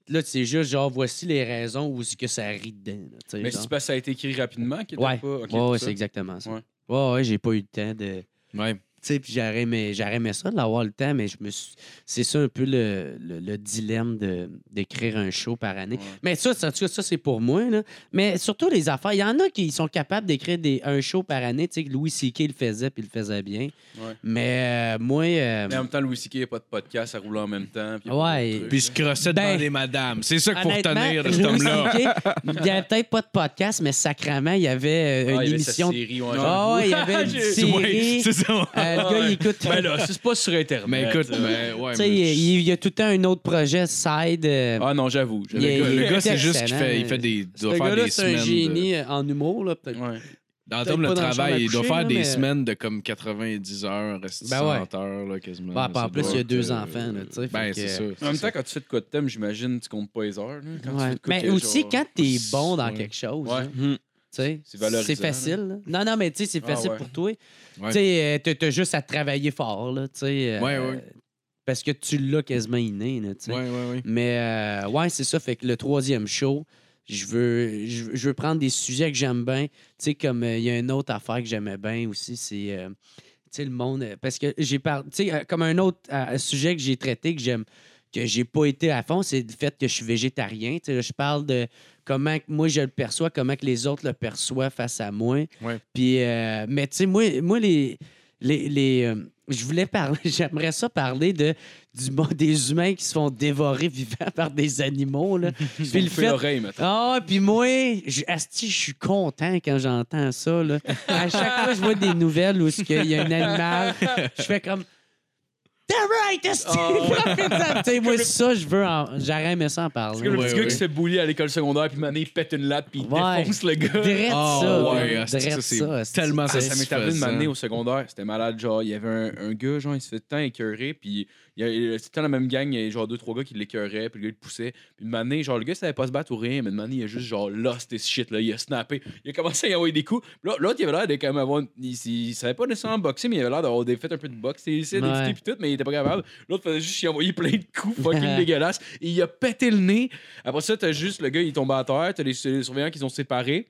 S5: Là, c'est juste genre, voici les raisons où c'est que ça rit dedans. là, tu sais,
S2: Mais
S5: genre.
S2: c'est parce que ça a été écrit rapidement qu'il était
S5: Ouais.
S2: pas. ok,
S5: Ouais,
S2: pour
S5: ouais,
S2: ça.
S5: c'est exactement ça.
S2: Ouais.
S5: Ouais, ouais, j'ai pas eu le temps de.
S3: Ouais.
S5: Tu sais, puis j'aurais aimé, j'aurais aimé ça d'avoir le temps, mais je me suis... c'est ça un peu le, le- le dilemme de, d'écrire un show par année.
S2: Ouais.
S5: Mais ça, ça, en tout cas, ça, c'est pour moi. là. Mais surtout les affaires, il y en a qui sont capables d'écrire des, un show par année. Tu sais, que Louis C.K. le faisait, puis il le faisait bien.
S2: Ouais.
S5: Mais euh, moi... euh,
S2: Mais en même temps, Louis C.K. n'a pas de podcast, ça roule en même temps. puis il y a pas
S5: Ouais.
S2: d'autres
S3: Puis il
S2: trucs.
S3: se crossait devant
S5: Ben,
S3: les madames. C'est ça qu'il faut
S5: Honnêtement,
S3: retenir, cet
S5: Louis
S3: homme-là.
S5: C.K., Il n'y avait peut-être pas de podcast, mais sacrément, il y avait euh,
S2: Ah,
S5: une
S2: il y avait sa
S5: émission. de-
S2: série, ouais,
S5: Ah
S2: j'avoue.
S5: ouais, il y avait une
S3: C'est ouais,
S5: série.
S3: c'est ça.
S5: Euh, le gars, il écoute.
S2: Ben là, c'est pas sur Internet.
S3: Mais écoute,
S2: euh.
S3: mais ouais.
S5: tu sais,
S3: mais-
S5: il, il- il y a tout le temps un autre projet, Side. euh,
S2: Ah non, j'avoue.
S5: il est-
S2: j'avais-
S3: Le gars, c'est
S5: excellent.
S3: juste qu'il fait, il fait des. Il
S5: Ce
S3: doit faire
S5: gars-là,
S3: des
S5: c'est
S3: semaines.
S5: un
S3: de-
S5: génie euh, en humour, là, peut-être.
S2: Ouais.
S3: En
S5: Peut-être
S3: termes de
S5: pas dans la chambre à
S3: travail, il doit
S5: coucher,
S3: faire
S5: là,
S3: des
S5: mais-
S3: semaines de comme 90 heures, reste
S5: Ben
S3: 100
S5: ouais.
S3: heures, là, quasiment.
S5: Ben, puis en
S3: Ça
S5: plus,
S3: doit
S5: il y a
S3: être,
S5: deux
S3: euh,
S5: enfants, là, tu sais,
S3: Ben,
S5: fait
S3: c'est
S5: que-
S3: ça.
S2: En
S3: c'est
S2: même
S3: ça.
S2: temps, quand tu fais de quoi de thème, j'imagine, tu comptes pas les heures. là, quand tu
S5: Ouais.
S2: fais de quoi de
S5: Mais
S2: quelque
S5: aussi,
S2: chose.
S5: quand t'es bon dans
S3: Ouais.
S5: quelque chose,
S2: Ouais.
S5: là, tu sais,
S2: C'est valorisant,
S5: c'est facile. là. Non, non, mais tu sais, c'est
S2: Ah,
S5: facile
S2: ouais.
S5: pour toi.
S3: Ouais.
S5: Tu sais, euh, t'as- t'as juste à travailler fort, là, tu sais. euh,
S3: Ouais, ouais.
S5: Parce que tu l'as quasiment inné, là, tu sais.
S3: Ouais, ouais, ouais.
S5: Mais euh, ouais, c'est ça. Fait que le troisième show, je veux, je, veux- je veux prendre des sujets que j'aime bien. Tu sais, comme euh, il y a une autre affaire que j'aimais bien aussi, c'est. euh, tu sais, le monde. euh, Parce que j'ai parlé. Tu sais, euh, comme un autre euh, sujet que j'ai traité que j'aime. Que j'ai pas été à fond, c'est le fait que je suis végétarien. Tu sais, là, je parle de comment que moi je le perçois, comment que les autres le perçoivent face à moi.
S3: Ouais.
S5: Puis, euh, mais tu sais, moi, moi les, les, les, euh, je voulais parler, j'aimerais ça parler de du monde des humains qui se font dévorer vivants par des animaux. Là. puis le
S2: Tu fais
S5: fait.
S2: l'oreille, maintenant.
S5: Ah, puis moi, je, asti, je suis content quand j'entends ça. Là. À chaque fois, je vois des nouvelles où il y a un animal, je fais comme. Damn right, asti!
S3: Ah
S5: Tu sais, moi, ça, je veux. en- J'aurais aimé ça en
S2: C'est
S5: parler.
S2: comme le
S3: Ouais,
S2: petit gars
S3: ouais.
S2: qui se fait bully à l'école secondaire, puis mané, il pète une latte, puis il
S5: Ouais.
S2: défonce le gars.
S5: Drette
S3: Ah,
S5: ça.
S3: ouais,
S5: là.
S3: asti,
S5: Drette
S3: ça,
S5: ça.
S3: c'est
S5: asti.
S3: tellement
S2: Ah, ça m'est arrivé de
S3: satisfaisant.
S2: m'amener au secondaire. C'était malade, genre, il y avait un, un gars, genre, il se fait tant écœurer, puis il y a- C'était dans la même gang, il y a genre deux, trois gars qui l'écœuraient, puis le gars il le poussait. Puis une année, genre, le gars, il savait pas se battre ou rien, mais une année, il a juste, genre, lost this shit, là. Il a snappé. Il a commencé à y envoyer des coups. Puis là, l'autre, il avait l'air de quand même avoir. une- Il, il savait pas nécessairement boxer, mais il avait l'air d'avoir des- fait un peu de boxe. Il essayait
S5: Ouais.
S2: d'éviter, puis tout, mais il était pas capable. L'autre faisait juste y envoyer plein de coups fucking dégueulasses. Et il a pété le nez. Après ça, t'as juste le gars, il tombe à terre. T'as les, les surveillants qui sont séparés.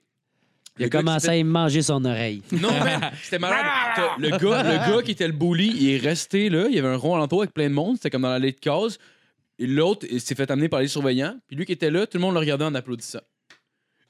S5: Il
S2: Le
S5: a
S2: gars qui
S5: commencé à y manger son oreille.
S2: non, mais c'était malade. T'as- le, gars, le gars qui était le bully, il est resté là. Il y avait un rond alentour avec plein de monde. C'était comme dans l'allée de cause. Et l'autre, il s'est fait amener par les surveillants. Puis lui qui était là, tout le monde le regardait en applaudissant.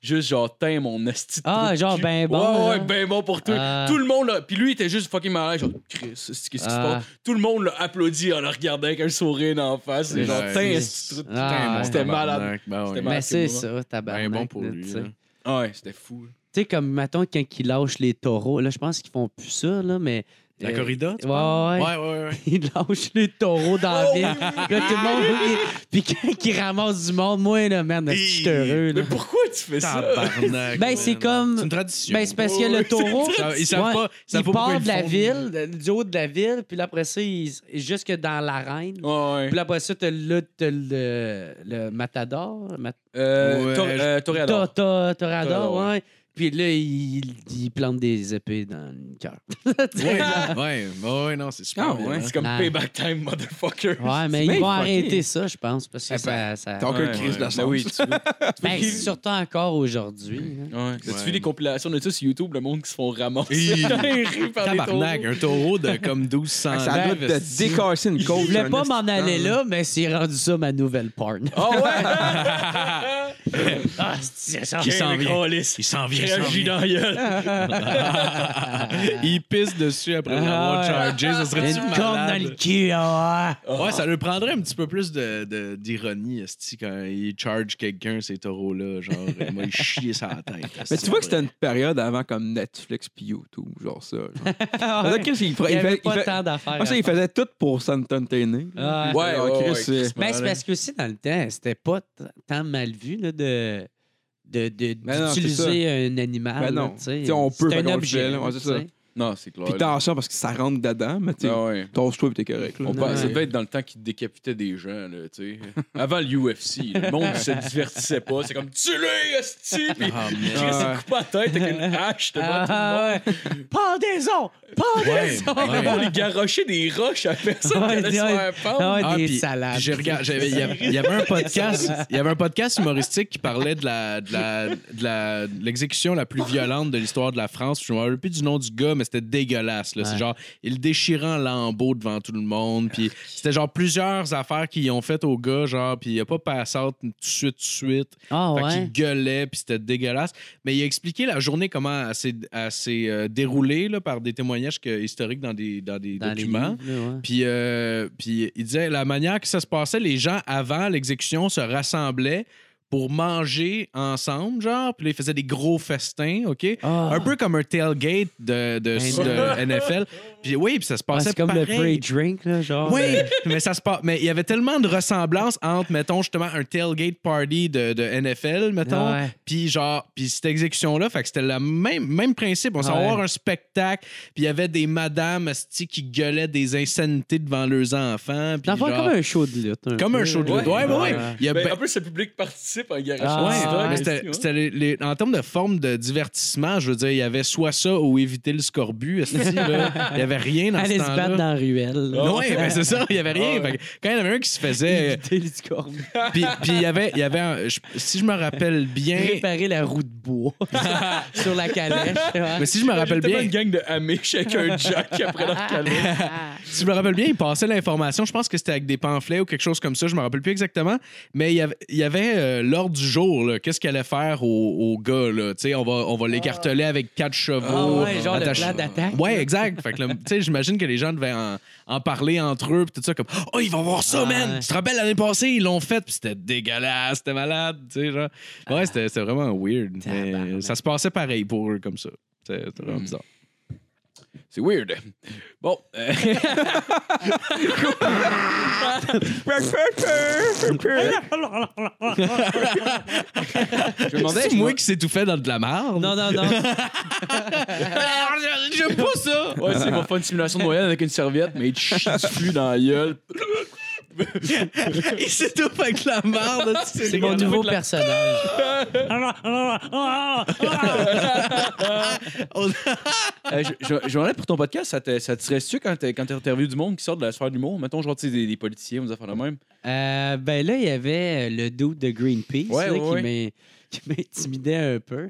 S2: Juste genre, t'es mon esti. de
S5: Ah,
S2: trou de
S5: genre,
S2: cul.
S5: ben bon,
S2: Ouais, ouais,
S5: genre.
S2: ben bon pour toi.
S5: Ah.
S2: Tout le monde, là. Puis lui, il était juste fucking malade. Genre, Chris, c'est- qu'est-ce qui se
S5: Ah.
S2: passe? Tout le monde l'a applaudi en le regardant avec un sourire en face. C'est
S3: Ouais.
S2: genre, t'es esti de trou de cul.
S5: Ah, ouais.
S2: C'était malade.
S3: Ben,
S2: C'était
S3: ouais.
S2: malade.
S5: Mais c'est
S2: c'est
S5: ça, tabarnak.
S3: Ben bon pour
S5: là,
S3: lui.
S5: tu sais.
S3: là.
S2: Ouais, c'était fou.
S5: Tu sais, comme, mettons, quand ils lâchent les taureaux, là, je pense qu'ils font plus ça, là, mais...
S3: La
S5: euh,
S3: corrida? tu
S5: Ouais,
S3: parles?
S5: ouais.
S3: Ouais, ouais, ouais.
S5: Ils lâchent les taureaux dans
S3: Oh,
S5: la ville. Là, tout le monde... il- Puis quand ils ramassent du monde, moi, là, merde, je suis
S3: Hi.
S5: heureux, là.
S2: Mais pourquoi tu fais ça?
S3: Tabarnak,
S5: Ben, c'est
S3: man.
S5: comme-
S3: C'est une tradition.
S5: Ben, c'est parce que le taureau...
S3: Ils savent- Oh, Ils savent
S5: Ouais,
S3: pas. ils savent pas
S5: il
S3: pourquoi
S5: part
S3: ils
S5: de la
S3: font.
S5: ville, de- du haut de la ville, puis là, après ça, il... jusque dans l'arène.
S2: Ouais, ouais.
S5: Puis là, après ça, t'as le, t'as le, le matador, mat-
S2: Euh,
S3: Ouais,
S2: Tor-
S3: je-
S2: euh, Toréador.
S5: Ta- ta-
S2: Torador,
S5: Torador, ouais. Puis là, il, il plante des épées dans le cœur.
S3: Ouais, ouais, ouais, ouais, non, c'est super.
S2: Ah
S3: bien,
S2: ouais,
S3: hein.
S2: c'est comme
S5: Ouais.
S2: payback time, motherfucker.
S5: Ouais, mais
S4: bien
S5: ils vont
S4: fucké.
S5: arrêter ça, je pense, parce que
S4: Eh
S5: ça... ça...
S4: T'as aucun
S2: Ouais,
S4: crise
S3: ouais.
S4: de
S3: Ben
S4: sens.
S2: oui, tu
S4: Ah,
S2: veux-
S5: Ben, c'est surtout encore aujourd'hui. hein. là.
S2: Ouais. T'as-tu
S3: Ouais.
S2: vu les compilations de ça sur YouTube, le monde qui se font ramasser
S3: Hi.
S2: dans les rues par des
S3: Tabarnak, hein.
S2: taureaux?
S3: un taureau de comme 1200
S4: Ça doit te décasser une
S5: Ben, Je
S4: côte.
S5: voulais
S4: un
S5: pas
S4: esti-
S5: m'en aller là, mais c'est rendu ça ma nouvelle porn.
S2: Ah ouais!
S5: Ah, c'est ça.
S3: Il s'en vient. Il s'en vient. il s'en vient. il pisse dessus après l'avoir
S5: ouais.
S3: chargé. Ça serait-tu
S5: Ah. Une corne dans le
S3: malade?
S5: cul, ah ouais.
S3: Ouais, ça lui prendrait un petit peu plus de- de- d'ironie, de, quand il charge quelqu'un, ces taureaux-là. Genre, il m'a chié sa tête.
S4: Mais tu vois que c'était une période avant comme Netflix puis YouTube, genre ça. genre. Fait que Chris, il
S5: Ah, Il
S4: ferait-
S5: n'y
S4: il
S5: avait
S4: fait- il
S5: pas
S4: fait-
S5: tant d'affaires.
S4: Ah, ça, il faisait tout pour s'entertainer.
S5: Ah.
S2: Ouais,
S4: Alors,
S2: ouais,
S4: Chris,
S2: ouais,
S4: c'est-
S5: Ben, c'est parce que aussi, dans le temps, c'était pas t- tant mal vu là, de de- de-
S4: Ben non, c'est
S5: d'utiliser un animal.
S4: Ben non.
S5: là, tu sais.
S4: Tu sais, on peut,
S5: C'est
S4: fait
S5: un
S4: qu'on le
S5: objet.
S4: fait, là. Ouais, c'est ça.
S5: tu sais.
S2: Non, c'est clair.
S4: Puis t'en sors parce que ça rentre dedans, mais tu sais,
S2: Ah ouais.
S4: Tosse-toi et t'es correct. là.
S2: On pense-
S5: Ouais.
S2: Ça devait être dans le temps qu'ils décapitaient des gens, là, tu sais. Avant le UFC, le monde se divertissait pas. C'est comme, tue-le, esti! Puis
S3: Ah,
S2: Chris,
S3: man.
S2: il coupe la tête avec une hache devant tout le monde.
S5: Ah, ouais.
S3: ah,
S5: Pendaison!
S3: Ouais,
S5: Pendaison!
S3: ouais.
S2: Le monde, il garochait des roches à personne qui
S5: Ouais,
S2: allait se
S5: ouais.
S2: faire pendre.
S5: Ah,
S3: Ah,
S5: des
S3: puis-
S5: salades.
S3: puis j'ai regardé- j'avais- il y avait- il y avait un podcast, il y avait un podcast humoristique qui parlait de la de la- de la- de l'exécution la, plus violente de l'histoire de la France. Je me rappelle plus du nom du gars, mais c'était dégueulasse. là. C'est
S5: Ouais.
S3: genre il le déchirait en lambeaux devant tout le monde. Puis c'était genre plusieurs affaires qu'ils ont faites au gars, genre puis il a pas passé out tout de suite, tout de suite.
S5: Ah,
S3: Fait
S5: ouais.
S3: qu'il gueulait, puis c'était dégueulasse. Mais il a expliqué la journée comment elle s'est- elle s'est euh, déroulée là, par des témoignages que- historiques dans des, dans des
S5: Dans les
S3: documents.
S5: livres, là, ouais.
S3: Puis, euh, puis il disait la manière que ça se passait, les gens avant l'exécution se rassemblaient pour manger ensemble, genre. Puis là, ils faisaient des gros festins, OK?
S5: Ah.
S3: Un peu comme un tailgate de, de, de NFL. Puis oui, puis ça se
S5: Ah,
S3: passait
S5: c'est comme le
S3: pareil.
S5: pre-drink, là, genre. euh,
S3: Oui, mais ça se passe. Mais il y avait tellement de ressemblances entre, mettons, justement, un tailgate party de, de NFL, mettons,
S5: Ouais.
S3: puis genre, puis cette exécution-là, fait que c'était le même, même principe. On s'en va
S5: Ouais.
S3: voir un spectacle, puis il y avait des madames esti, qui gueulaient des insanités devant leurs enfants. puis
S5: Dans le fond,
S3: genre-
S5: comme un show de lutte. un
S3: comme un
S5: peu,
S3: show de
S5: là.
S3: lutte. Ouais, ouais, ouais. Il y a
S2: Ben,
S3: ben-
S2: En plus, le public participe en garage.
S5: Ah,
S3: Ouais,
S5: ouais.
S3: mais c'était-
S2: hein.
S3: c'était les- les- en termes de forme de divertissement, je veux dire, il y avait soit ça ou éviter le scorbut. esti, là. Il y avait rien dans
S5: Allez
S3: ce
S5: se battre
S3: temps-là.
S5: dans la ruelle. là.
S3: Non, ouais, ben c'est ça, il y avait rien.
S2: Ah ouais.
S3: Fait que quand il y en avait un qui se faisait.
S5: Éviter les scorbutes.
S3: Puis puis il y avait, il y avait un- je- si je me rappelle bien.
S5: Réparer la roue de bois sur la calèche. ouais.
S3: Mais si je me rappelle
S2: J'étais pas
S3: bien,
S2: une gang de Amish avec un jack après leur calme.
S3: si je me rappelle bien, il passait l'information. Je pense que c'était avec des pamphlets ou quelque chose comme ça. Je me rappelle plus exactement. Mais il y avait, il y avait euh, l'ordre du jour. là, Qu'est-ce qu'il allait faire au, au gars là Tu sais, on va, on va l'écarteler avec quatre chevaux.
S5: Ah ouais, genre le
S3: attaché-
S5: plan d'attaque.
S3: oh, Ouais, exact. Fait que là, tu sais, j'imagine que les gens devaient en, en parler entre eux, puis tout ça, comme « Oh, ils vont voir ça,
S5: Ah,
S3: man!
S5: ouais.
S3: Tu te rappelles, l'année passée, ils l'ont fait, puis c'était dégueulasse, c'était malade, tu sais, genre. Ouais, c'était c'était vraiment weird. mais
S5: Ah. Tabarnak. Hmm.
S3: ça se passait pareil pour eux, comme ça. C'était c'était vraiment bizarre.
S2: C'est weird. Bon. euh,
S4: Je me demandais,
S3: C'est
S4: je me-
S3: moi qui s'étouffais dans de la merde.
S5: Non, non, non.
S3: j'aime pas ça!
S2: ouais, c'est, il va faire une simulation de moyenne avec une serviette, mais il te chie du flux dans la gueule.
S3: Il s'étouffe avec la merde.
S5: C'est mon nouveau personnage.
S2: Euh, je- je je me demandais pour ton podcast, ça te, ça te serait-tu quand t'es- quand tu interviews du monde qui sort de la sphère de l'humour? Mettons, genre, tu sais, des, des politiciens ou des affaires de même.
S5: Euh, ben là, il y avait euh, le dude de Greenpeace
S2: Ouais,
S5: là,
S2: ouais,
S5: qui
S2: ouais.
S5: m'in- qui m'intimidait un peu.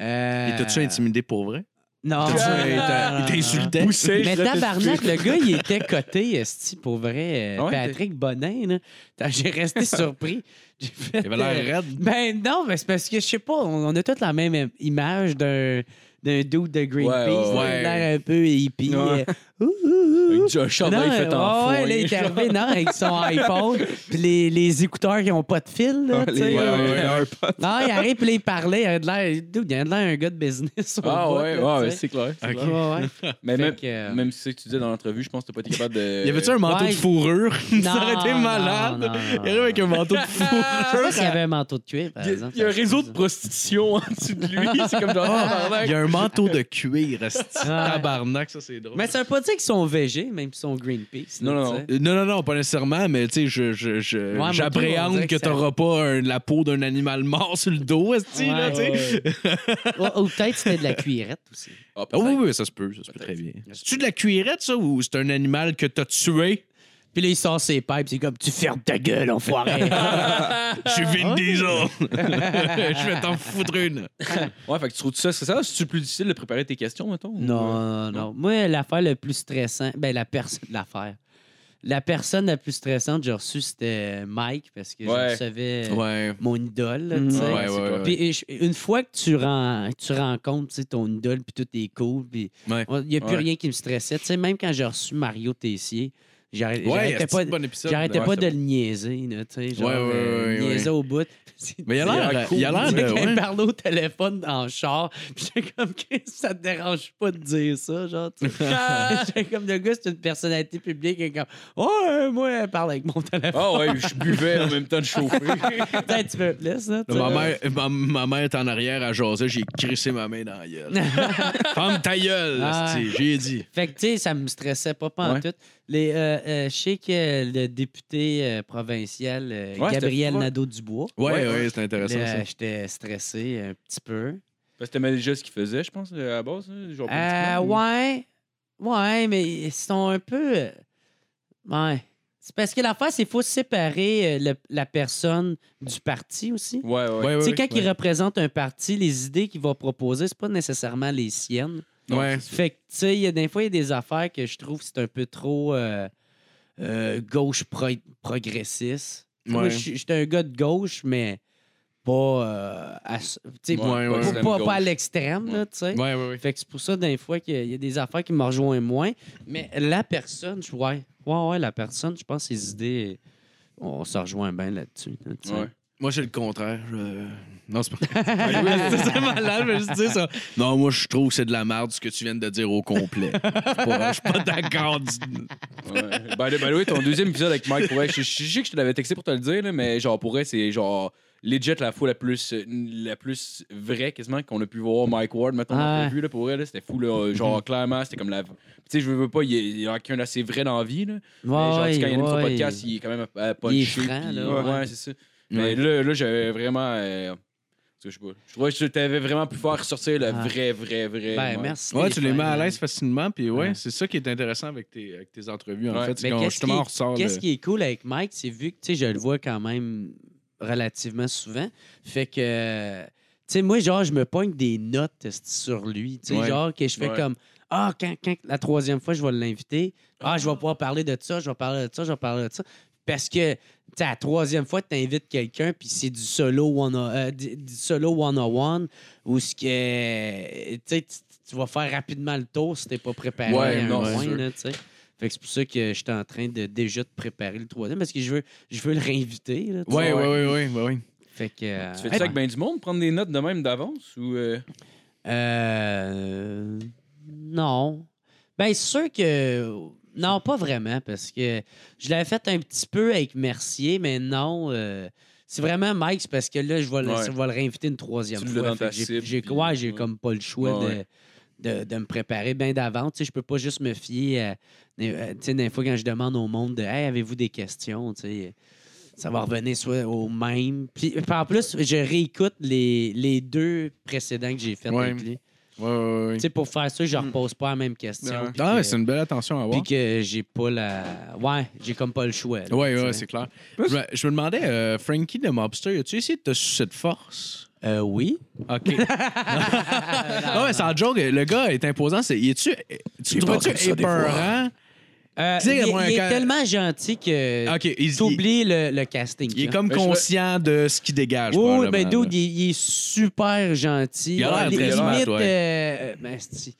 S5: Euh... Ah.
S3: Il t'a-tu intimidé pour vrai?
S5: Non.
S3: Il t'a-tu- il t'a-
S5: non,
S3: il t'a
S5: non.
S3: insulté?
S5: Mais tabarnak, le gars, il était coté, esti, pour vrai. euh,
S2: Ah ouais,
S5: Patrick Bonin, là. T'as- j'ai resté surpris. J'ai fait,
S3: Il avait l'air raide.
S5: euh, Ben non, mais c'est parce que, je sais pas, on, on a toute la même image d'un d'un dude de Greenpeace.
S2: Ouais,
S5: là,
S3: ouais.
S5: Il a l'air un peu hippie.
S4: Ouais.
S5: euh, ouh, ouh, ouh, ouh.
S2: Avec un chandail
S5: Non,
S2: fait en
S5: ouais,
S2: foin.
S5: là, il est arrivé, non, avec son iPhone, puis les, les écouteurs qui n'ont pas de fil, là, tu sais.
S4: les-
S5: là.
S4: ouais, ouais.
S5: Non, il arrive, puis là, il parlait, il a de l'air, dude, il a de l'air un gars de business. au
S2: Ah
S5: bout,
S2: ouais,
S5: là,
S2: ouais,
S5: tu
S2: ouais,
S5: sais.
S2: c'est clair. c'est
S3: Ok.
S2: clair.
S5: Ouais, ouais.
S2: Mais
S5: Fait
S2: même,
S5: que, euh,
S2: même si c'est ce que tu disais dans l'entrevue, je pense que t'as pas été capable de.
S3: Il y avait-tu un manteau
S5: Ouais.
S3: de fourrure?
S5: Non,
S3: Ça aurait été
S5: non,
S3: malade.
S5: non, Ah, non,
S3: Il Ah, arrive avec un manteau de
S5: Je sais pas s'il y
S3: fourrure.
S5: avait un manteau de cuir, par exemple.
S2: Il y a un réseau de prostitution en dessous de lui. C'est comme genre. ah,
S3: Il y a un manteau de cuir, esti. tabarnak, ça c'est drôle.
S5: Ah. Mais ça veut pas dire qu'ils sont végés, même s'ils sont Greenpeace. là,
S2: Non, non,
S5: tu sais.
S3: Euh, Non, non, non, pas nécessairement, mais tu sais, je- je- je-
S5: moi, tout, on
S3: j'appréhende
S5: dirait
S3: que
S5: que ça-
S3: t'auras pas un- la peau d'un animal mort sur le dos, esti, là,
S5: Ouais.
S3: tu sais.
S5: Ou, ou peut-être c'était de la cuirette aussi.
S2: Ah,
S3: Ah
S2: peut-être.
S3: oui, oui, ça se peut, ça se peut très bien. C'est-tu de la cuirette, ça, ou c'est un animal que t'as tué?
S5: Puis là, il sort ses pipes, c'est comme tu fermes ta gueule, enfoiré.
S3: Je vide des autres.
S2: Ah,
S3: Je vais t'en foutre une.
S2: Ouais, fait que tu trouves ça, c'est ça? C'est-tu plus difficile de préparer tes questions, mettons? ou-
S5: non, non, non. Moi, l'affaire la plus stressante, ben la personne, l'affaire. La personne la plus stressante que j'ai reçue, c'était Mike, parce que
S2: Ouais.
S5: je recevais euh,
S3: Ouais.
S5: mon idole, là, tu sais.
S3: Ouais, ouais, ouais.
S5: Puis et je- une fois que tu, ren- tu rencontres tu sais, ton idole, puis tout est cool, puis
S3: Ouais.
S5: il n'y a plus
S2: Ouais.
S5: rien qui me stressait. Tu sais, même quand j'ai reçu Mario Tessier, j'arrêt-
S3: Ouais,
S5: j'arrêtais
S3: c'est
S5: pas,
S3: un bon épisode.
S5: j'arrêtais
S2: Ouais,
S5: pas
S2: c'est
S5: de le niaiser. Là, tu sais, genre,
S3: Ouais, ouais,
S5: euh,
S3: ouais, ouais,
S5: niaiser au bout. C'est-
S3: Mais il a l'air, il a l'air
S5: tu sais,
S3: de.
S5: quand
S3: ouais.
S5: il parlait au téléphone en char, puis j'étais comme, Qu'est-ce que ça te dérange pas de dire ça, genre, tu sais. J'étais comme, le gars, c'est une personnalité publique, et comme, oh, euh, moi, elle parle avec mon téléphone.
S2: Ah ouais, je buvais en même temps de chauffer.
S5: Peut-être un petit peu plus, là, tu sais.
S3: Ma mère, ma, ma mère est en arrière à jaser, j'ai crissé ma main dans la gueule. Ferme ta gueule,
S5: Ah.
S3: esti, j'ai dit.
S5: Fait que, tu sais, ça me stressait pas pantoute. Les, euh, euh, je sais que le député euh, provincial, euh,
S2: Ouais, c'était
S5: Gabriel
S2: fou. hein.
S5: Nadeau-Dubois,
S3: Ouais, ouais,
S2: Ouais,
S3: c'est intéressant
S5: là,
S3: ça.
S5: j'étais stressé un petit peu.
S2: Parce que t'aimais déjà ce qu'il faisait, je pense, à la base. hein, Genre
S5: Euh,
S2: politiquement.
S5: ouais. Ouais, mais ils sont un peu. euh, Ouais. C'est parce que l'affaire, c'est qu'il faut séparer euh, le- la personne du parti aussi.
S2: Ouais, ouais.
S3: Ouais, ouais,
S5: tu sais,
S3: ouais,
S5: quand
S3: ouais.
S5: il représente un parti, les idées qu'il va proposer, c'est pas nécessairement les siennes.
S3: Ouais.
S5: Fait que, tu sais, il y a des fois, il y a des affaires que je trouve que c'est un peu trop euh, euh, gauche pro- progressiste. Moi,
S3: Ouais.
S5: je suis j'étais un gars de gauche, mais pas, euh, à ce- tu
S2: Ouais,
S5: sais, pas,
S3: ouais,
S5: pas-
S3: extrême
S5: pas- pas à
S2: gauche.
S5: l'extrême, là, tu sais.
S3: Ouais, ouais, ouais.
S5: Fait que c'est pour ça, des fois, qu'il y a des affaires qui me rejoignent moins. Mais la personne, je ouais, ouais, ouais, la personne, je pense, ses idées, on se rejoint bien là-dessus. là, tu sais.
S2: Ouais.
S3: Moi, c'est le contraire. je- Non, c'est pas. c'est ça, malade, je vais juste dire ça. Non, moi, je trouve que c'est de la merde ce que tu viens de dire au complet. Je suis pas- je suis pas d'accord. du-
S2: Ouais. By the- by the way, ton deuxième épisode avec Mike, pour vrai, je, je- je sais que je te l'avais texté pour te le dire, là, mais genre, pour vrai, c'est genre legit la fois la plus, euh, la plus vraie quasiment qu'on a pu voir Mike Ward, mettons,
S5: Ah.
S2: dans vu, là, pour vrai, là, c'était fou, là, euh,
S3: Mhm.
S2: genre, clairement, c'était comme la. Tu sais, je veux, veux pas, il y a- il y en a qu'un assez vrai dans la vie, là.
S5: Ouais,
S2: mais genre, tu sais, quand il anime son
S5: ouais.
S2: podcast, il est quand même à, à
S5: Il est
S2: puncher,
S5: franc,
S2: puis-
S5: là,
S2: ouais,
S5: ouais.
S2: c'est ça. Mais là, là j'avais vraiment. euh, en tout cas, je sais pas. Je trouvais que t'avais vraiment pu faire ressortir le
S5: Ah.
S2: vrai, vrai, vrai.
S5: Ben,
S2: Mike.
S5: merci.
S3: Ouais, tu les
S5: Stéphane.
S3: mets à l'aise facilement, puis ouais,
S5: Ouais.
S3: c'est ça qui est intéressant avec tes, avec tes entrevues, en
S2: Ouais.
S3: fait. C'est
S5: Mais
S3: qu'on-
S5: qu'est-ce
S3: justement,
S5: qui-
S3: on ressort.
S5: Qu'est-ce
S3: le-
S5: qui est cool avec Mike, c'est vu que tu sais, je le vois quand même relativement souvent. Fait que, tu sais, moi, genre, je me pogne des notes esti, sur lui. Tu sais,
S3: Ouais.
S5: genre, que je fais
S2: Ouais.
S5: comme Ah, quand, quand la troisième fois, je vais l'inviter, ah, je vais pouvoir parler de ça, je vais parler de ça, je vais parler de ça. Parce que, tu sais, la troisième fois, tu invites quelqu'un, puis c'est du solo one euh, du, du solo one ou ce que, euh, tu sais, tu tu vas faire rapidement le tour si t'es pas préparé
S2: Ouais,
S5: à un
S2: non, c'est
S5: point,
S2: sûr.
S5: là, tu sais. Fait que c'est pour ça que j'étais en train de déjà de préparer le troisième parce que je veux, je veux le réinviter. Là, tu
S3: Ouais, ouais,
S5: vois.
S3: ouais, ouais, ouais, ouais.
S5: Fait que. euh,
S2: Tu fais ça avec ben du monde, prendre des notes de même d'avance ou. euh,
S5: Euh, non. Ben, c'est sûr que. Non, pas vraiment, parce que je l'avais fait un petit peu avec Mercier, mais non. euh, c'est vraiment Mike, c'est parce que là, je vais, le-
S2: Ouais.
S5: je vais le réinviter une troisième
S2: Tu l'as
S5: fois.
S2: dans
S5: Fait
S2: ta
S5: que j'ai-
S2: cible,
S5: j'ai
S2: puis-
S5: ouais, j'ai
S2: ouais.
S5: comme pas le choix
S2: Ouais,
S5: de-
S2: ouais.
S5: de, de me préparer bien d'avant. Tu sais, je peux pas juste me fier à. à- euh, Tu sais, des fois, quand je demande au monde de Hey, avez-vous des questions? Tu sais, ça va revenir soit au même. Puis, euh, puis en plus, je réécoute les, les deux précédents que j'ai faits
S3: Ouais.
S5: avec lui.
S3: Ouais, ouais, ouais.
S5: Tu sais, pour faire ça, je repose pas la même question.
S4: Ouais.
S5: puis
S3: Ah,
S5: que-
S3: ouais, c'est une belle attention à avoir.
S5: puis que j'ai pas la. Ouais, j'ai comme pas le choix. là,
S3: Ouais,
S5: tu
S3: ouais,
S5: sais.
S3: c'est clair. Je me, je me demandais, euh, Frankie de Mobster, as-tu essayé de te sucer de force? Ah
S5: Euh, oui.
S3: OK.
S5: Ah.
S3: non, mais sans joke, le gars est imposant. C'est, il est-tu, tu le trouves-tu épeurant?
S5: Euh,
S3: Tu
S5: il,
S3: sais, moi,
S5: il
S3: quand-
S5: est tellement gentil que
S3: OK, il, il,
S5: t'oublies le, le casting.
S3: il est
S5: là.
S3: comme
S2: Ben, je-
S3: conscient de ce qu'il dégage.
S5: Oui, oui,
S3: probablement,
S5: ben, dude,
S3: là.
S5: il, il est super gentil.
S3: Il a l'air
S5: Les-
S3: très smart,
S5: limite,
S3: ouais.
S5: euh, ben, c'est-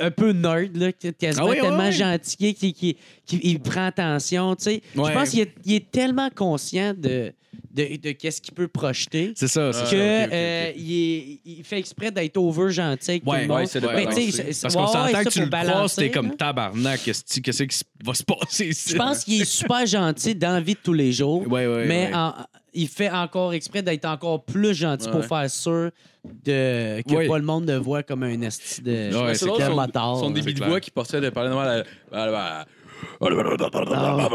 S5: un peu nerd, là, qui est quasiment
S3: Ah oui, ouais,
S5: tellement
S3: ouais.
S5: gentil qu'il qu'il- qu'il- il prend attention. tu sais.
S3: Ouais.
S5: Je pense qu'il est, il est tellement conscient de, de, de qu'est-ce qu'il peut projeter
S3: C'est ça, c'est
S5: que
S3: ça.
S5: euh, il, est- il fait exprès d'être over gentil avec tout
S3: Ouais,
S5: le monde.
S2: ouais, c'est de
S5: Mais
S2: balancer.
S5: tu sais,
S3: Parce
S5: c'est- ouais,
S3: qu'on
S5: ouais,
S3: s'entend
S5: ça,
S3: que tu
S5: faut
S3: le croises,
S5: balancer,
S3: t'es
S5: là.
S3: comme tabarnak. Qu'est-ce qui qu'est-ce qui va se passer ici?
S5: Je pense qu'il est super gentil dans la vie de tous les jours.
S3: Ouais, ouais,
S5: mais
S3: ouais.
S5: en- il fait encore exprès d'être encore plus gentil pour
S2: Ouais.
S5: faire sûr de, que
S3: Ouais.
S5: pas le monde le voit comme un esti de.
S3: Ouais, c'est
S5: quel
S2: drôle, son-
S5: bâtard,
S2: Son
S5: là.
S2: débit de
S3: clair.
S2: voix qui portait de parler normal à. à- à-
S5: Ah,
S3: Ah, bah,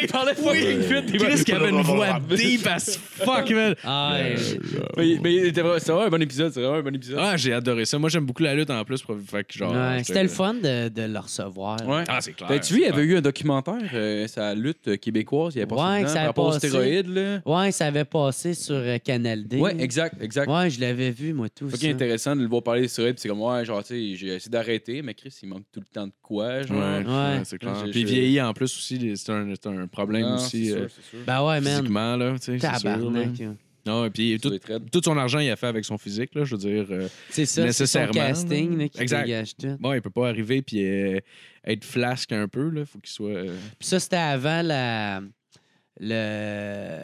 S2: Il parlait fucking vite. il
S3: Chris qui
S2: parlait-
S3: avait une voix deep as fuck, man.
S5: Ah,
S3: bah,
S5: ouais.
S2: Mais, mais il était vraiment- c'était vraiment un bon épisode. C'est vraiment un bon épisode.
S3: Ah, j'ai adoré ça. Moi, j'aime beaucoup la lutte en plus. pour- Fait que genre.
S5: Ouais,
S3: j'étais-
S5: C'était le fun Ben, de, de le recevoir.
S2: Ouais.
S3: Ah, c'est clair.
S2: T'as-tu vu, Ben, il y avait eu un documentaire, euh, sa lutte québécoise, il y avait passé
S5: Ouais,
S2: dedans,
S5: que ça
S2: par
S5: avait
S2: rapport aux
S5: passé.
S2: stéroïdes, là.
S5: Ouais, ça avait passé sur euh, Canal D.
S2: Ouais, exact, exact.
S5: Ouais, je l'avais vu, moi, tout.
S2: Ok,
S5: ça.
S2: intéressant de le voir parler des stéroïdes, puis c'est comme, ouais, genre, tu sais, j'ai essayé d'arrêter, mais Chris, il manque tout le temps de quoi, genre.
S3: Ouais,
S5: Ouais.
S3: c'est clair.
S2: J'ai-
S3: Puis
S2: j'ai-
S3: vieillir en plus aussi, c'est un, c'est un problème
S2: Ah,
S3: aussi
S2: c'est
S3: euh,
S2: sûr, c'est sûr.
S5: Ben ouais, man.
S3: physiquement là, tu sais, c'est sûr. là.
S5: Tabarnak. là.
S3: Non, et puis
S2: Sur
S3: tout,
S2: les traites.
S3: tout son argent il a fait avec son physique là, je veux dire. euh,
S5: C'est ça, c'est son
S3: Nécessairement,
S5: casting
S3: là.
S5: là, qui
S3: Exact.
S5: dégage tout.
S3: bon, il peut pas arriver puis euh, être flasque un peu là, faut qu'il soit. euh,
S5: Puis ça, c'était avant la. Le.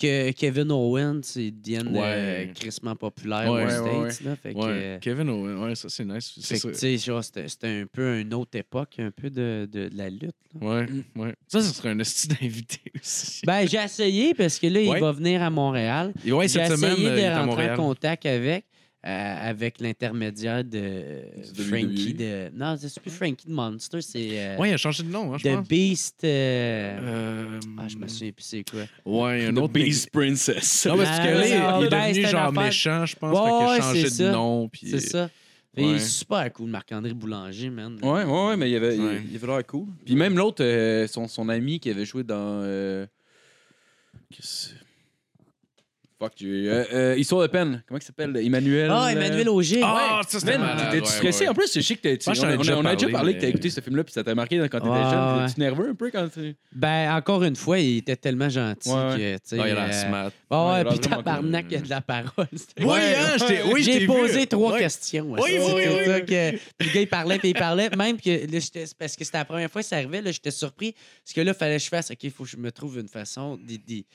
S5: Que Kevin Owens il devienne
S3: Ouais.
S5: euh, crissement populaire
S3: Ouais,
S5: aux
S3: ouais,
S5: States. Là, fait que,
S3: ouais.
S5: euh,
S3: Kevin Owen, ouais, ça c'est nice.
S5: fait
S3: C'est
S5: que,
S3: ça.
S5: tu sais, genre, c'était c'était un peu une autre époque, un peu de, de, de la lutte. là.
S3: Ouais, ouais. Ça, ça serait un esti d'invité aussi.
S5: Ben, j'ai essayé parce que là,
S3: Ouais.
S5: il va venir à Montréal.
S3: Et ouais,
S5: j'ai
S3: cette
S5: Ben, essayé
S3: semaine, euh, il est
S5: de
S3: à
S5: rentrer en
S3: Montréal.
S5: contact avec, euh, avec l'intermédiaire de euh,
S2: Du WWE.
S5: Frankie de. Non, c'est plus Frankie de Monster, c'est euh,
S3: E. Ouais, il a changé de nom, hein, je
S5: The
S3: pense.
S5: Beast. euh,
S3: Euh,
S5: Ah, je me souviens plus c'est quoi.
S3: Ouais, un autre
S2: Beast Princess.
S3: Non, parce que là, il-
S5: Ah,
S3: il est
S5: ben,
S3: devenu genre
S5: c'est une affaire.
S3: méchant, je pense.
S5: Ouais,
S3: fait qu'il
S5: ouais,
S3: a changé de
S5: c'est ça.
S3: nom. Puis... euh,
S5: C'est ça. Fait, Il
S3: ouais.
S5: est super cool, Marc-André Boulanger, man.
S2: Ouais, ouais, ouais, mais il avait,
S3: Ouais.
S2: il, il avait l'air cool. Puis même l'autre, euh, son, son ami qui avait joué dans. euh, Qu'est-ce que c'est? Fuck, j'ai- euh, euh, Histoire de peine. Comment il s'appelle Emmanuel.
S5: Ah, Emmanuel Auger.
S3: euh, Ah, ça, c'était
S2: Man,
S3: malade,
S2: t'étais-tu
S3: ouais,
S2: stressé?
S3: ouais.
S2: En plus, je sais que t'es- tu-
S3: Moi, je t'en ai
S2: on,
S3: déjà
S2: on, a déjà
S3: parlé,
S2: parlé que t'as
S3: mais-
S2: écouté ce film-là puis ça t'a marqué quand t'étais
S5: Ouais,
S2: jeune.
S5: ouais.
S2: T'es-tu nerveux un peu quand t'es.
S5: Ben, encore une fois, il était tellement gentil
S2: Ouais,
S5: que, tu
S3: Ah,
S5: sais.
S3: il a
S5: euh,
S3: l'air smart.
S5: bon,
S2: Ouais, il
S5: ouais,
S2: a
S5: puis
S2: l'air vraiment
S5: tabarnak,
S3: cool.
S5: il y a de la parole. c'était-
S3: Oui, hein, je t'ai- oui, je
S5: J'ai
S3: t'ai
S5: posé
S3: vu.
S5: trois
S3: Ouais.
S5: questions.
S3: Oui,
S5: ouais,
S3: oui,
S5: c'est
S3: oui.
S5: ça que- puis le gars, il parlait, puis il parlait. Même que, là, j'étais- c'est parce que c'était la première fois que ça arrivait, là, j'étais surpris. Parce que là, fallait que je fasse, OK, il faut que je me trouve une façon d'y- d'y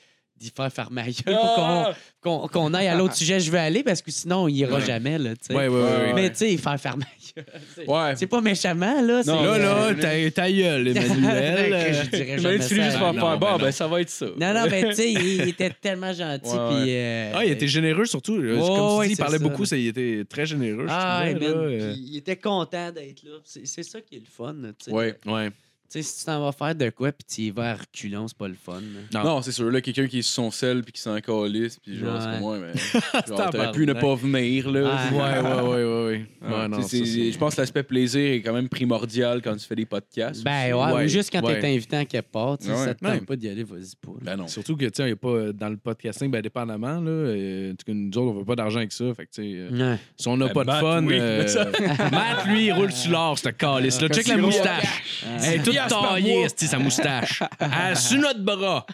S5: d'y faire faire ma gueule pour qu'on-
S2: Ah!
S5: qu'on qu'on aille à l'autre sujet je veux aller, parce que sinon, il ira
S3: Ouais.
S5: jamais, là, tu sais.
S3: Ouais, ouais, ouais.
S5: Mais, tu sais, faire faire ma gueule.
S2: Ouais.
S5: C'est pas méchamment, là. c'est-
S2: Non,
S3: Là, là,
S2: Euh,
S3: ta, ta gueule, Emmanuel.
S5: Que
S3: euh,
S5: je dirais
S2: Mais
S5: jamais
S2: tu
S5: ça.
S2: juste
S3: non,
S2: faire
S3: non,
S2: faire. Bon,
S3: mais
S2: ben ça va être ça.
S5: Non, non, mais tu sais, il, il était tellement gentil.
S2: Ouais, ouais.
S5: puis, euh,
S3: Ah, il était généreux surtout. là.
S5: Ouais,
S3: Comme tu
S5: ouais,
S3: dis, il
S5: c'est
S3: parlait
S5: ça.
S3: beaucoup, ça, il était très généreux. je
S5: Ah,
S3: trouvais,
S5: man,
S3: là,
S5: puis
S3: euh.
S5: il était content d'être là. C'est c'est ça qui est le fun. là, Tu sais.
S2: Ouais.
S3: Ouais.
S5: Tu sais, si tu t'en vas faire de quoi, puis tu y vas à reculons, c'est pas le fun. hein. là.
S3: Ah.
S2: Non, c'est sûr, là, quelqu'un qui est sur son sel puis qui s'en calisse, puis genre,
S5: Ouais.
S2: c'est comme, ouais, mais. genre, t'aurais
S3: Tabarnak.
S2: pu ne pas venir, là.
S5: Ouais.
S3: Ouais, ouais, ouais, ouais, ouais.
S2: Ouais,
S3: Ouais, non,
S2: Ah, tu sais,
S3: ça,
S2: c'est-
S3: c'est-
S2: je pense que l'aspect plaisir est quand même primordial quand tu fais des podcasts. aussi.
S5: Ben ouais,
S3: ouais,
S5: ou juste quand
S3: ouais.
S5: t'es invité en quelque part, tu sais,
S2: Ouais.
S5: ça te tente
S3: Ouais.
S5: pas d'y aller, vas-y pas. là.
S2: Ben non.
S3: Surtout que, tu sais, il n'y a pas, euh, dans le podcasting, ben, dépendamment, là, euh, en tout cas, nous autres, on veut pas d'argent avec ça. Fait que, tu sais, euh,
S5: Ouais.
S3: si on n'a
S2: Ben,
S3: pas de
S2: Matt,
S3: fun,
S2: oui,
S3: euh,
S2: ça.
S3: Matt, lui, il roule sur l'or, ce calice. Là, check la
S2: Parce qu'il
S3: moustache. Elle est toute taillée, esti, sa moustache. Elle sur notre bras.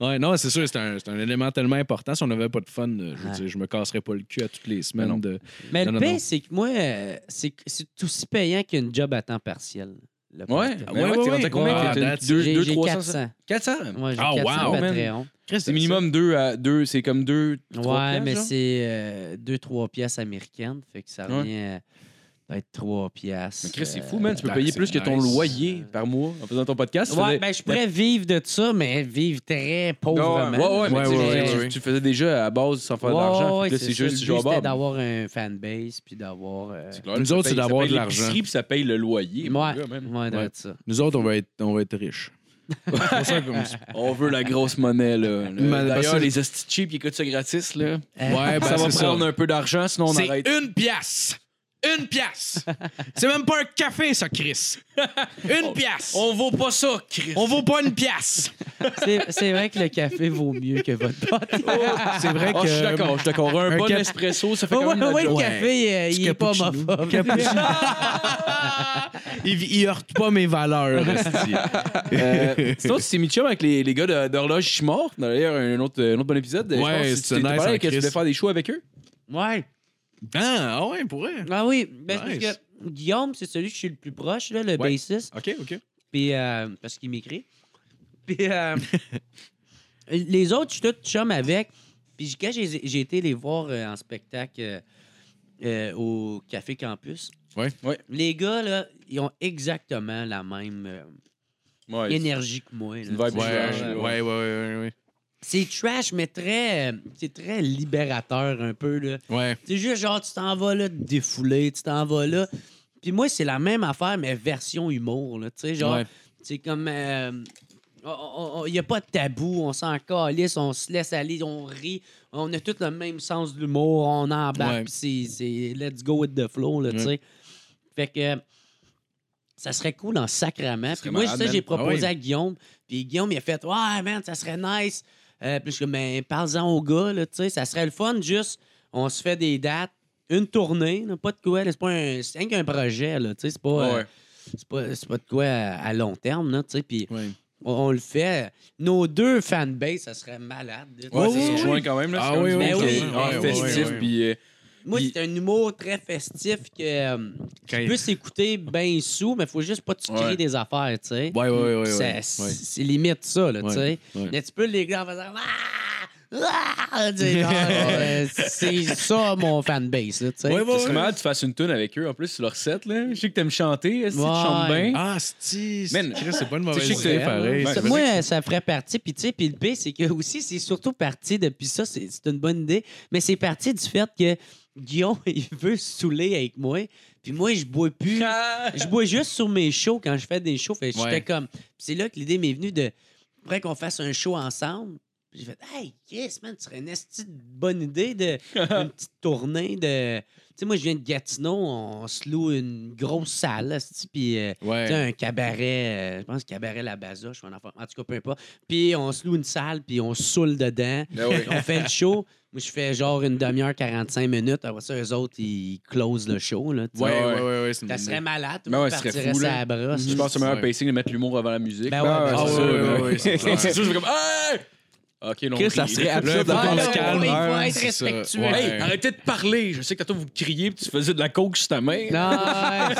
S3: ouais, non, c'est sûr, c'est un, c'est un élément tellement important. Si on n'avait pas de fun, euh, je, veux
S5: Ouais.
S3: dire, je me casserais pas le cul à toutes les
S2: Ah. Ben non.
S3: semaines. de...
S5: Mais
S3: Non,
S5: le
S3: non, non.
S5: pire, c'est que moi, euh, c'est que c'est aussi payant qu'une job à temps partiel. le
S2: Ouais,
S5: podcast.
S2: mais ouais, t'es rendu à combien?
S3: ouais.
S2: T'es-
S3: Ah,
S2: t'es- deux-
S5: J'ai-
S2: deux,
S5: j'ai
S2: trois cents-
S5: 400.
S2: 400?
S5: Moi, j'ai
S3: Ah,
S5: 400
S3: wow,
S2: man.
S5: Patreon.
S2: C'est minimum deux à deux, c'est comme deux. trois
S5: hein.
S2: piastres,
S5: Ouais, mais euh,
S2: genre?
S5: c'est 2 deux, trois pièces américaines. Fait que ça
S2: Ouais.
S5: revient Peut-être 3 piastres.
S2: Mais Chris, c'est
S5: euh,
S2: fou, man. Tu peux
S3: taxe,
S2: payer
S3: c'est
S2: plus que ton
S3: nice.
S2: loyer par mois en faisant ton podcast. Tu
S5: Ouais,
S2: faisais-
S5: ben, oh, je pourrais vivre de ça, mais vivre très pauvrement.
S2: Ouais, ouais, mais
S3: Ouais,
S2: tu sais,
S3: ouais,
S2: tu-
S3: ouais.
S2: tu faisais déjà à la base sans faire
S5: Ouais,
S2: de l'argent.
S5: ouais,
S2: Fait que là,
S5: c'est
S2: c'est
S5: ça.
S2: juste tu
S5: Le but,
S2: joues à
S5: c'était
S2: bord.
S5: d'avoir un fanbase, puis d'avoir... euh,
S2: clair,
S3: Nous
S2: ça
S3: autres, c'est
S2: paye- ça
S3: d'avoir
S2: paye
S3: de l'argent.
S2: l'épicerie, puis ça paye le
S5: Ouais,
S2: loyer. mon gars, man.
S5: ouais, doit être ça.
S3: Nous autres, on va être, on va être riches. C'est pour ça qu'on-
S2: On veut la grosse monnaie, là. là.
S3: Mais- parce
S2: D'ailleurs,
S3: que-
S2: les hosties cheap qui écoutent ça gratis, là.
S5: Euh,
S3: Ouais, ben,
S2: ça va
S3: c'est ça.
S2: prendre un peu d'argent, sinon on
S3: C'est
S2: arrête.
S3: une pièce. Une pièce. C'est même pas un café, ça, Chris.
S2: Oh,
S3: Une pièce.
S2: On vaut pas ça, Chris.
S3: On vaut pas une pièce.
S5: C'est c'est vrai que le café vaut mieux que votre pote.
S3: C'est vrai que.
S2: Ah, je suis d'accord, je suis d'accord. Un,
S3: un
S2: bon
S3: cap-
S2: espresso, ça fait
S5: Oui,
S2: quand même. la
S5: le
S2: job.
S5: café, euh, il est pas
S3: cappuccino.
S5: homophobe.
S3: Cappuccino. il, il heurte pas mes valeurs. esti.
S2: Euh, sinon, tu t'es mis chum avec les, les gars de- d'Horloge Je suis mort. D'ailleurs, un autre, un autre bon épisode. Je
S3: Ouais,
S2: pense que
S3: c'est
S2: tu t'es t'es
S3: nice
S2: parlé
S3: en
S2: que tu voulais
S3: Chris.
S2: faire des shows avec eux.
S5: Ouais.
S3: Ah, ah ouais, pour vrai.
S5: Ah oui, ben, c'est
S3: Nice.
S5: parce que Guillaume, c'est celui que je suis le plus proche, là, le
S3: Ouais.
S5: bassiste,
S3: OK, OK.
S5: puis, euh, parce qu'il m'écrit. Puis euh, les autres, je suis tout chum avec. Puis quand j'ai j'ai été les voir euh, en spectacle euh, euh, au Café Campus,
S3: Ouais.
S2: Ouais.
S5: les gars, là, ils ont exactement la même euh,
S2: Ouais.
S5: énergie que moi. là,
S2: une vibe
S5: tu sais,
S3: Ouais,
S2: trash,
S5: genre, euh,
S2: là.
S3: ouais, ouais, ouais, ouais.
S5: C'est trash, mais très, euh, c'est très libérateur un peu. Là.
S3: Ouais, ouais.
S5: C'est juste genre, tu t'en vas là te défouler, tu t'en vas là. Puis moi, c'est la même affaire, mais version humour. Là, tu sais, genre,
S3: Ouais.
S5: c'est comme. euh, oh, Il n'y a pas de tabou, on s'en calisse, on se laisse aller, on rit, on a tout le même sens de l'humour, on
S3: Ouais.
S5: embarque, puis c'est, c'est let's go with the flow, là, tu sais. Fait que ça serait cool en sacrament. Puis
S2: serait
S5: moi,
S2: malade,
S5: ça, j'ai
S2: man.
S5: proposé
S3: Ah ouais.
S5: à Guillaume, puis Guillaume, il a fait Ouais, man, ça serait nice. Euh, puis je suis comme, mais parle-en aux gars, là, tu sais, ça serait le fun, juste, on se fait des dates, une tournée, là, pas de quoi, là, c'est pas un, c'est rien qu'un projet, là, tu sais, c'est pas. euh,
S2: Ouais.
S5: c'est pas, c'est pas de quoi à, à long terme, là, tu sais, puis
S3: Ouais.
S5: on, on le fait. Nos deux fanbases, ça serait malade. là, tu
S2: Ouais,
S5: sais.
S2: ça se rejoint quand même. Là,
S3: Ah
S2: c'est
S3: oui,
S2: comme du
S5: oui,
S2: monde
S5: oui.
S2: qui est
S5: Ouais,
S2: en
S5: ouais,
S2: festif.
S3: ouais, ouais.
S2: Puis euh,
S5: Moi,
S2: Puis-
S5: c'est un humour très festif que euh, tu
S3: Quand-
S5: peux s'écouter bien sous, mais faut juste pas que tu cries
S2: Ouais.
S5: des affaires, tu sais.
S3: Ouais, ouais, ouais, ouais,
S5: Ça-
S3: ouais.
S5: c'est, limite ça, là, tu sais.
S3: ouais.
S5: Mais tu peux les gars en faisant... Ah! Ah! Tu sais, genre, euh, c'est ça, mon fanbase, là, tu sais.
S3: Ouais,
S2: ça
S3: ouais,
S2: serait
S3: ouais.
S2: malade que tu fasses une tune avec eux en plus sur leur set. Là. Je sais que t'aimes chanter, si tu
S5: Ouais.
S2: chantes bien.
S3: Ah, c'est
S2: Man,
S3: Chris, c'est pas une
S2: tu
S3: mauvaise
S2: sais que c'est-
S3: idée, pareil.
S2: Ouais.
S5: Ça,
S3: C'est
S5: moi,
S3: vrai.
S5: euh, ça ferait partie. Puis, tu sais, puis le pire, c'est que aussi, c'est surtout parti depuis ça. C'est c'est une bonne idée. Mais c'est parti du fait que Guillaume, il veut se saouler avec moi. Puis moi, je bois plus. je bois juste sur mes shows quand je fais des shows. Fait que
S3: Ouais.
S5: j'étais comme. Puis c'est là que l'idée m'est venue de. Faudrait qu'on fasse un show ensemble. Puis J'ai fait, hey, yes, man, tu serait une esti de bonne idée de une petite tournée de. Tu sais, moi, je viens de Gatineau, on se loue une grosse salle, esti, puis euh, tu sais,
S3: Ouais.
S5: un cabaret, euh, je pense cabaret La Baza, je suis un enfant, en tout cas, peu importe. Puis on se loue une salle, puis on se saoule dedans.
S2: Ben oui.
S5: On fait le show. Moi, je fais genre une demi-heure, 45 minutes. Après ça, eux autres, ils closent le show. Là, tu sais.
S3: Ouais, ouais, ouais, ouais, ouais, c'est une
S5: Ça
S3: bonne
S5: serait
S3: idée.
S5: malade. Tout
S2: Ben
S5: le
S2: ouais,
S5: monde
S2: ce serait
S5: partirait
S2: fou,
S5: sa
S2: là. Mhm.
S5: brosse.
S2: Je pense que le meilleur
S3: Ouais.
S2: pacing de mettre l'humour avant la musique.
S5: Ben ouais, ben
S3: Ah,
S5: c'est
S3: ouais,
S5: sûr,
S3: ouais,
S5: ben
S3: ouais, ouais, c'est
S2: C'est
S3: clair.
S2: sûr, je vais comme Hey! Ok, non.
S4: Chris, ça
S2: puis-
S4: serait
S3: Là,
S4: absurde de
S3: faut qu'on
S4: faire
S5: ouais,
S3: se
S5: ouais,
S3: calme.
S5: il faut
S2: hein,
S3: Ouais,
S5: être
S3: c'est ça.
S5: respectueux.
S3: Ouais.
S2: Hey, arrêtez de parler! Je sais que tantôt vous criez puis tu faisais de la coke sur ta main.
S5: Non, ouais.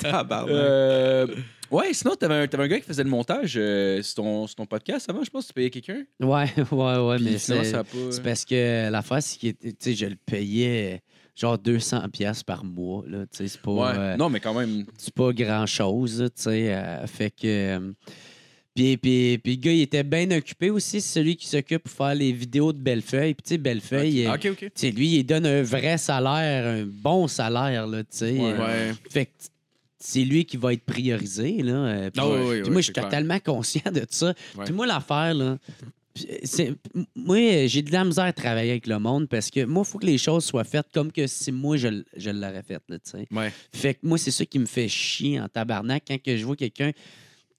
S4: Tabarnak.
S2: Euh, ouais, sinon, t'avais un, t'avais un gars qui faisait le montage euh, sur, ton, sur ton podcast avant, je pense que tu payais quelqu'un.
S5: Ouais, ouais, ouais, mais
S2: Puis finalement,
S5: c'est
S2: ça a pas.
S5: c'est parce que l'affaire, c'est que tu sais, je le payais genre 200$ piastres par mois. Là, tu sais, c'est pas.
S2: Ouais.
S5: euh,
S2: Non, mais quand même.
S5: c'est pas grand-chose, tu sais. euh, fait que... euh, Puis, puis, puis le gars, il était bien occupé aussi, c'est celui qui s'occupe pour faire les vidéos de Bellefeuille. Puis tu sais, Bellefeuille, euh,
S3: Ok, ok.
S5: tu sais, lui, il donne un vrai salaire, un bon salaire, là, tu sais. euh,
S3: Ouais.
S5: Fait que c'est lui qui va être priorisé, là. euh, puis-
S3: Ah, oui, oui,
S5: puis
S3: oui,
S5: moi, je suis
S3: c'est clair.
S5: totalement conscient de ça.
S3: Ouais.
S5: Puis moi, l'affaire, là... puis, euh, c'est- m- Moi, euh, j'ai de la misère à travailler avec le monde parce que moi, il faut que les choses soient faites comme que si moi, je, l- je l'aurais faite, là, tu sais.
S3: Ouais.
S5: Fait que moi, c'est ça qui me fait chier en tabarnak quand que je vois quelqu'un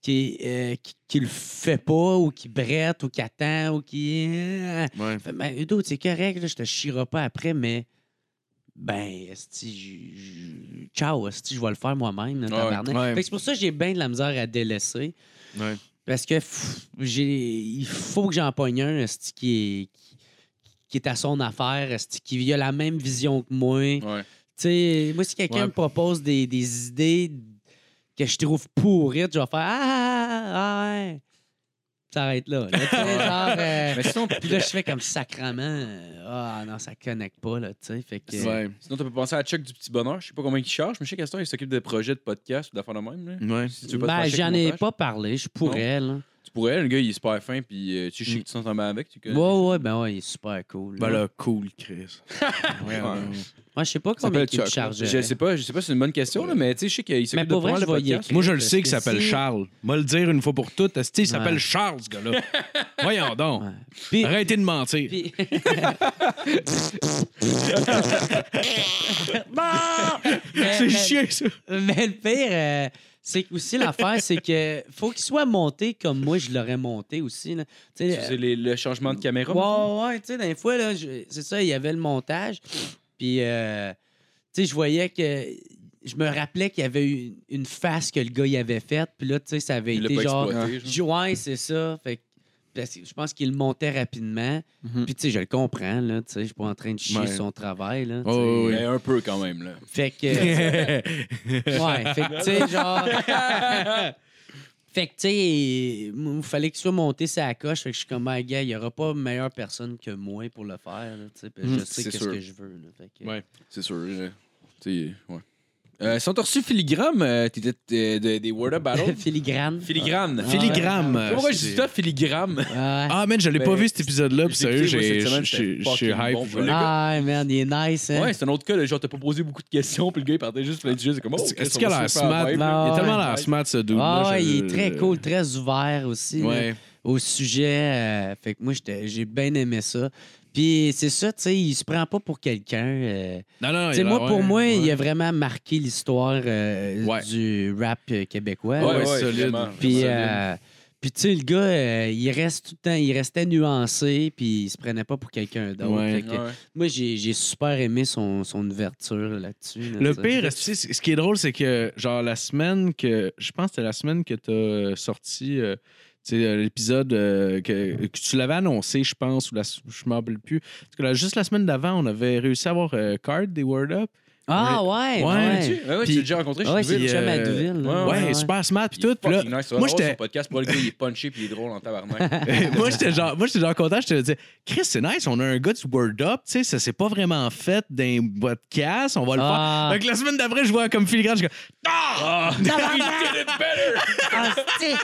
S5: qui, euh, qui, qui le fait pas ou qui brette ou qui attend ou qui. euh,
S3: Ouais.
S5: fait, ben, Udo, c'est correct, là, je te chierai pas après, mais. Ben, esti, j- j- ciao, esti, je vais le faire moi-même, là, tabarnak.
S3: ouais.
S5: Fait que c'est pour ça que j'ai bien de la misère à délaisser.
S3: Ouais.
S5: Parce que pff, j'ai, il faut que j'en pogne un, esti, qui est, qui, qui est à son affaire, esti, qui a la même vision que moi.
S2: Ouais.
S5: Tu sais, moi, si quelqu'un
S3: Ouais.
S5: me propose des, des idées que je trouve pourrites, je vais faire Ah, ah, ah, ouais. Ça arrête là. là, tu sais, genre, euh,
S2: Mais sinon,
S5: puis là, je fais comme sacrement. euh, Ah non, ça connecte pas, là, tu sais. Fait que.
S3: Ouais.
S2: sinon, tu peux penser à Chuck du Petit Bonheur. Je sais pas combien il charge, mais je sais qu'Aston, il s'occupe des projets de podcast ou d'affaires de même. là.
S3: Ouais.
S2: Si tu veux te
S5: ben,
S2: fâcher
S5: j'en
S2: avec le
S5: ai
S2: montage,
S5: pas parlé. Je pourrais, là.
S2: Tu pourrais, le gars, il est super fin, puis euh, tu sais que tu t'entends bien avec. Tu connais.
S5: Ouais, ouais, ben ouais, il est super cool.
S3: Ben
S5: là.
S3: là, cool, Chris. Ouais, ouais.
S5: Moi, je sais pas combien
S4: s'appelle
S5: il me
S4: Chuck,
S5: chargeait.
S2: Je sais pas, je sais pas si c'est une bonne question, là, mais tu sais, je sais qu'il
S5: Mais
S2: s'occupe de
S5: pour vrai,
S2: prendre le
S5: je vais y
S2: podcast.
S5: écrire.
S3: Moi, je le sais qu'il
S5: parce que
S3: s'appelle
S5: si-
S3: Charles. Moi, le dire une fois pour toutes. Asti, il s'appelle
S5: Ouais.
S3: Charles, ce gars-là. Voyons donc.
S5: Ouais. Puis-
S3: Arrêtez de mentir.
S5: Puis- Mais-
S3: C'est
S5: mais-
S3: chiant, ça.
S5: Mais le pire, euh, c'est que aussi l'affaire, c'est que faut qu'il soit monté comme moi je l'aurais monté aussi. là. Tu
S2: Tu
S5: sais, euh,
S2: sais, les- le changement de caméra.
S5: Ouais, ouais, tu sais, des fois, là, je- c'est ça, il y avait le montage. Puis, euh, tu sais, je voyais que. Je me rappelais qu'il y avait eu une, une face que le gars y avait faite. Puis là, tu sais, ça avait
S2: il l'a
S5: été
S2: pas
S5: genre.
S2: exploité. genre.
S5: Je- Ouais, c'est ça. Fait que- parce que je pense qu'il le montait rapidement.
S4: Mhm.
S5: Puis, tu sais, je le comprends, là. Tu sais, je suis pas en train de chier
S3: Ouais.
S5: son travail, là. tu sais.
S3: Oh, oui.
S2: Mais un peu quand même, là.
S5: Fait que. Ouais, fait que, tu sais, genre. fait que, tu sais, m- il fallait qu'il soit monté sa coche. Fait que je suis comme, ah, gars, il n'y aura pas meilleure personne que moi pour le faire. là, tu sais, puis je sais
S2: c'est
S5: qu'est-ce
S2: sûr.
S5: que je veux. là, fait que-
S3: Ouais.
S2: C'est sûr. là. Tu sais, ouais. Euh, si on t'a reçu filigrane, euh, t'étais euh, de- des Word Up Battle.
S5: Filigrane.
S2: filigrane.
S5: Ah.
S3: Filigramme.
S2: Tu sais Pourquoi je dis ça, filigrame?
S5: Ah,
S3: Ah, man, je l'ai
S2: Ben,
S3: pas vu cet épisode-là. Puis
S2: je
S3: sérieux,
S2: l'ai écouté,
S3: j'ai-
S2: moi, cette semaine,
S3: je
S2: c'était
S3: je- je suis
S2: fucking
S3: hype.
S2: bon,
S3: je-
S2: le
S5: Ah, man, il est nice, hein?
S2: Ouais, c'est un autre cas, là, genre t'as pas posé beaucoup de questions, puis le gars il partait juste plein de sujets, c'est comme oh,
S3: Est-ce
S2: Chris,
S3: qu'il
S2: on
S3: a
S2: va
S3: l'air
S2: super
S3: smart?
S2: vibe,
S3: Il
S5: là.
S3: a
S5: Ouais.
S3: tellement l'air smart, ce dude.
S5: Ah, ouais, il est très cool, très ouvert aussi. là,
S3: Ouais.
S5: au sujet. euh, fait que moi, j'étais- j'ai bien aimé ça. Puis c'est ça, tu sais, il se prend pas pour quelqu'un. euh,
S3: Non, non,
S5: Tu
S3: Ah, il
S5: sais,
S3: a
S5: moi,
S3: l'air-
S5: pour
S3: ouais,
S5: moi,
S3: ouais.
S5: il a vraiment marqué l'histoire euh,
S3: Ouais.
S5: du rap euh, québécois.
S2: Ouais,
S3: Ouais,
S5: là.
S2: ouais,
S3: solide.
S2: vraiment.
S5: puis,
S3: solide.
S5: euh, puis tu sais, le gars, euh, il reste tout le temps, il restait nuancé, puis il se prenait pas pour quelqu'un d'autre.
S3: Ouais.
S5: Fait que
S2: Ouais.
S5: Moi, j'ai j'ai super aimé son, son ouverture là-dessus. là,
S3: Le
S5: tu sais.
S3: pire, tu sais, c- ce qui est drôle, c'est que, genre, la semaine que. Je pense que c'était la semaine que tu as sorti. euh, tu sais, euh, l'épisode euh, que, que tu l'avais annoncé, je pense, ou la, je m'en rappelle plus. Parce que là, juste la semaine d'avant, on avait réussi à avoir euh, Card des Word Up.
S5: Ah ouais!
S3: Ouais,
S5: Ouais, Ah,
S2: Tu- Ouais, ouais,
S3: Puis-
S2: tu l'as déjà rencontré, je
S5: Ouais,
S2: suis
S5: c'est
S2: venu,
S5: le
S3: Puis,
S5: chum à
S3: euh,
S5: Deauville. là.
S3: Ouais, super smart, puis
S2: Il est
S3: tout. Puis là,
S2: fucking nice, ça va
S3: moi,
S2: drôle,
S3: j'étais-
S2: son podcast, moi, le gars, il est punché puis il est drôle en tabarnak.
S3: moi, j'étais genre, moi, j'étais genre content. Je te disais, Chris, c'est nice, on a un gars du Word Up, tu sais, ça s'est pas vraiment fait d'un podcast, on va le
S5: Ah.
S3: faire. Donc, la semaine d'après, je vois comme filigrane, je suis comme, ah!
S5: Ah, c'est-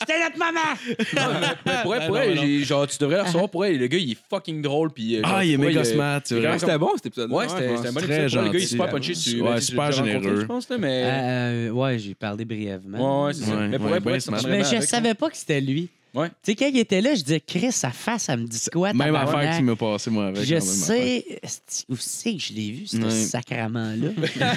S5: J'étais notre maman!
S2: Mais pour vrai, pour
S3: Ah, non,
S2: vrai,
S3: non.
S2: j'ai- genre, tu devrais le recevoir pour vrai, le gars, il est fucking drôle puis. euh, genre,
S3: Ah, il est
S2: pour vrai,
S3: méga
S2: euh,
S3: smart, tu
S2: quand
S3: vois.
S2: même
S4: C'était bon, cet épisode.
S2: Ouais, c'était c'était un bon épisode. pour vrai, Le gars, il est
S3: gentil.
S2: super punché, tu
S3: Ouais,
S2: tu l'as
S3: super
S2: déjà rencontré,
S3: généreux.
S2: Je pense, là, mais.
S5: Euh, euh, ouais, j'ai parlé brièvement.
S2: Ouais, ouais, c'est ça.
S3: Ouais,
S2: Mais pour
S3: ouais,
S2: vrai, pour
S3: ben
S2: vrai, tu
S3: smart.
S2: t'entends
S5: Mais
S2: vraiment
S5: je
S2: avec,
S5: savais pas que c'était lui.
S2: Ouais.
S5: Tu sais, quand il était là, je disais, Chris, sa face, elle me dit quoi?
S3: Même
S5: tabarnak?
S3: affaire que tu m'as passé, moi, avec.
S5: Puis Je
S3: la même affaire.
S5: sais c'est- où c'est que je l'ai vu, ce
S3: Ouais.
S5: sacrament-là.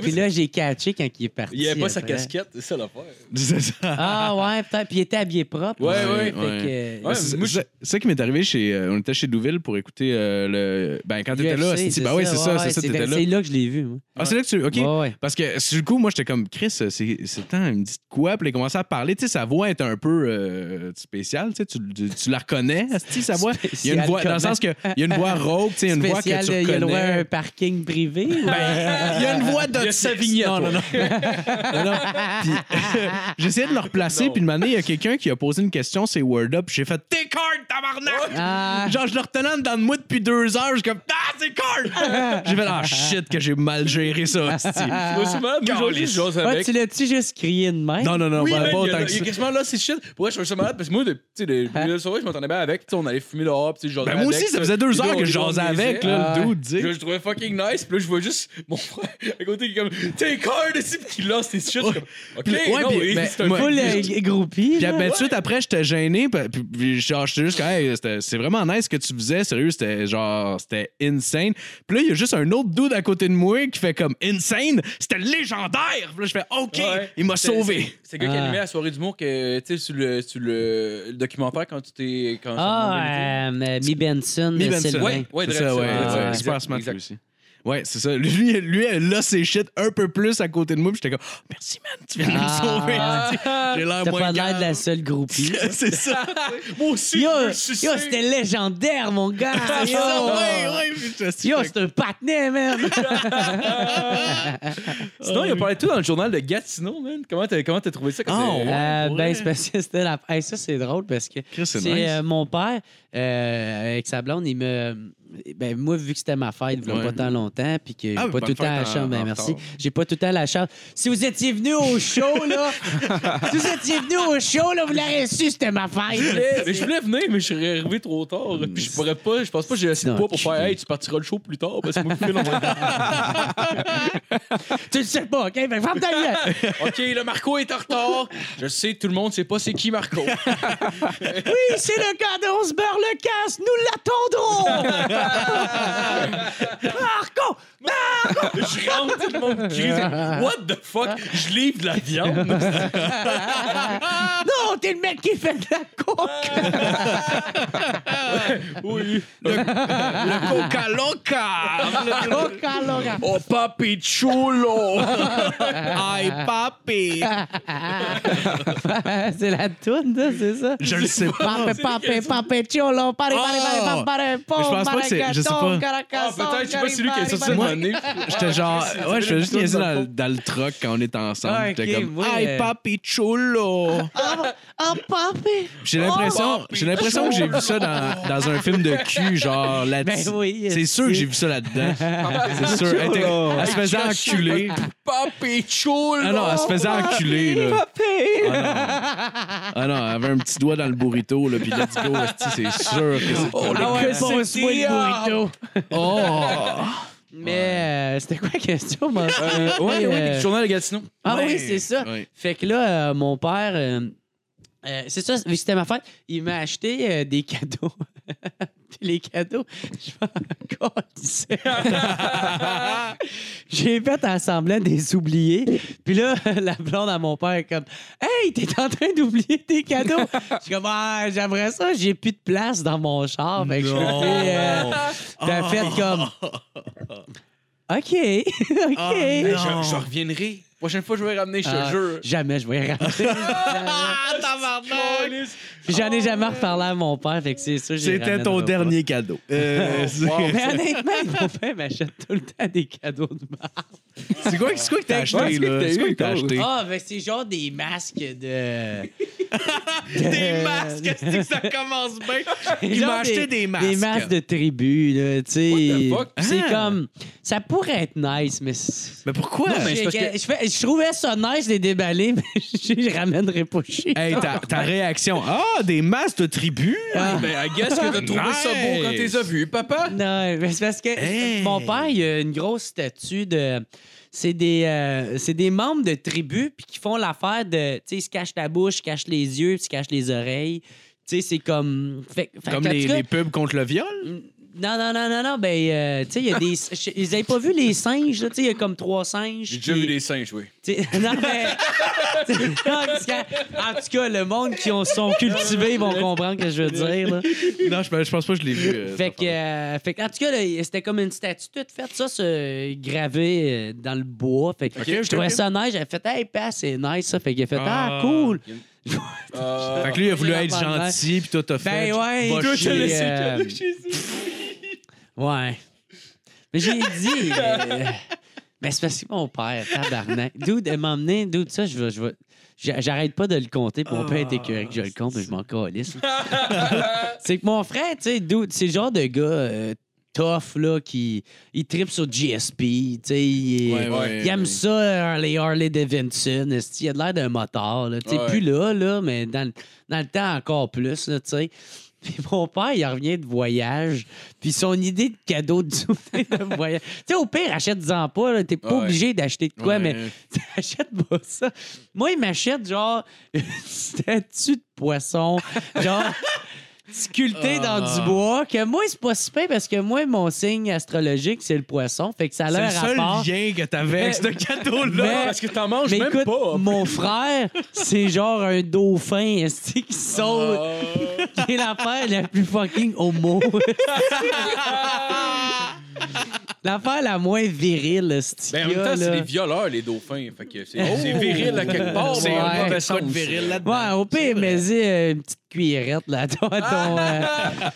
S5: Puis là, j'ai catché quand il est parti.
S2: Il avait pas sa
S5: après.
S2: casquette, c'est ça l'affaire.
S3: C'est ça.
S5: Ah ouais, peut-être. Puis il était habillé propre.
S2: Ouais,
S5: aussi,
S2: ouais,
S5: fait que- euh,
S2: Ouais,
S3: C'est
S2: moi, je-
S3: c'est- c'est ça qui m'est arrivé chez. euh, on était chez Douville pour écouter euh, le. Ben, quand t'étais là,
S5: UFC,
S3: c'est bah ouais, c'est ça,
S5: ouais,
S3: c'est ça,
S5: vrai,
S3: t'étais là.
S5: C'est là que je l'ai vu. moi.
S3: Ah, c'est là que tu. Ok.
S5: Ouais, ouais.
S3: Parce que, sur le coup, moi, j'étais comme Chris, euh, c'est c'est le temps, il me dit de quoi, puis il commençait à parler. Tu sais, sa voix est un peu euh, spéciale, tu sais, tu, tu- tu la reconnais, asti, sa voix. Il y a une voix, dans le sens qu'il y a une voix rauque, tu sais, une voix que tu
S5: Spécial, euh, il y a le droit à un
S3: reconnais. Ben,
S5: parking privé. ou-
S3: Il y a une voix de.
S2: Il y a sa vignette,
S3: Non, non, non. Non, non. Puis, J'essayais de le replacer,
S2: Non.
S3: puis de m'amener, il y a quelqu'un qui a posé une question, c'est Word Up, puis j'ai fait T'es card, tabarnak!
S5: Ah.
S3: Genre, je le retenais en dedans de moi depuis deux heures. Je suis comme, ah, c'est card! j'ai fait, ah, shit, que j'ai mal géré ça, hostie.
S2: Moi, souvent, aujourd'hui, je jase
S5: Ah,
S2: avec.
S5: tu l'as-tu juste crié de même?
S3: Non, non, non,
S2: Oui,
S3: pas-
S2: man,
S3: pas
S2: il y a-
S3: autant
S2: il
S3: que
S2: y
S3: ça. Hein?
S2: a quasiment là, c'est shit. Pour vrai, je suis ça malade parce que moi, de- tu sais, le le soirée, je m'entendais bien avec. Tu sais, on allait fumer dehors. Puis, tu sais, je jasais
S3: Ben, moi aussi,
S2: avec,
S3: ça faisait
S2: Les
S3: deux
S2: deux,
S3: heures
S2: on-
S3: que
S2: les
S3: je
S2: deux, on
S3: jasais
S2: niaisait.
S3: avec, là, le dude, tu
S2: Je,
S3: sais.
S2: je trouvais fucking nice. Puis là, je vois juste mon frère à côté qui est comme, t'es card ici, puis qui lance tes shit. Je suis comme, Ok,
S3: Puis- ouais,
S2: non,
S3: puis-
S2: oui,
S3: mais-
S2: c'est un
S3: moi-
S2: full-
S5: Full euh, groupie.
S3: Puis
S5: là.
S3: ben, tout de suite après, j'étais gêné. Puis, puis- puis genre, j'étais juste comme, hey, c'était- c'est vraiment nice ce que tu faisais. Sérieux, c'était genre, c'était insane. Puis là, il y a juste un autre dude à côté de moi qui fait comme, insane, c'était légendaire. Puis là, je fais, OK,
S2: Ouais.
S3: il m'a
S2: C'est-
S3: sauvé.
S2: C'est c'est le gars qui
S5: Ah.
S2: animait la soirée d'humour que, tu sais, sur le, sur le, le documentaire quand tu t'es. quand-
S5: Ah, euh, Mi Benson.
S3: Mi
S5: euh,
S3: Benson.
S5: Sylvain.
S2: Ouais, ouais,
S3: C'est
S2: direct,
S3: ça, ouais.
S5: ouais,
S3: ouais.
S5: ouais.
S3: Super
S2: Exact,
S3: smart, lui
S2: exact.
S3: aussi. Ouais, c'est ça. Lui, lui, elle a ses shit un peu plus à côté de moi. Puis j'étais comme, Oh, merci, man, tu viens de me sauver. J'ai l'air
S5: Ah, T'as
S3: moins
S5: pas l'air
S3: calme.
S5: de la seule groupie.
S3: c'est ça. moi aussi,
S5: Yo,
S3: je veux
S5: yo
S3: sucer.
S5: c'était légendaire, mon gars.
S3: Ah, C'est
S5: Yo,
S3: ça, ouais, ouais. puis j'étais-
S5: Yo, c'est un patinet, man.
S2: Sinon, il a parlé de tout dans le journal de Gatineau, man. Comment t'as comment t'as trouvé ça? quand
S3: Ah,
S2: t'es-
S3: ouais.
S5: Euh,
S3: pour
S5: ben,
S3: vrai.
S5: c'est parce que c'était la. Hey, ça, c'est drôle parce que
S3: Chris, c'est
S5: c'est
S3: nice.
S5: euh, mon père, euh, avec sa blonde, il me. Ben, moi, vu que c'était ma fête, il
S3: Ouais.
S5: pas tant longtemps, puis que j'ai
S3: Ah,
S5: pas
S3: bonne
S5: tout le temps
S3: fête
S5: la
S3: en-
S5: chance. Ben,
S3: en
S5: merci.
S3: retard.
S5: J'ai pas tout le temps la chance. Si vous étiez venu au show, là. si vous étiez venu au show, là, vous l'aurez su, c'était ma fête. là.
S2: Mais je voulais venir, mais je serais arrivé trop tard. Puis je pourrais pas, je pense pas que j'ai assez de
S5: Non,
S2: poids pour faire
S5: tu-
S2: Hey, tu partiras le show plus tard parce que moi, je file, on va être tard.
S5: tu le sais pas, OK? Ben, ferme ta gueule.
S2: OK, le Marco est en retard. Je sais, tout le monde sait pas c'est qui Marco.
S5: Oui, c'est le cadeau, on se beurre le casse, nous l'attendrons! Marco!
S2: je rentre, tout le monde crie What the fuck? Je livre de la viande.
S5: Non, t'es le mec qui fait de la coke!
S2: oui.
S3: Le coca loca.
S5: Coke à l'orange.
S2: Oh, papi chulo.
S3: Aïe, papi.
S5: c'est la toune, là, c'est ça?
S3: Je le sais pas.
S5: Pape, pape, pape, cholo, pare, pare, pare, pare, pare,
S3: Oh! Mais je pense pas que c'est- je sais pas.
S2: Ah, peut-être, je sais pas si c'est lui qui a sorti ça de ma nez.
S3: J'étais genre, ouais, je vais juste niaiser dans, dans le truck quand on est
S5: Ah,
S3: ensemble. J'étais
S5: ok,
S3: comme,
S5: ouais.
S3: aïe, papi chulo.
S5: Ah, pape!
S3: J'ai
S5: Oh,
S3: l'impression, j'ai l'impression que j'ai vu ça dans, dans un film de cul, genre là
S5: Ben oui,
S3: C'est sûr que j'ai vu ça là-dedans. C'est sûr. Elle, était- elle se faisait enculer.
S2: Papi chulo.
S3: Ah non, elle se faisait enculer, là. Ah non, elle avait un petit doigt dans le burrito, là, puis let's go, esti, c'est sûr que c'est...
S5: Oh,
S2: le
S5: ouais,
S2: casse-
S5: bon, c'est le burrito.
S3: Oh!
S5: Mais euh, c'était quoi la question, moi?
S2: Euh, ouais, ouais,
S5: Euh,
S2: le journal de Gatineau.
S5: Ah oui, c'est ça.
S3: Ouais.
S5: Fait que là, euh, mon père, euh, euh, c'est ça, vu que c'était ma fête, il m'a acheté euh, des cadeaux. Puis les cadeaux, je m'en calissais. J'ai fait en semblant des oubliés. Puis là, la blonde à mon père est comme Hey, t'es en train d'oublier tes cadeaux. Je suis comme Ah, j'aimerais ça, j'ai plus de place dans mon char. Fait que je
S3: Non.
S5: fais, euh, T'as fait comme OK, OK.
S3: Oh,
S2: Je,
S3: non.
S2: je reviendrai. Prochaine fois, je vais ramener, je te
S5: Ah,
S2: jure.
S5: Jamais je vais y raconter. Puis J'en ai jamais reparlé à mon père, fait que c'est sûr. j'y
S3: C'était ton
S5: ramènerai pas.
S3: dernier cadeau. Euh, c'est-
S5: Mais honnêtement, mon père m'achète tout le temps des cadeaux de marque.
S3: c'est quoi, c'est quoi que t'as
S4: Ouais,
S3: acheté,
S4: c'est quoi
S3: là?
S4: que t'as
S3: C'est quoi
S4: eu,
S3: que t'as
S4: Claude?
S3: acheté?
S5: Ah, ben c'est genre des masques de.
S3: Des masques, c'est que ça commence bien. Il m'a acheté des masques.
S5: Des masques de tribu, là, tu sais.
S2: What the fuck?
S5: C'est
S3: Ah.
S5: comme. Ça pourrait être nice, mais. c'est-
S3: Mais pourquoi?
S5: J'ai- je, fais- je trouvais ça nice de les déballer, mais je les ramènerais pas chez.
S3: Hey, ta, ta réaction. Ah, des masques de tribu?
S2: Ben, I guess que t'as trouvé ça beau quand t'es as vus, papa.
S5: Non, mais c'est parce que
S3: Hey.
S5: mon père, il a une grosse statue de. C'est des, euh, c'est des membres de tribus puis qui font l'affaire de. Tu sais, ils se cachent la bouche, ils se cachent les yeux, puis ils se cachent les oreilles. Tu sais, c'est comme. fait- fait
S3: Comme
S5: qu'en
S3: les,
S5: tout cas,
S3: les pubs contre le viol?
S5: Non, non, non, non, non. Ben, euh, tu sais, il y a des. je- Ils avaient pas vu les singes, là. Tu sais, il y a comme trois singes.
S2: J'ai déjà
S5: qui-
S2: vu des singes, oui.
S5: tu sais, Non, mais. tu sais, non, parce que- en tout cas, le monde qui ont, sont cultivés vont comprendre ce que je veux dire, là.
S3: Non, je, je pense pas que je l'ai vu. euh,
S5: Fait
S3: cette
S5: que, euh, fait que, en tout cas, là, c'était comme une statue toute faite, ça, se gravé euh, dans le bois. Fait que
S3: Ok,
S5: je
S3: ok,
S5: trouvais
S3: ok.
S5: ça nice. J'avais fait, hey, passe, c'est nice, ça. Fait qu'il a fait,
S3: Ah.
S5: ah, cool.
S2: Euh,
S3: Fait que lui, il a voulu
S5: J'ai
S3: être
S5: l'abandonné.
S3: gentil, puis toi, t'as fait. euh,
S5: Ben ouais,
S3: va
S5: toi, t'as
S3: chier.
S5: laissé le cadeau chez eux. Ouais. Mais j'ai dit. euh, mais c'est parce que mon père, tabarnak. Dude, elle m'a emmené, dude, ça, je vais. je vais- j'a- J'arrête pas de le compter, puis mon père était écœuré que je le compte, mais je m'en calisse. c'est que mon frère, tu sais, dude, c'est le genre de gars euh, tough, là, qui. Il tripe sur GSP, tu sais. Il,
S3: Ouais,
S5: est-
S3: ouais,
S5: il aime
S3: ouais.
S5: ça, euh, les Harley Davidson. esti, Il a de l'air d'un motard, là. Tu sais,
S2: Ouais.
S5: plus là, là, mais dans, le- dans le temps encore plus, là, tu sais. Puis mon père, il revient de voyage. Puis son idée de cadeau de souvenir de voyage. tu sais, au pire, achète-en pas. là. T'es pas
S2: Ouais.
S5: obligé d'acheter de quoi,
S3: Ouais.
S5: mais achète pas ça. Moi, il m'achète genre une statue de poisson. Genre. sculptée
S2: Ah.
S5: dans du bois, que moi, c'est pas si pire parce que moi, mon signe astrologique, c'est le poisson. Fait que ça a
S3: C'est le
S5: l'air
S3: seul
S5: rapport.
S3: lien que t'avais avec ce
S5: Mais-
S3: cadeau-là. Ah,
S5: mais-
S2: parce que t'en manges
S5: Mais
S2: même
S5: écoute,
S2: pas.
S5: mon frère, c'est genre un dauphin esti, qui
S2: Ah.
S5: saute.
S2: Euh,
S5: C'est l'affaire la plus fucking homo. L'affaire la moins virile, c'est
S2: Ben, en même temps, c'est
S5: euh.
S2: des violeurs, les dauphins. Fait que c'est c'est viril à quelque part.
S5: C'est
S2: mais
S5: un
S2: en
S5: mauvais
S2: même temps,
S3: de viril là-dedans.
S5: Ouais, au pire, mais c'est une petite cuillerette, là, ton, ton, euh,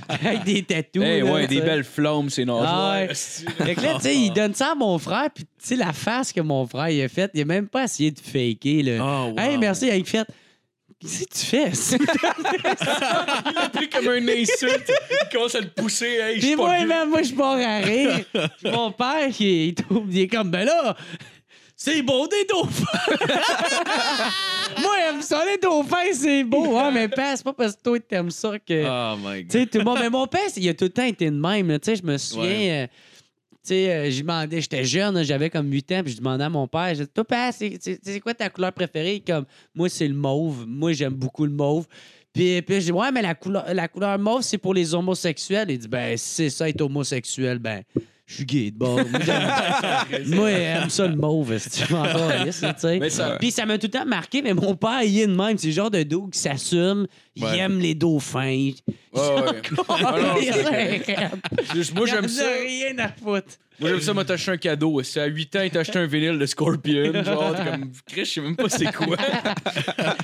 S5: avec Eh des tatous.
S2: Hey,
S5: là,
S2: ouais,
S5: tu
S2: des
S5: sais.
S2: belles flammes, c'est
S5: Ah
S2: nageoires.
S5: ouais. Fait que là, tu sais, il donne ça à mon frère, puis tu sais, la face que mon frère il a faite, il a même pas essayé de faker, là.
S2: Ah,
S3: Oh, wow.
S5: Hey, merci, il a fait. Qu'est-ce que tu fais? ça?
S2: Pris comme une insulte. Il commence à le pousser. Hey, je
S5: Puis
S2: suis
S5: moi,
S2: pas vieux.
S5: même, moi, je pars à rire. Puis mon père, il, il trouve, il est comme, ben là, c'est beau des dauphins. moi, j'aime ça, les dauphins, c'est beau. Ouais, mais père, c'est pas parce que toi, t'aimes ça
S2: Ah,
S5: que.
S3: Oh my
S5: Tu
S3: god.
S5: sais, tout le monde. Mais mon père, il a tout le temps été de même. là. Tu sais, je me souviens. euh, tu sais, euh, je demandais, j'étais jeune, là, j'avais comme 8 ans, puis je demandais à mon père, je disais, toi, père, c'est- c'est c'est quoi ta couleur préférée? Comme, moi, c'est le mauve. Moi, j'aime beaucoup le mauve. Puis, puis je dis, ouais, mais la couleur, la couleur mauve, c'est pour les homosexuels. Il dit, ben, si c'est ça, être homosexuel, ben, je suis gay de bord. Moi, j'aime- Moi, j'aime ça le mauve, si tu m'en calisse, tu sais.
S2: Mais ça-
S5: Puis ça m'a tout le temps marqué, mais mon père, il est de même. C'est le genre de dos qui s'assume, il
S2: Ouais.
S5: aime les dauphins.
S2: Ouais, ouais. Ah non, c'est correct. Juste, Moi, j'aime ça.
S5: rien à foutre.
S2: Moi, j'aime ça, m'a t'acheter un cadeau. Si à 8 ans, il t'a acheté un vinyle de Scorpion, genre, t'es comme, Chris, je sais même pas c'est quoi.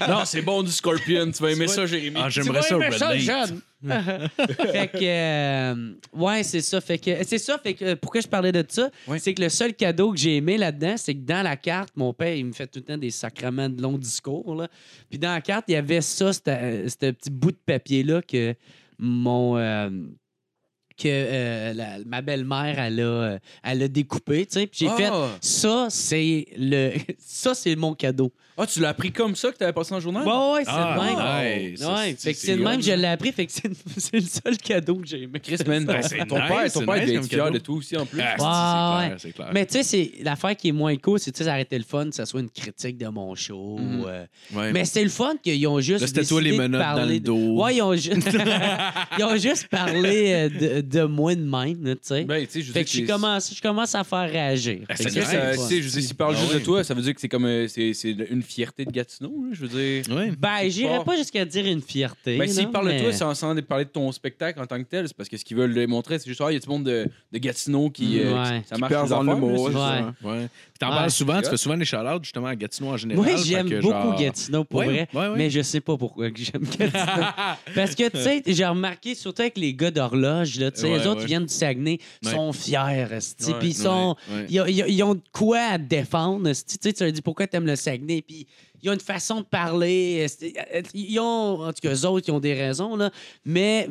S2: non, c'est bon du Scorpion, tu vas aimer ça, Jérémy.
S3: Ah, j'aimerais ça, relate.
S5: jeune. fait que euh, ouais, c'est ça fait que c'est ça fait que euh, pourquoi je parlais de ça, c'est que le seul cadeau que j'ai aimé là-dedans, c'est que dans la carte, mon père, il me fait tout le temps des sacrements de longs discours là. Puis dans la carte, il y avait ça, c'était euh, c'était un petit bout de papier là que mon euh, que euh, la- ma belle-mère elle a euh, elle a découpé, tu sais, puis j'ai
S2: Ah.
S5: fait ça c'est le ça c'est mon cadeau.
S2: Ah, tu l'as appris comme ça que t'avais passé dans le journal?
S5: Ouais, ouais, c'est
S3: Ah,
S5: le même.
S3: nice. Ça,
S5: Ouais,
S3: c'est-
S5: fait que
S3: c'est
S5: c'est le
S3: hot,
S5: même, je
S3: là.
S5: l'ai appris, fait que c'est c'est le seul cadeau que j'ai aimé.
S2: Chris, man, ton,
S3: Ben, c'est
S2: ton
S3: nice,
S2: père, ton
S3: c'est
S2: père
S3: nice
S2: devait
S3: comme
S2: être fier
S3: cadeau.
S2: de toi aussi, en plus.
S3: Ah,
S5: Ouais,
S3: c'est- c'est
S5: ouais.
S3: clair, c'est clair.
S5: Mais tu sais, c'est l'affaire qui est moins cool, c'est tu sais, ça aurait été le fun que ça soit une critique de mon show. euh,
S3: Ouais.
S5: Mais c'est le fun qu'ils ont juste.
S3: Mhm. Là, c'était toi les
S5: décidé de
S3: menottes dans
S5: parler
S3: le
S5: de-
S3: dos.
S5: Ouais, ils ont, ju- ils ont juste parlé euh, de, de moi de même, là, tu sais.
S2: Ben, tu sais, je
S5: fait
S2: sais
S5: que je
S2: que
S5: commence, je commence à faire réagir.
S3: Ah,
S5: Fait
S3: c'est
S5: que
S2: Chris,
S3: nice.
S5: c'est
S2: euh,
S5: le
S2: tu
S5: fun.
S2: sais, je veux dire, s'il parle
S3: Ah
S2: juste
S3: ouais.
S2: de toi, ça veut dire que c'est comme, euh, c'est c'est une fierté de Gatineau, là, je veux dire.
S3: Ouais.
S5: Ben, j'irais
S2: Bon.
S5: pas jusqu'à dire une fierté.
S2: Ben, s'ils
S5: là,
S2: parlent de
S5: mais-
S2: toi sans, sans parler de ton spectacle en tant que tel, c'est parce que ce qu'ils veulent démontrer, c'est juste, ah, il y a du monde de, de Gatineau qui. euh,
S5: Ouais.
S2: qui- ça
S4: Qui
S2: marche
S4: perd
S2: les
S4: dans le
S2: affaires,
S4: mot.
S2: là,
S4: ouais,
S2: c'est-
S5: Ouais.
S4: ça.
S3: Ouais. Puis t'en
S5: Ouais.
S3: parles souvent, tu
S2: Ouais.
S3: fais souvent des shout justement à Gatineau en général.
S5: Moi,
S3: fait que
S5: j'aime beaucoup
S3: genre-
S5: Gatineau, pour
S3: Ouais,
S5: vrai.
S3: ouais, ouais.
S5: Mais je sais pas pourquoi que j'aime Gatineau. Parce que, tu sais, j'ai remarqué, surtout avec les gars d'horloge, là, tu sais,
S3: Ouais,
S5: les autres,
S3: ouais.
S5: ils viennent du Saguenay, ils
S3: Ouais.
S5: sont fiers, esti,
S2: Ouais,
S5: puis ils sont...
S3: ouais, ouais.
S5: Ils, ont- ils ont- ils ont de quoi à défendre, esti. tu sais, tu leur dis pourquoi t'aimes le Saguenay, puis ils ont une façon de parler, esti. ils ont, en tout cas, eux autres, ils ont des raisons, là, mais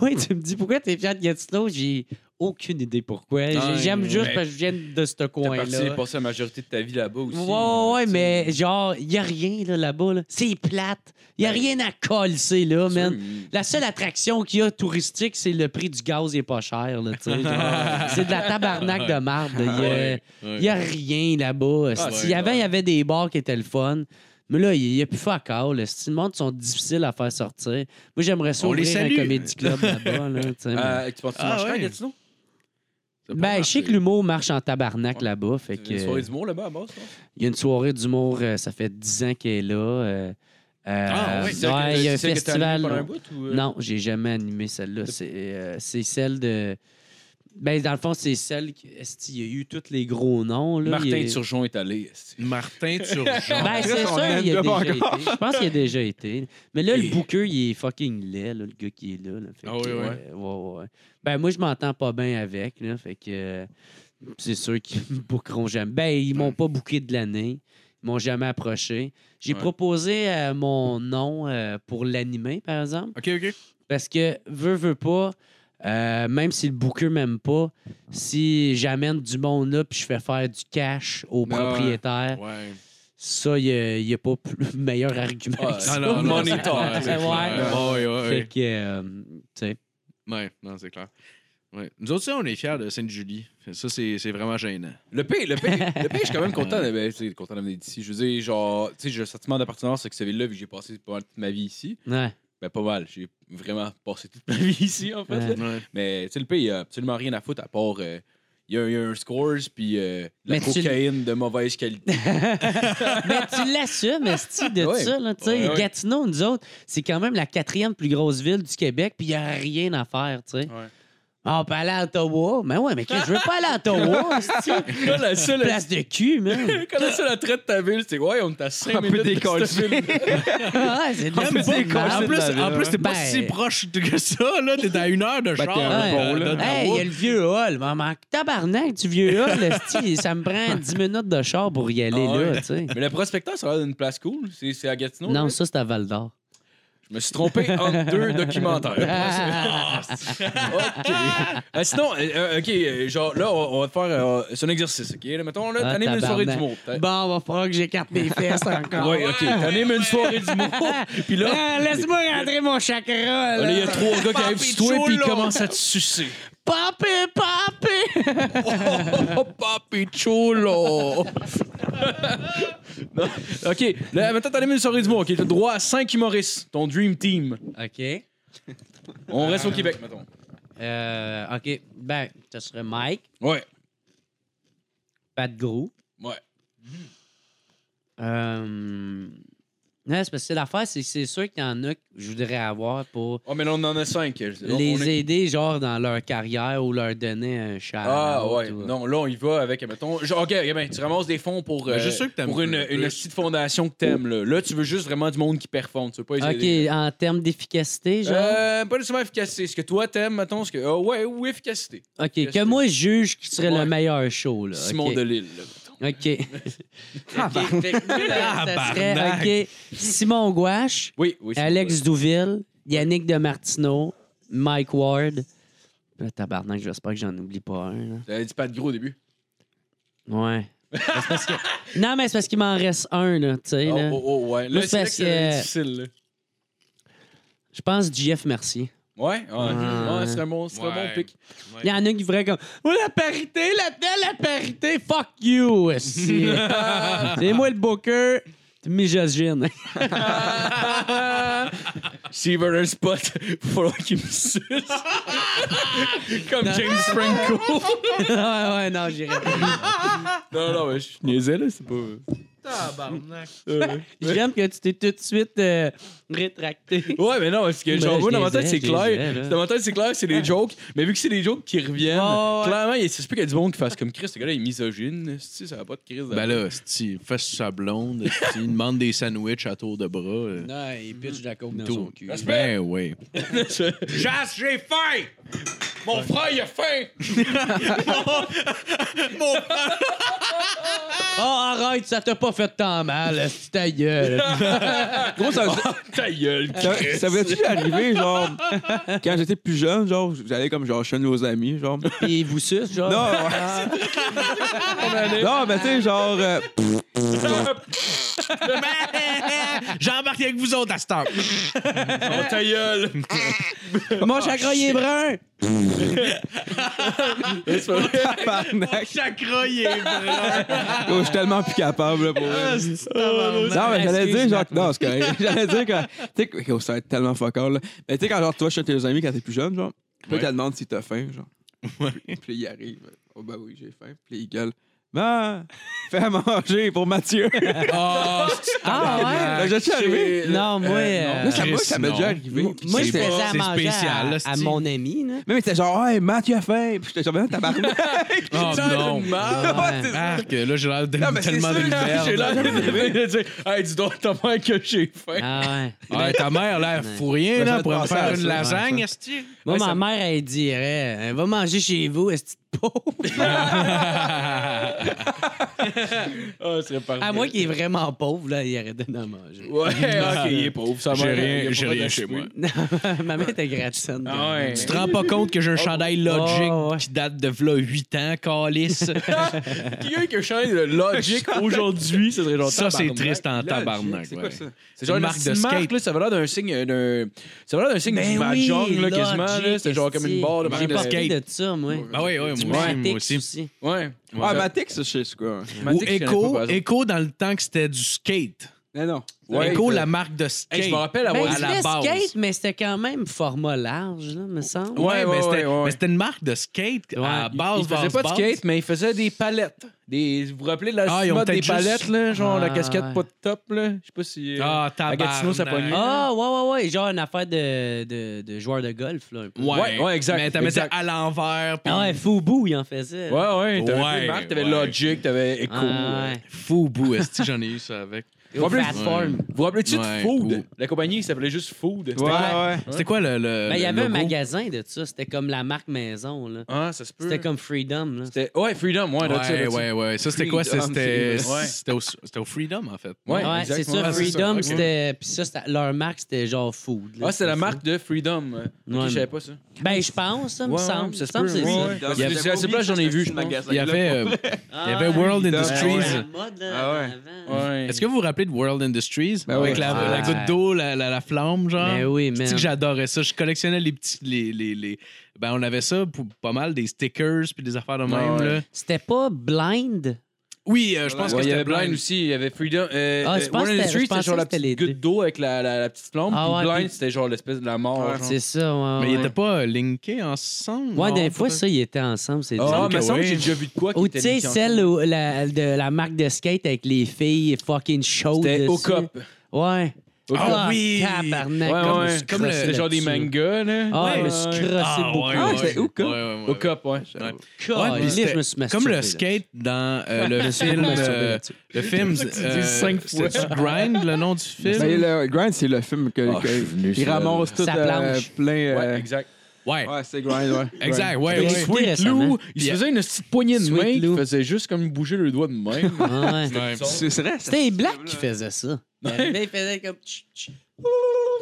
S5: moi, tu me dis pourquoi t'es fier de Gatineau, j'ai aucune idée pourquoi, J'ai-
S2: Ouais,
S5: j'aime juste
S2: ouais.
S5: parce que je viens de ce
S2: T'as
S5: coin-là.
S2: parti- passé la majorité de ta vie là-bas aussi.
S5: Ouais,
S2: euh,
S5: ouais, ouais,
S2: tu sais.
S5: mais genre, il n'y a rien là, là-bas. Là. C'est plate. Il n'y a rien à coller là,
S2: Ben, C'est sûr,
S5: man.
S2: mais-
S5: La seule attraction qu'il y a touristique, c'est le prix du gaz est pas cher. Là, tu sais, genre. c'est de la tabarnak de marde. Il
S3: Ouais.
S5: n'y a, rien là-bas.
S2: Ah,
S5: Si
S2: ouais,
S5: avant, il y avait des bars qui étaient le fun. Mais là, il n'y a plus fuck all. là. Si le monde sont difficiles à faire sortir. Moi, j'aimerais ça
S3: On les
S5: ouvrir un
S3: salue.
S5: comédie club là-bas. là, tu sais, mais-
S2: Euh, tu penses que tu
S3: Ah,
S2: manges
S3: ouais.
S2: bien, Gatineau?
S5: ben, je sais que l'humour marche en tabarnak là-bas. Fait
S2: Il y a
S5: que...
S2: Une soirée d'humour là-bas à base,
S5: Il y a une soirée d'humour, euh, ça fait 10 ans qu'elle est là. euh, euh,
S3: Ah, oui,
S5: ouais,
S3: c'est
S5: il y a un euh? festival.
S2: Non,
S5: non. Non, j'ai jamais animé celle-là. C'est euh, c'est celle de. Ben, dans le fond, c'est celle qui. Est-ce qu'il y a eu tous les gros noms? Là, il y
S2: Martin
S5: a-
S2: Turgeon est allé. esti.
S3: Martin Turgeon.
S5: Ben, c'est
S4: Ah, On
S5: ça, il y a
S4: l'aime
S5: déjà
S4: pas
S5: été.
S4: encore.
S5: Je pense qu'il a déjà été. Mais là, le booker, il est fucking laid, là, le gars qui est là. là. Fait
S3: Ah
S5: que,
S3: oui, ouais.
S5: euh, ouais, ouais. Ben, moi, je m'entends pas bien avec, là. Fait que euh, c'est sûr qu'ils me bookeront jamais. Ben, ils m'ont pas booké de l'année. Ils m'ont jamais approché. J'ai
S2: Ouais.
S5: proposé euh, mon nom euh, pour l'animer, par exemple.
S3: OK, OK.
S5: Parce que, veux, veux pas, euh, même si le booker m'aime pas, si j'amène du monde là puis je fais faire du cash au
S3: Ah
S2: ouais.
S5: propriétaire,
S3: Ouais.
S5: ça, il n'y a, pas plus meilleur argument.
S2: Ah,
S5: que
S2: non,
S5: ça.
S2: non, non, Money
S5: Ouais.
S2: talk,
S5: Ouais.
S2: c'est clair.
S3: Ouais, ouais,
S5: Fait
S3: ouais.
S5: que, euh, tu sais.
S3: Ouais, non, c'est clair. Ouais. Nous autres, ça, on est fiers de Sainte-Julie. Ça, c'est c'est vraiment gênant.
S2: Le pire, le pire, le pire, je suis quand même content de- ben, tu sais, content d'amener d'ici. Je veux dire, genre, tu sais, j'ai un sentiment d'appartenance avec cette ville-là, vu que j'ai passé pas mal toute ma vie ici.
S5: Ouais.
S2: Ben, pas mal. J'ai vraiment passé toute ma vie ici, en fait.
S5: Ouais.
S2: là.
S3: Ouais.
S2: Mais, tu sais, le pire, il y a absolument rien à foutre à part. euh, il y, a- il y a un scores, puis euh, de la
S5: Mais tu-
S2: cocaïne de mauvaise qualité.
S5: Mais tu l'assumes, Esti, de
S2: Ouais.
S5: ça. Là, tu sais.
S2: Ouais, ouais.
S5: Gatineau, nous autres, c'est quand même la quatrième plus grosse ville du Québec, puis il n'y a rien à faire. tu sais. Ah, on peut aller à Ottawa. Mais ouais, mais Chris, je veux pas aller à Ottawa. c'est-tu?
S2: Là, la seule,
S5: Place de cul, man.
S2: quand la seule attrait de ta ville, c'est ouais, on est à 5
S4: Un peu
S2: minutes de cette
S4: décollé.
S2: ville.
S5: Ah, c'est de la
S3: Même pas-
S5: bonne merde.
S3: en plus,
S5: Ben,
S3: en plus, t'es pas
S5: ben,
S3: si proche de- que ça, là. T'es à une heure de char.
S4: t'es un
S5: Ouais,
S4: bon,
S3: euh,
S4: là.
S3: d'Ottawa.
S5: Hey, il y a le vieux hall, maman. Tabarnak du vieux hall, esti, ça me prend 10 minutes de char pour y aller,
S2: Ah ouais.
S5: là, tu sais.
S2: Mais le prospecteur, ça a l'air d'une place cool. C'est c'est à Gatineau.
S5: Non,
S2: là.
S5: ça, c'est à Val d'Or.
S2: Je me suis trompé entre deux documentaires.
S5: Ah,
S2: OK. Euh, sinon, euh, euh, OK, euh, genre, là, on, on va te faire. euh, c'est un exercice, OK? Là, mettons, là,
S5: Ah,
S2: t'animes une soirée
S5: tabarnak.
S2: d'humour. T'as-
S5: Bon, va falloir que j'écarte mes fesses encore.
S2: Ouais, OK. T'animes une soirée d'humour. Puis là,
S5: Ah, Laisse-moi rentrer mon chakra,
S2: là, il y a
S5: là.
S2: trois gars qui arrivent sur toi, puis ils commencent à te sucer.
S5: Popé, popé!
S2: Oh, papi cholo! Non, OK, là, maintenant, t'animes une soirée d'humour. OK, t'as droit à cinq humoristes, ton dream team.
S5: OK.
S2: On reste au Québec, mettons.
S5: Euh, OK. Ben, ce serait Mike,
S2: Ouais,
S5: Pat Gros.
S2: ouais.
S5: Euh... Non, c'est parce que l'affaire, c'est que c'est sûr qu'il y en a que je voudrais avoir pour
S2: Oh, mais là, on en a cinq. Je- on- on
S5: les
S2: est-
S5: aider, genre, dans leur carrière ou leur donner un chat.
S2: Ah, ouais.
S5: euh,
S2: Non, là, on y va avec, mettons. Genre, OK, eh ben, tu ramasses des fonds pour,
S3: Mais je
S2: euh,
S3: suis sûr que t'aimes
S2: pour
S3: un
S2: une,
S3: peu
S2: une
S3: plus.
S2: petite fondation que t'aimes. Là. là, tu veux juste vraiment du monde qui performe. Tu veux pas les
S5: OK,
S2: aider.
S5: en termes d'efficacité, genre.
S2: Euh, pas nécessairement efficacité. Ce que toi t'aimes, mettons, ce que. ah ouais, ou efficacité.
S5: OK,
S2: qu'est-ce
S5: que moi, je juge qui serait
S2: Ouais.
S5: le meilleur show, là.
S2: Simon
S5: OK.
S2: Delille. là.
S5: OK.
S2: Ah,
S5: OK, fait que moi, là, ça serait, OK, Simon Gouache,
S2: Oui, Ah, oui. Simon
S5: Alex
S2: Delille.
S5: Douville, Yannick de Martineau, Mike Ward. Là, tabarnak, j'espère que j'en oublie pas un, là.
S2: T'avais dit Euh, pas de gros au début.
S5: Ouais. C'est parce que- Non, mais c'est parce qu'il m'en reste un, là, tu sais.
S2: Oh,
S5: là.
S2: oh, oh, ouais. Là,
S5: Moi,
S2: c'est là que
S5: c'est
S2: c'est
S5: parce
S2: difficile. Là.
S5: Je pense JF Mercier.
S2: Ouais, ouais.
S5: Ouais.
S2: ouais c'est un bon, c'est un bon
S3: Ouais.
S2: pic.
S5: Il y en a qui voudraient comme « Oh, la parité, là-dedans, la parité, fuck you! » esti. C'est moi le booker, t'es misogyne.
S2: S'il veut un spot, il va falloir qu'il me suce. Comme James Franco.
S5: ouais, ouais, non, j'irais pas.
S2: non, non, mais je suis niaisé, là, c'est pas.
S3: Tabarnak.
S5: J'aime que tu t'es tout de suite euh, rétracté.
S2: Ouais, mais non, parce que
S5: Mais
S2: genre,
S5: là,
S2: moi,
S5: je
S2: dans ma
S5: les
S2: tête,
S5: ai,
S2: c'est
S5: je les ai,
S2: clair.
S5: là.
S2: Dans ma tête, c'est clair, c'est
S3: Ah.
S2: des jokes. Mais vu que c'est des jokes qui reviennent,
S5: Ouais, ouais.
S2: clairement, il ça se peut qu'il y a du monde qui fasse comme Chris, ce gars-là, il est misogyne. Si, ça va pas de crise.
S3: Ben là, si fais sa blonde, esti, il demande des sandwichs à tour de bras. euh,
S5: Non, il pitch de la coke dans
S3: tout.
S5: son cul.
S3: Ben oui.
S2: Chasse, j'ai faim! Mon frère, il a faim!
S5: Oh, arrête, ça t'a pas fait tant mal, esti, ta gueule.
S4: Gros, ça,
S2: Ta gueule,
S3: Oh.
S4: ça, ça tu arriver, genre, quand j'étais plus jeune, genre, j'allais comme, genre, chez nos amis, genre.
S5: Et vous suce, genre. Ah,
S4: Non, ouais. non, mais tu sais, genre, euh,
S3: J'embarque avec vous autres à cette heure.
S2: Mon ta gueule!
S5: Mon chakra, il est brun.
S2: C'est pas vrai.
S4: tabarnak.
S3: Chakra, il est
S4: Gros, Je suis tellement plus capable, là, pour vrai. Non, mais j'allais dire, genre, non, c'est correct. J'allais dire que, tu sais, que- gros, ça va être tellement fucker, là. Mais tu sais, quand, genre, toi, je suis chez tes amis quand t'es plus jeune, genre, puis là,
S3: Ouais.
S4: t'as demandé si t'as faim, genre. Puis, puis il arrive. Oh, ben oui, j'ai faim. Puis il gueule. Ben, fais à manger pour Mathieu.
S5: Ah,
S4: Fait que je suis arrivé.
S5: Non, moi.
S3: non.
S5: euh,
S4: Là, ça, moi, ça m'est
S3: non.
S4: déjà arrivé.
S5: Moi,
S4: Puis
S5: moi,
S4: c'est-
S5: je
S3: C'est
S5: faisais
S3: pas-
S5: à
S3: c'est
S5: manger
S3: spécial, là,
S5: à, à
S3: c'est-
S5: mon ami. Là.
S4: Mais c'était genre, ouais, Mathieu a faim. Puis j'étais genre, Ben, tabarnak.
S3: Oh non.
S4: Ouais, c'est ça.
S3: Marc, là, j'ai l'air de
S2: Ah,
S4: Non, mais c'est
S3: tellement
S4: sûr,
S3: de
S2: J'ai l'air
S3: merde.
S2: de dire, hey, dis donc, ta mère que j'ai faim.
S5: Ah ouais.
S3: Ouais, ta mère, là, elle fout rien,
S4: Ben,
S3: là,
S4: ça
S3: pour
S4: te
S3: me
S4: pensait
S3: faire
S4: à
S3: une
S4: ça,
S3: lasagne, esti.
S5: Moi,
S2: Ouais,
S5: ma
S2: ça-
S5: mère, elle dirait euh, Va manger chez vous, est-ce que pauvre
S2: Ah, c'est parfait.
S5: À moi qui est vraiment pauvre, là, il aurait donné à manger.
S2: Ouais, ok, il est pauvre. sa
S3: J'ai
S2: mère,
S3: rien-
S2: il a pas
S3: j'ai
S2: fait
S3: rien
S2: de
S3: chez
S2: souper.
S3: moi.
S5: ma mère était gratuite.
S2: Ah ouais.
S3: Tu te rends pas compte que j'ai un chandail Logic
S5: Oh, ouais.
S3: qui date de v'là 8 ans, calice.
S2: Quelqu'un qui a changé de Logic aujourd'hui, ça serait genre
S3: Ça, c'est
S2: tabarnak.
S3: triste en tabarnak.
S4: C'est
S3: ouais.
S4: quoi ça?
S2: C'est genre une marque de skate. Là, ça avait l'air d'un signe euh, d'un. Ça avait l'air d'un signe
S5: Ben
S2: du
S5: oui,
S2: Mahjong, là, quasiment. là.
S5: logique,
S2: C'était genre comme une
S5: esti.
S2: barre de Ah
S5: J'ai
S2: marque de
S5: pas
S2: skate.
S5: de ça, moi.
S3: Ben oui, oui,
S5: Du
S3: moi aussi.
S5: Matix
S3: Moi aussi.
S5: aussi.
S2: Ouais.
S5: Ah, ben,
S4: Ouais, Matix, je sais, c'est quoi.
S3: Ou Echo, Echo dans le temps que c'était du skate.
S4: Non, non.
S6: Ouais,
S3: Echo,
S6: euh,
S3: la marque de skate.
S2: Hey, je me rappelle
S5: Ben,
S2: avoir
S5: c'était skate, mais c'était quand même format large, là, me semble.
S3: Ouais,
S2: ouais,
S3: mais
S2: ouais,
S3: c'était
S2: ouais.
S3: mais c'était une marque de skate à la
S5: Ouais, il-
S3: base.
S2: Il faisait
S3: base,
S2: pas de
S3: base.
S2: skate, mais il faisait des palettes. Des, vous vous rappelez de la
S3: Ah, ils ont
S2: mode des
S3: peut-être juste-
S2: palettes, là, genre la
S5: Ah,
S2: casquette
S5: ouais.
S2: pas de top, là. Je sais pas si. euh,
S3: Ah,
S2: à Gatineau, ça pognait.
S3: tabarnak.
S5: Ah, ouais, ouais, ouais. Genre une affaire de, de, de joueur de golf, là, un peu.
S3: Ouais,
S2: Ouais, ouais, exact,
S3: Mais t'as mis ça
S2: exact.
S3: à l'envers. puis
S5: Ah ouais, Fubu, il en faisait.
S2: Ouais, ouais. T'avais
S3: Ouais,
S2: plein de marques, t'avais
S3: ouais.
S2: Logic, t'avais Echo.
S5: Ah, ouais.
S3: Fou bout, est-ce que j'en ai eu ça avec?
S5: Et au
S2: Ouais, plus-
S5: platform.
S2: Vous vous rappelez-tu de
S3: Ouais,
S2: Food?
S3: cool.
S2: La compagnie, il s'appelait juste Food.
S4: Ouais,
S2: C'était-
S4: ouais.
S3: C'était quoi le. le
S5: Ben, il y
S3: le
S5: avait un
S3: logo?
S5: magasin de ça. C'était comme la marque maison, là.
S2: Ah, ça se peut.
S5: C'était comme Freedom, là.
S2: C'était- Ouais, Freedom, ouais, là-dessus.
S3: Ouais,
S2: là-dessus.
S3: ouais, ouais. Ça, c'était quoi? Ça,
S4: Freedom,
S3: C'était
S2: c'est- ouais.
S3: c'était au, c'était au Freedom, en fait.
S2: Ouais,
S5: Ouais, c'est
S2: exactement.
S5: ça.
S2: Ah, c'est ça.
S5: Freedom,
S2: Ok.
S5: c'était. Puis ça, c'était- leur marque, c'était genre food. là.
S2: Ah, c'est la marque de Freedom. Ok,
S5: Ouais,
S2: je savais
S5: mais-
S2: pas ça.
S5: Ben, je pense, ça me
S2: Ouais,
S5: semble.
S2: ouais,
S5: Ça
S2: ça
S5: me semble,
S2: se
S5: c'est
S2: peut,
S5: ça.
S2: ouais. Il y avait- c'est la seule place que j'en ai vu, je pense.
S3: Il y avait, euh, il y avait World Industries.
S5: C'est Ah, la mode, là.
S4: Ah ouais.
S5: avant.
S2: Ouais.
S3: Est-ce que vous vous rappelez de World Industries?
S4: Ben oui.
S3: Avec la,
S5: Ah.
S3: la goutte d'eau, la, la, la flamme, genre.
S5: Ben oui,
S3: C'est
S5: man.
S3: que j'adorais ça. Je collectionnais les petits. Les, les, les- Ben, on avait ça pour pas mal, des stickers puis des affaires de même.
S2: ouais.
S3: là.
S5: C'était pas Blind.
S3: Oui, euh, je pense
S2: Ouais, il y
S3: que c'était
S2: avait Blind
S3: blind.
S2: aussi, il y avait Freedom. Euh,
S5: Ah, je
S2: euh,
S5: pense
S2: One
S5: que c'était-
S2: Industry,
S5: je
S2: c'était
S5: pensais
S2: genre
S5: que
S2: la
S5: c'était
S2: petite
S5: les deux.
S2: goutte d'eau avec la, la, la petite flambe.
S5: Ah,
S2: puis
S5: ouais,
S2: Blind,
S5: puis-
S2: c'était genre l'espèce de la mort. genre.
S5: C'est ça, ouais.
S3: Mais ils
S5: ouais.
S3: étaient pas euh, linkés ensemble.
S5: Ouais,
S3: non,
S5: des fois,
S3: peut-être.
S5: ça, ils étaient ensemble, c'est
S2: Ah,
S5: dur.
S2: mais
S3: que
S2: ça,
S3: oui.
S2: j'ai déjà vu de quoi qui
S5: Ou
S2: était
S5: tu sais,
S2: mis en-
S5: celle où- la, de la marque de skate avec les filles fucking chaudes.
S2: C'était
S5: dessus.
S2: au cop.
S5: Ouais.
S3: Ah oui!
S5: Tabarnak.
S2: Ouais,
S5: comme
S2: ouais.
S5: je
S3: Comme le-
S5: crossais
S2: C'était genre des
S5: là-dessus.
S2: mangas, là.
S5: Ah,
S3: Ouais,
S5: je me suis crossé
S3: Ah,
S5: beaucoup.
S3: ouais,
S5: Ah,
S3: ouais,
S5: c'était-
S4: c'était au Cup?
S3: ouais, ouais, ouais.
S2: Au cop, ouais.
S3: Ouais.
S5: Ah,
S3: Ouais,
S5: là,
S3: c'était
S5: je me suis masturbé,
S3: Comme
S5: là.
S3: le skate dans euh, le
S5: suis
S3: film.
S5: masturbé
S3: euh,
S5: là-dessus.
S3: le film. euh, c'était-tu Grind, le nom du film.
S4: Mais Ben, le Grind, c'est le film que,
S2: Ah,
S4: que-
S2: je suis venu,
S4: il
S2: ça.
S4: ramasse tout
S5: Sa
S4: euh,
S5: planche.
S4: plein. euh,
S2: Ouais, exact.
S3: Ouais,
S4: ouais, c'est Grind, ouais.
S3: exact.
S4: Grind.
S3: Ouais,
S5: Sweet
S3: ouais.
S5: Lou, récemment.
S2: il se faisait une petite poignée de
S5: Sweet
S2: main,
S5: Lou.
S2: il faisait juste comme bouger le doigt de même.
S5: Ouais.
S3: Ouais.
S4: C'est c'est vrai, ça.
S5: C'était les Blacks qui faisaient ça. Ils faisaient comme. tch, tch.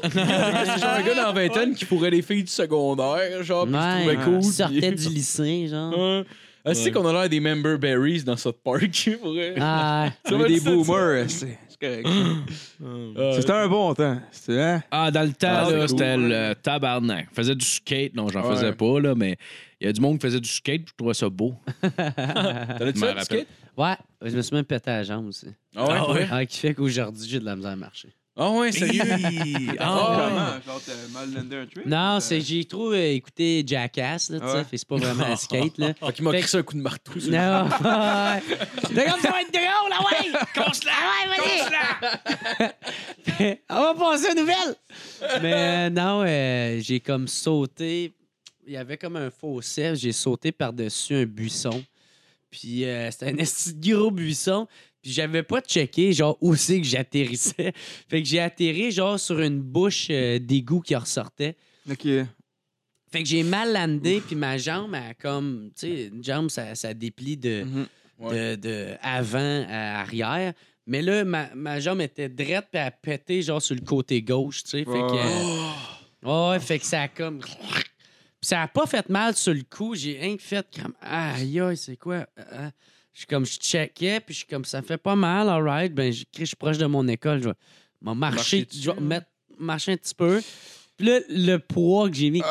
S2: C'est genre un gars dans la vingtaine qui pourrait les filles du secondaire, genre, puis
S5: Ouais,
S2: il se trouvait cool.
S5: Ils sortaient
S2: puis-
S5: du lycée, genre.
S2: Ouais. Ah, C'est qu'on a l'air des member berries dans South Park. pour vrai.
S5: Ah,
S4: On est des boomers. C'est c'est correct.
S2: Euh,
S4: C'était un bon temps. C'était hein?
S3: Ah, dans le temps,
S4: Ah,
S3: là,
S4: c'est
S3: c'était le tabarnak. Je faisais du skate. Non, j'en
S2: Ouais.
S3: faisais pas, là, mais il y a du monde qui faisait du skate, puis je trouvais ça beau.
S2: T'avais-tu
S3: Je me
S2: ça, du
S3: rappelle.
S2: skate?
S5: ouais. Je me suis même pété la jambe aussi.
S2: Ah ouais?
S3: Ah ouais?
S5: Ah, qui fait qu'aujourd'hui, j'ai de la misère à marcher.
S2: Ah ouais, sérieux?
S3: Ah,
S4: Comment? Genre, t'as mal lender un trip?
S5: Non, c'est j'ai trop euh, écouté Jackass, là, tu sais.
S4: Ouais.
S5: fait que C'est pas vraiment un skate, là.
S2: Fait qu'il m'a
S5: Fait-
S2: crissé un coup de marteau. sur le-
S5: Non. T'es comme ça va être drôle, ah ouais! Conche-la! Ah ouais, vas-y! On va passer aux nouvelles! Mais euh, non, euh, j'ai comme sauté. Il y avait comme un fossé, j'ai sauté par-dessus un buisson. Puis euh, c'était un esti de gros buisson. Puis j'avais pas checké, genre, où c'est que j'atterrissais. Fait que j'ai atterri, genre, sur une bouche euh, d'égout qui ressortait.
S4: Ok.
S5: Fait que j'ai mal landé, puis ma jambe, a comme. Tu sais, une jambe, ça, ça déplie de,
S4: Mhm.
S5: de, de avant à arrière. Mais là, ma, ma jambe était drette, puis elle a pété, genre, sur le côté gauche, tu sais. Fait que.
S4: Oh.
S5: euh, ouais, fait que ça a comme. Puis ça a pas fait mal sur le coup. J'ai rien que fait comme. Aïe, aïe, c'est quoi? Ah, ah. Je suis comme, je checkais, puis je suis comme, ça fait pas mal, alright. Ben, je crie, je suis proche de mon école, je vais m'en marcher, je vais mettre- marcher un petit peu. Puis là, le poids que j'ai mis. Gros,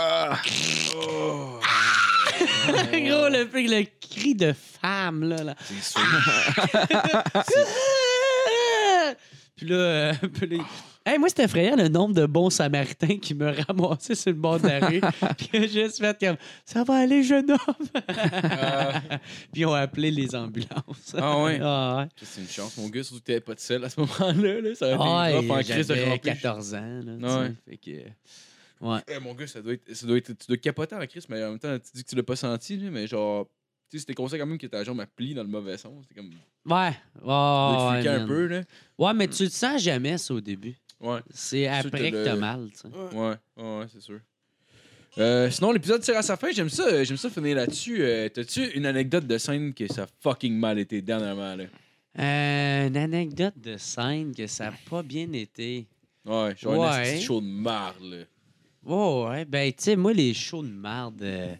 S5: le, fait que le cri de femme, là. là. puis là, euh, puis là, il- Hey, moi, c'était effrayant le nombre de bons samaritains qui me ramassaient sur le bord de la rue. puis que j'ai juste fait comme Ça va aller, jeune homme. puis ils ont appelé les ambulances.
S2: Euh. Ah ouais?
S5: Ah
S2: C'est une chance, mon gars, surtout que t'avais pas de sel à ce moment-là. Là, ça
S5: ouais.
S2: aurait été rough en
S5: Ah, Ouais,
S2: crise de
S5: J'avais
S2: remplir.
S5: 14 ans. Là, tu
S2: Ah Ouais.
S5: sais, fait que- Ouais.
S2: Eh, Mon gars, ça doit être, ça doit être, tu dois capoter en crise, mais en même temps, tu dis que tu l'as pas senti, là, mais genre, tu sais, c'était conscient quand même que ta jambe a plié dans le mauvais sens. C'était comme,
S5: Ouais. Oh,
S2: de
S5: ouais,
S2: fliquer un
S5: man.
S2: peu, là.
S5: Ouais, mais tu le sens jamais, ça, au début.
S2: Ouais,
S5: C'est
S2: Sûr que
S5: après que
S2: le-
S5: t'as mal, tu sais.
S2: ouais, ouais, ouais, c'est sûr. Euh, sinon, l'épisode tire à sa fin. J'aime ça, euh, j'aime ça finir là-dessus. Euh, T'as-tu une anecdote de scène que ça a fucking mal été dernièrement, là?
S5: Euh, une anecdote de scène que ça n'a pas bien été.
S2: Ouais, genre
S5: Ouais.
S2: un esti de chaud de marre, là.
S5: Oh, ouais, ben, tu sais, moi, les shows de merde, euh,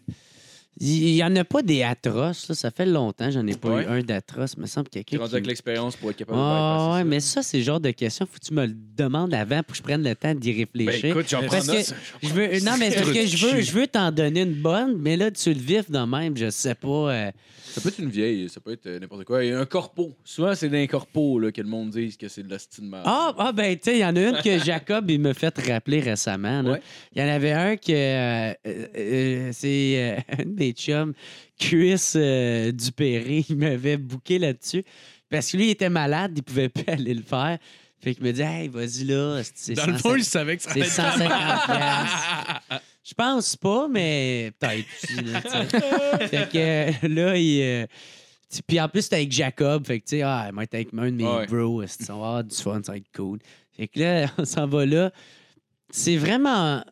S5: Il n'y en a pas des atroces, là. ça fait longtemps, j'en ai pas
S2: Ouais.
S5: eu un d'atroce. Il me semble quelqu'un.
S2: T'es rendu
S5: qui-
S2: avec l'expérience pour être capable de
S5: Ah,
S2: bypasser
S5: ouais,
S2: ça.
S5: mais ça, c'est le genre de question, faut que tu me le demandes avant pour que je prenne le temps d'y
S2: Ben,
S5: réfléchir.
S2: écoute, j'en prends
S5: Parce que-
S2: note. ça.
S5: Je veux, non, mais c'est parce que je veux, je veux t'en donner une bonne, mais là, tu le vif de même, je sais pas. euh,
S2: Ça peut être une vieille, ça peut être euh, n'importe quoi. Et un corpo. Souvent, c'est d'un corpo là, que le monde dit que c'est de la style
S5: Ah, ah, ben, tu sais, il y en a une que Jacob, il me fait rappeler récemment. là.
S2: Ouais.
S5: Il y en avait un que. euh, euh, euh, c'est euh, un de mes chums, Chris euh, Dupéré, il m'avait bouqué là-dessus. Parce que lui, il était malade, il pouvait plus aller le faire. Fait qu'il me dit, hey, vas-y là. c'est
S3: Dans le
S5: 150
S3: fond, il savait que ça allait
S5: C'est
S3: être
S5: 150 piastres. Je pense pas, mais peut-être. aussi, là, tu sais. fait que euh, là, il. euh, tu- Puis en plus, c'était avec Jacob. Fait que, tu sais, ah, il va être avec un de mes
S2: Ouais.
S5: bros. esti, On va avoir du fun, ça va être cool. Fait que là, on s'en va là. C'est vraiment.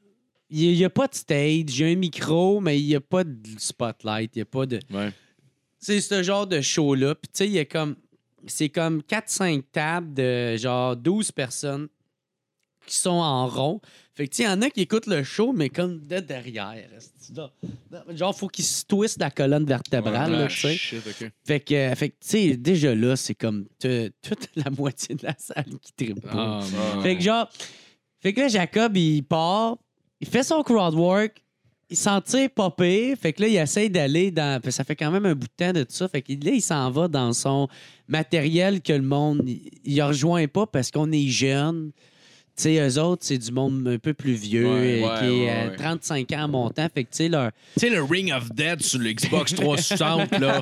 S5: Il n'y a, pas de stage, il y a un micro, mais il n'y a pas de spotlight, il n'y a pas de.
S2: Ouais.
S5: C'est ce genre de show-là. Puis, tu sais, il y a comme. C'est comme 4-5 tables de genre 12 personnes qui sont en rond. Fait que, tu sais, il y en a qui écoutent le show, mais comme de derrière. esti, là. Genre, faut qu'ils se twistent la colonne vertébrale,
S3: Ah,
S5: là, tu sais. Fait que, euh, fait que, tu sais, déjà là, c'est comme t'as toute la moitié de la salle qui tripe
S3: Ah,
S5: pas. Fait que genre, fait que là, Jacob, il part, il fait son crowd work, il s'en tire pas pire. Fait que là, il essaye d'aller dans. parce que Ça fait quand même un bout de temps de tout ça. Fait que là, il s'en va dans son matériel que le monde, il- il rejoint pas parce qu'on est jeune. Tu sais, eux autres, c'est du monde un peu plus vieux,
S2: Ouais,
S5: euh,
S2: ouais,
S5: qui est euh,
S2: ouais, ouais.
S5: 35 ans en montant. Fait que, tu sais, leur,
S3: Tu sais, le Ring of Death sur le Xbox 360, là.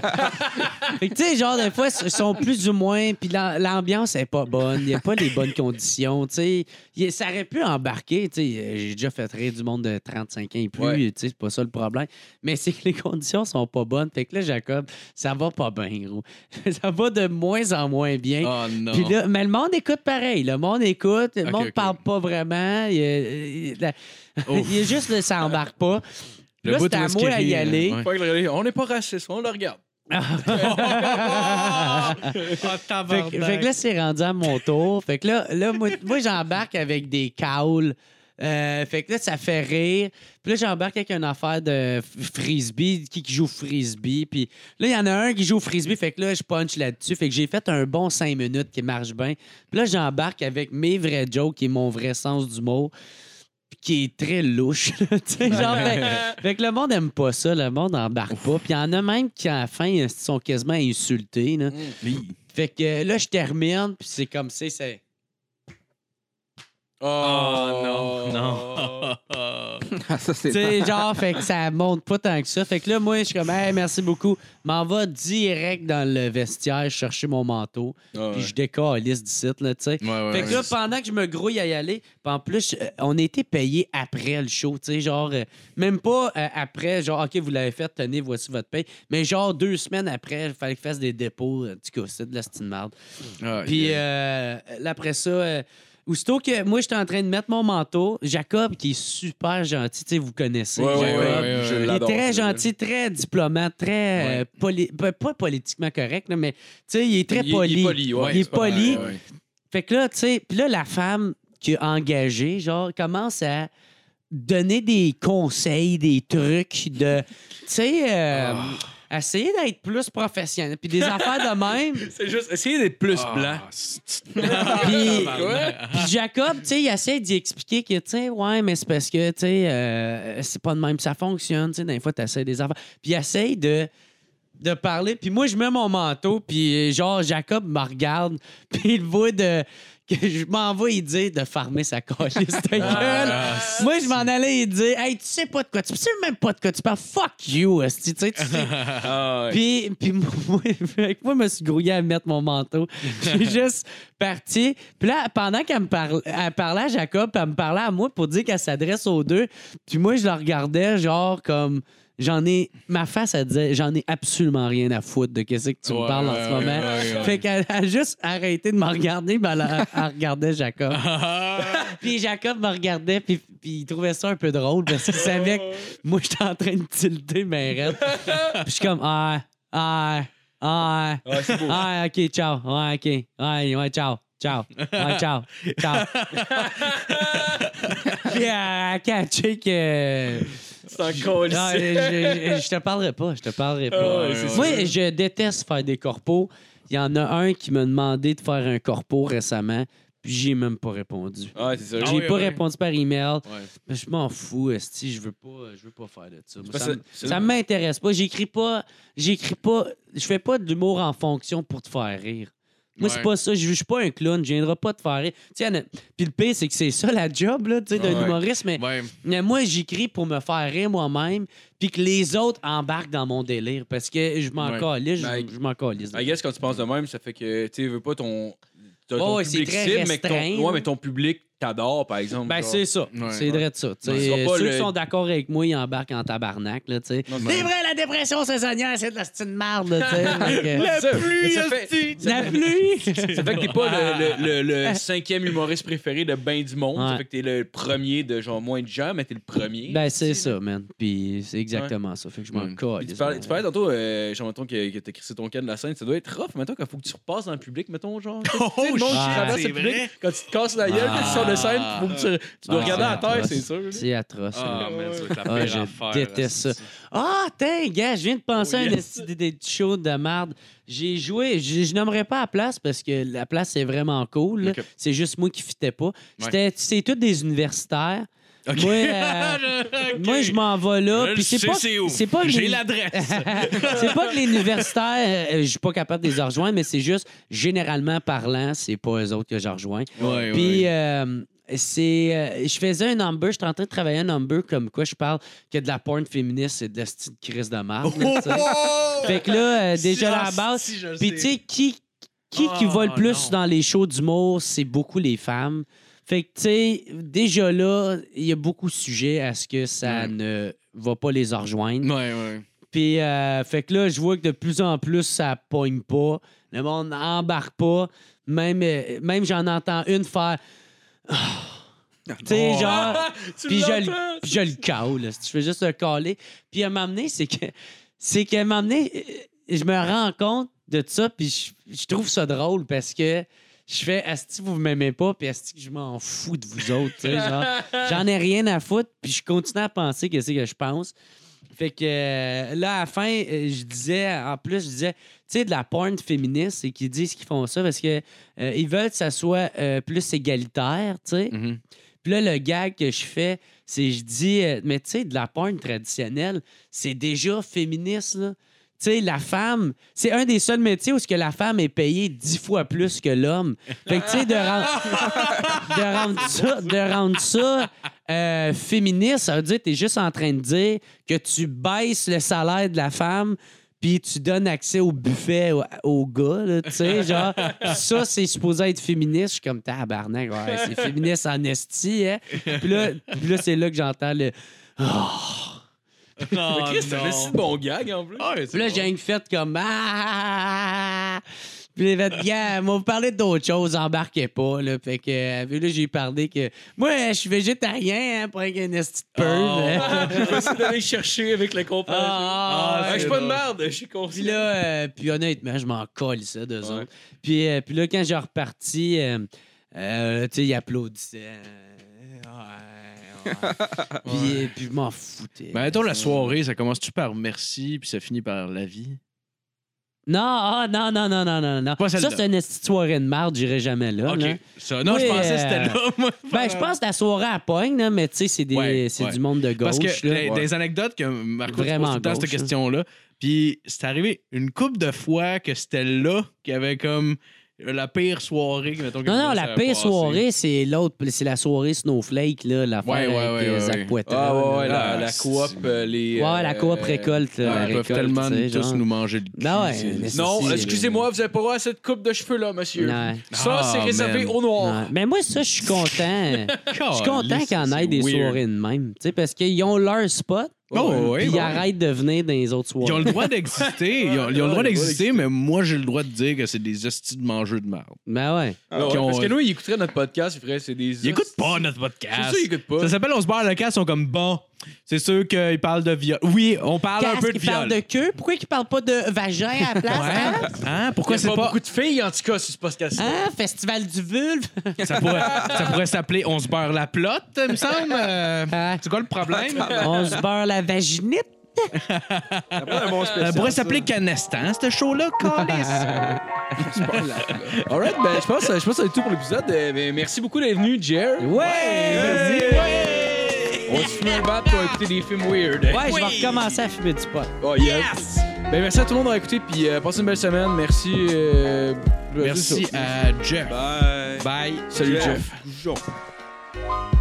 S5: Fait que, tu sais, genre, des fois, ils sont plus ou moins. Puis l'am- l'ambiance est pas bonne. Il n'y a pas les bonnes conditions. Tu sais, Il- ça aurait pu embarquer. Tu sais, euh, j'ai déjà fait rire du monde de 35 ans et plus.
S2: Ouais.
S5: Tu sais, c'est pas ça le problème. Mais c'est que les conditions sont pas bonnes. Fait que là, Jacob, ça va pas bien, gros. ça va de moins en moins bien.
S3: Oh non.
S5: Puis là, mais le monde écoute pareil. Le monde écoute. Le
S3: Ok,
S5: monde
S3: ok.
S5: parle pas vraiment. Il, y a- euh, il- la-
S3: Ouf.
S5: il y a juste, le ça embarque pas.
S3: Le
S5: là,
S3: bout
S5: c'était
S3: où
S5: à
S3: est-ce
S5: moi
S3: qu'il
S5: à y
S3: rit, là.
S5: aller.
S3: Ouais.
S2: Faut que le regarder. On n'est pas raciste, on le regarde.
S5: Fait que, fait que là, c'est rendu à mon tour. Fait que là, là moi, moi, j'embarque avec des cowls. Euh, fait que là, ça fait rire. Puis là, j'embarque avec une affaire de f- frisbee, qui, qui joue au frisbee. Puis là, il y en a un qui joue au frisbee. Fait que là, je punch là-dessus. Fait que j'ai fait un bon cinq minutes qui marche bien. Puis là, j'embarque avec mes vrais jokes, qui est mon vrai sens du mot, puis qui est très louche. là, tu sais, genre, fait, fait que le monde aime pas ça. Le monde embarque pas. Puis il y en a même qui, à la fin, ils sont quasiment insultés. là. Fait que euh, là, je termine, puis c'est comme c'est, c'est.
S2: Oh,
S3: Oh non.
S4: Ah, ça, c'est
S5: Tu sais, genre, fait que ça monte pas tant que ça. Fait que là, moi, je suis comme, hey, merci beaucoup. M'en va direct dans le vestiaire chercher mon manteau, puis je décalisse d'ici, là, tu sais. Fait que là, pendant que je me grouille à y aller, puis en plus, euh, on était payé après le show, tu sais, genre, euh, même pas euh, après, genre, OK, vous l'avez fait, tenez, voici votre paye, mais genre deux semaines après, il fallait que je fasse des dépôts, en tout cas, c'est de la stine marde. Puis euh, là, après ça, euh, aussitôt que moi, j'étais en train de mettre mon manteau, Jacob, qui est super gentil, tu sais, vous connaissez.
S2: Ouais, ouais,
S5: Jacob.
S2: ouais, ouais, je
S5: Il est
S2: l'adore,
S5: très
S2: celui-là.
S5: gentil, très diplomate, très. euh, poli- ben, pas politiquement correct, là, mais tu sais, il est très poli.
S2: Il est poli, ouais.
S5: Il est
S2: c'est pas mal,
S5: poli.
S2: ouais, ouais.
S5: Fait que là, tu sais, puis là, la femme qui a engagée, genre, commence à donner des conseils, des trucs de. Tu sais, euh,
S2: Ah.
S5: essayer d'être plus professionnel. Puis des affaires de même.
S2: C'est juste, essayez d'être plus
S3: Ah,
S2: blanc.
S3: c'est-
S5: Puis,
S2: Ouais.
S5: puis Jacob, tu sais, il essaie d'y expliquer que, tu sais, ouais, mais c'est parce que, tu sais, euh, c'est pas de même, que ça fonctionne, tu sais, des fois, tu essaies des affaires. Puis il essaie de, de parler. Puis moi, je mets mon manteau, puis euh, genre, Jacob me regarde, puis il voit de. Que je m'en vais y dire de farmer sa coche. Moi, je m'en allais y dire, hey, tu sais pas de quoi tu, tu sais même pas de quoi tu parles. Fuck you, esti. tu sais, tu sais.
S2: Ah, ouais.
S5: Puis, puis moi, fait que moi, je me suis grouillé à mettre mon manteau. J'ai juste parti. Puis là, pendant qu'elle me parle, elle parlait à Jacob, puis elle me parlait à moi pour dire qu'elle s'adresse aux deux. Puis moi, je la regardais genre comme... J'en ai... Ma face, elle disait, j'en ai absolument rien à foutre de qu'est-ce que tu me
S3: Ouais,
S5: parles en
S3: ouais,
S5: ce
S3: ouais,
S5: moment.
S3: ouais, ouais.
S5: Fait qu'elle a juste arrêté de me regarder, mais elle, a- elle regardait Jacob. puis Jacob me regardait, puis, puis il trouvait ça un peu drôle parce qu'il savait que moi, j'étais en train de tilter mes rêves. Puis je suis comme, ah, ah, ah,
S2: Ah, c'est beau.
S5: ah, ok, ciao, ouais, ok, ouais, ouais, ciao. Ciao. Ouais, ciao. euh,
S2: Ah,
S5: Ciao. Puis à catcher que
S2: s'en
S5: Non,
S2: calissait.
S5: je, je- je te parlerai pas, je te parlerai pas.
S2: Ah ouais, c'est
S5: Moi, je déteste faire des corpos. Il y en a un qui m'a demandé de faire un corpo récemment, puis j'ai même pas répondu.
S2: Ouais, c'est ça.
S3: Ah
S5: j'ai
S3: oui,
S5: pas
S3: oui.
S5: répondu par email.
S2: Ouais.
S5: Mais je m'en fous, esti, je veux pas, je veux pas faire de ça. Moi,
S2: parce
S5: ça
S2: que- c'est-
S5: m- ça m'intéresse pas. J'écris pas, j'écris pas, je fais pas de l'humour en fonction pour te faire rire. Moi, c'est
S3: Ouais.
S5: pas ça. Je je suis pas un clown. Je viendrai pas te faire rire. Tu sais, Anna- Puis le pire, c'est que c'est ça la job là, tu sais, d'un
S2: Ouais.
S5: humoriste. Mais
S3: Ouais.
S5: mais moi, j'écris pour me faire rire moi-même, puis que les autres embarquent dans mon délire, parce que je m'en
S3: Ouais.
S5: calisse,
S2: Ben,
S5: je, je m'en calisse.
S2: I guess quand tu penses de même, ça fait que tu sais, veux pas ton. t'as
S5: Oh, Ouais,
S2: ton
S5: ouais,
S2: public
S5: c'est très
S2: cible, mais que ton,
S5: restreint, là.
S2: ouais, mais ton public t'adore, par exemple.
S5: Ben,
S2: genre.
S5: c'est ça.
S3: Ouais.
S5: c'est vrai de ça. tu sais.
S2: Ouais, Ben, ce sera pas
S5: Ceux
S2: le-
S5: qui sont d'accord avec moi, ils embarquent en tabarnak, là, tu sais.
S2: Non,
S5: C'est vrai, la dépression saisonnière, c'est de la stine marde, là, tu sais. Fait que-
S2: c'est ça. Mais ça fait-
S5: La pluie!
S2: Ça fait que t'es pas le, le- le- le cinquième humoriste préféré de ben du monde. Ça
S5: Ouais.
S2: fait que t'es le premier de genre moins de gens, mais t'es le premier.
S5: Ben, c'est ça, man. Puis c'est exactement ça. Fait que je m'en
S3: Ouais. Mm.
S2: Puis
S5: calisse.
S2: tu, parlais,
S5: man.
S2: tu parlais tantôt, euh, genre, mettons que, que t'as crissé ton camp de la scène, ça doit être rough, mettons, quand faut que tu repasses dans le public, mettons, genre. tu sais,
S3: Oh,
S2: tu sais, le monde qui
S5: shit,
S2: traverse
S3: c'est
S2: le public,
S3: vrai?
S2: quand tu te casses la gueule, quand tu sors de scène, faut que tu, tu dois
S5: Ah,
S2: regarder à
S5: c'est
S2: terre,
S5: atroce.
S2: c'est sûr. là.
S5: C'est atroce. man.
S3: Ah, man, ça va être la
S5: Ah,
S3: pire
S5: je
S3: affaire.
S5: déteste ça.
S3: asti.
S5: Ah, t'es, gars, je viens de penser
S2: Oh,
S5: à un
S2: yes.
S5: esti des, des petits shows de merde. J'ai joué, je, je nommerai pas la place parce que la place est vraiment cool. là.
S3: Ok.
S5: C'est juste moi qui fitais pas. C'était, c'est tous des universitaires.
S3: Ok.
S5: Moi, euh,
S3: Ok.
S5: Moi, je m'en vais là.
S3: Là,
S5: puis
S3: je
S5: c'est
S3: sais
S5: pas,
S3: c'est où.
S5: c'est pas que
S3: J'ai
S5: les-
S3: l'adresse.
S5: c'est pas que les universitaires, euh, je suis pas capable de les rejoindre, mais c'est juste, généralement parlant, c'est pas eux autres que je rejoins.
S3: Ouais,
S5: Puis,
S3: ouais.
S5: euh, c'est. euh, je faisais un number, j'étais en train de travailler un number comme quoi je parle que de la porn féministe, c'est de la style crise de marde. là, tu sais. fait que là, euh, déjà
S3: Ah,
S5: la base.
S3: Oh, si, je le
S5: Puis,
S3: sais.
S5: tu sais, qui, qui, qui
S3: Ah,
S5: va le plus
S3: non.
S5: dans les shows d'humour, c'est beaucoup les femmes. Fait que, tu sais, déjà là, il y a beaucoup de sujets à ce que ça
S3: Ouais.
S5: ne va pas les rejoindre.
S3: Ouais, ouais.
S5: Puis, euh, fait que là, je vois que de plus en plus, ça pogne pas. Le monde embarque pas. Même, euh, même j'en entends une faire. Ah. tu sais, genre. Puis je, le- puis je le cale. là. Si Je fais juste le caler. Puis à m'amener, c'est que. C'est qu'à m'amener, euh, je me rends compte de ça. Puis je, je trouve ça drôle parce que. Je fais, Asti, vous m'aimez pas, puis Asti, je m'en fous de vous autres. tu sais, genre. J'en ai rien à foutre, puis je continue à penser que c'est que je pense. Fait que euh, là, à la fin, euh, je disais, en plus, je disais, tu sais, de la porn féministe, et qu'ils disent qu'ils font ça parce que euh, ils veulent que ça soit euh, plus égalitaire, tu sais.
S3: Mhm.
S5: Puis là, le gag que je fais, c'est je dis, euh, mais tu sais, de la porn traditionnelle, c'est déjà féministe, là. Tu sais, la femme, c'est un des seuls métiers où ce que la femme est payée dix fois plus que l'homme. Fait que, tu sais, de, rend- de rendre ça, de rendre ça euh, féministe, ça veut dire que tu es juste en train de dire que tu baisses le salaire de la femme puis tu donnes accès au buffet au, au gars, là, tu sais, genre, ça, c'est supposé être féministe. Je suis comme, tabarnak, ouais, c'est féministe en esti, hein. Puis là, puis là, c'est là que j'entends le...
S3: Ah, Non,
S2: Chris, t'as fait si de bon gag hein. en plus.
S5: Puis là, j'ai une fête comme. Ah! Puis les fêtes, gars, moi, vous parlez d'autres choses, embarquez pas. Là. Fait que, euh, puis là, j'ai parlé que. Moi, je suis végétarien, hein, pour un esti
S2: Oh,
S5: de
S3: Oh.
S5: peur.
S2: Je vais essayer d'aller chercher avec la comparaison.
S5: Ah,
S2: Ah, je suis
S5: c'est
S2: pas de merde, je suis
S5: Puis
S2: conscient.
S5: là, euh, puis honnêtement, je m'en colle ça, deux
S2: Ouais.
S5: autres. Puis, euh, puis là, quand j'ai reparti, euh, euh, tu sais, ils applaudissaient. Ouais, ouais. puis, euh, puis je m'en foutais.
S3: Ben, mettons, la soirée, ça commence-tu par merci, puis ça finit par la vie?
S5: Non, ah, non, non, non, non, non, non.
S3: Pas
S5: ça,
S3: celle-là.
S5: c'est une esti de soirée de merde, j'irai jamais là. là.
S3: OK. Ça, non,
S5: Oui,
S3: je pensais que c'était
S5: hein? euh,
S3: là, moi.
S5: Ben, je pense que la soirée à pogne, là, mais tu sais, c'est des-
S3: Ouais,
S5: c'est
S3: ouais.
S5: du monde de gauche.
S3: Parce que
S5: là.
S3: les- des anecdotes que Marco
S5: Vraiment
S3: Vraiment pose tout le temps
S5: gauche,
S3: cette
S5: hein.
S3: question-là. Puis c'est arrivé une couple de fois que c'était là qu'il y avait comme la pire soirée. que, mettons, que
S5: Non, non,
S3: ça
S5: la
S3: a
S5: pire
S3: passé.
S5: soirée, c'est l'autre, c'est la soirée Snowflake, là, l'affaire
S3: Ouais, ouais,
S5: avec euh,
S3: ouais,
S5: Zach
S3: ouais.
S5: Poitras,
S2: Ah ouais, ouais,
S5: là.
S2: la, la coop, euh, les.
S5: Ouais, la coop
S2: euh,
S5: récolte. là,
S3: Ouais,
S5: la
S3: ils peuvent
S5: récolte,
S3: tellement
S5: tu sais,
S3: tous
S5: genre.
S3: nous manger le cul.
S5: Non, ouais,
S3: c'est-
S5: mais
S2: Non,
S5: Ceci,
S2: excusez-moi, vous avez pas droit à cette coupe de cheveux là, monsieur.
S5: Ouais.
S2: Ça, c'est
S3: Ah,
S2: réservé
S3: man.
S2: aux noirs.
S5: Ouais. Mais moi, ça, je suis content. Je suis content
S3: Caliste,
S5: qu'il y en
S3: Oh, c'est
S5: ait des
S3: weird.
S5: soirées de même. Tu sais, parce qu'ils ont leur spot,
S3: Oh, ouais,
S5: puis ils
S3: ouais.
S5: arrêtent de venir dans les autres
S3: Ils ont
S5: soirées.
S3: le droit d'exister. Ils ont, ils ont le droit d'exister, mais moi, j'ai le droit de dire que c'est des hosties de mangeux de merde.
S5: Ben ouais.
S2: Ah ouais,
S3: Qui ont-
S2: Parce que nous, ils écouteraient notre podcast, ils feraient, c'est des.
S3: Ils écoutent pas notre podcast.
S2: C'est sûr, ils écoutent pas.
S3: Ça s'appelle On se barre le casque, ils sont comme bon. C'est sûr qu'il parle de viol. Oui, on parle un
S5: Qu'est-ce
S3: peu de
S5: qu'il parle
S3: viol.
S5: de queue? Pourquoi qu'il parle pas de vagin à la place? hein?
S3: Hein? Pourquoi
S2: C'est
S3: c'est
S2: pas,
S3: pas.
S2: beaucoup de filles, en tout cas, sur ce podcast-là.
S5: Hein? Festival du vulve?
S3: Ça pourrait, ça pourrait s'appeler On se beurre la plotte, il me semble. euh,
S5: Ah.
S3: C'est quoi le problème?
S5: On se beurre la vaginite?
S4: Après,
S5: euh,
S4: un bon
S3: Ça
S4: spécial,
S3: pourrait
S4: ça.
S3: s'appeler Canestan, ce show-là, câlisse.
S2: Alright, ben, je pense, je pense que c'est tout pour l'épisode. Euh, ben, merci beaucoup d'être venu, Jer.
S5: Ouais!
S2: On se fume un bat pour écouter des films weird.
S5: Ouais, je vais recommencer à fumer du pot.
S2: Oh, yes. Ben, merci à tout le monde d'avoir écouté, puis euh, passez une belle semaine. Merci. euh,
S3: Merci
S2: c'est ça.
S3: à Jeff.
S4: Bye.
S3: Bye.
S2: Salut, Jeff.
S4: Goujon.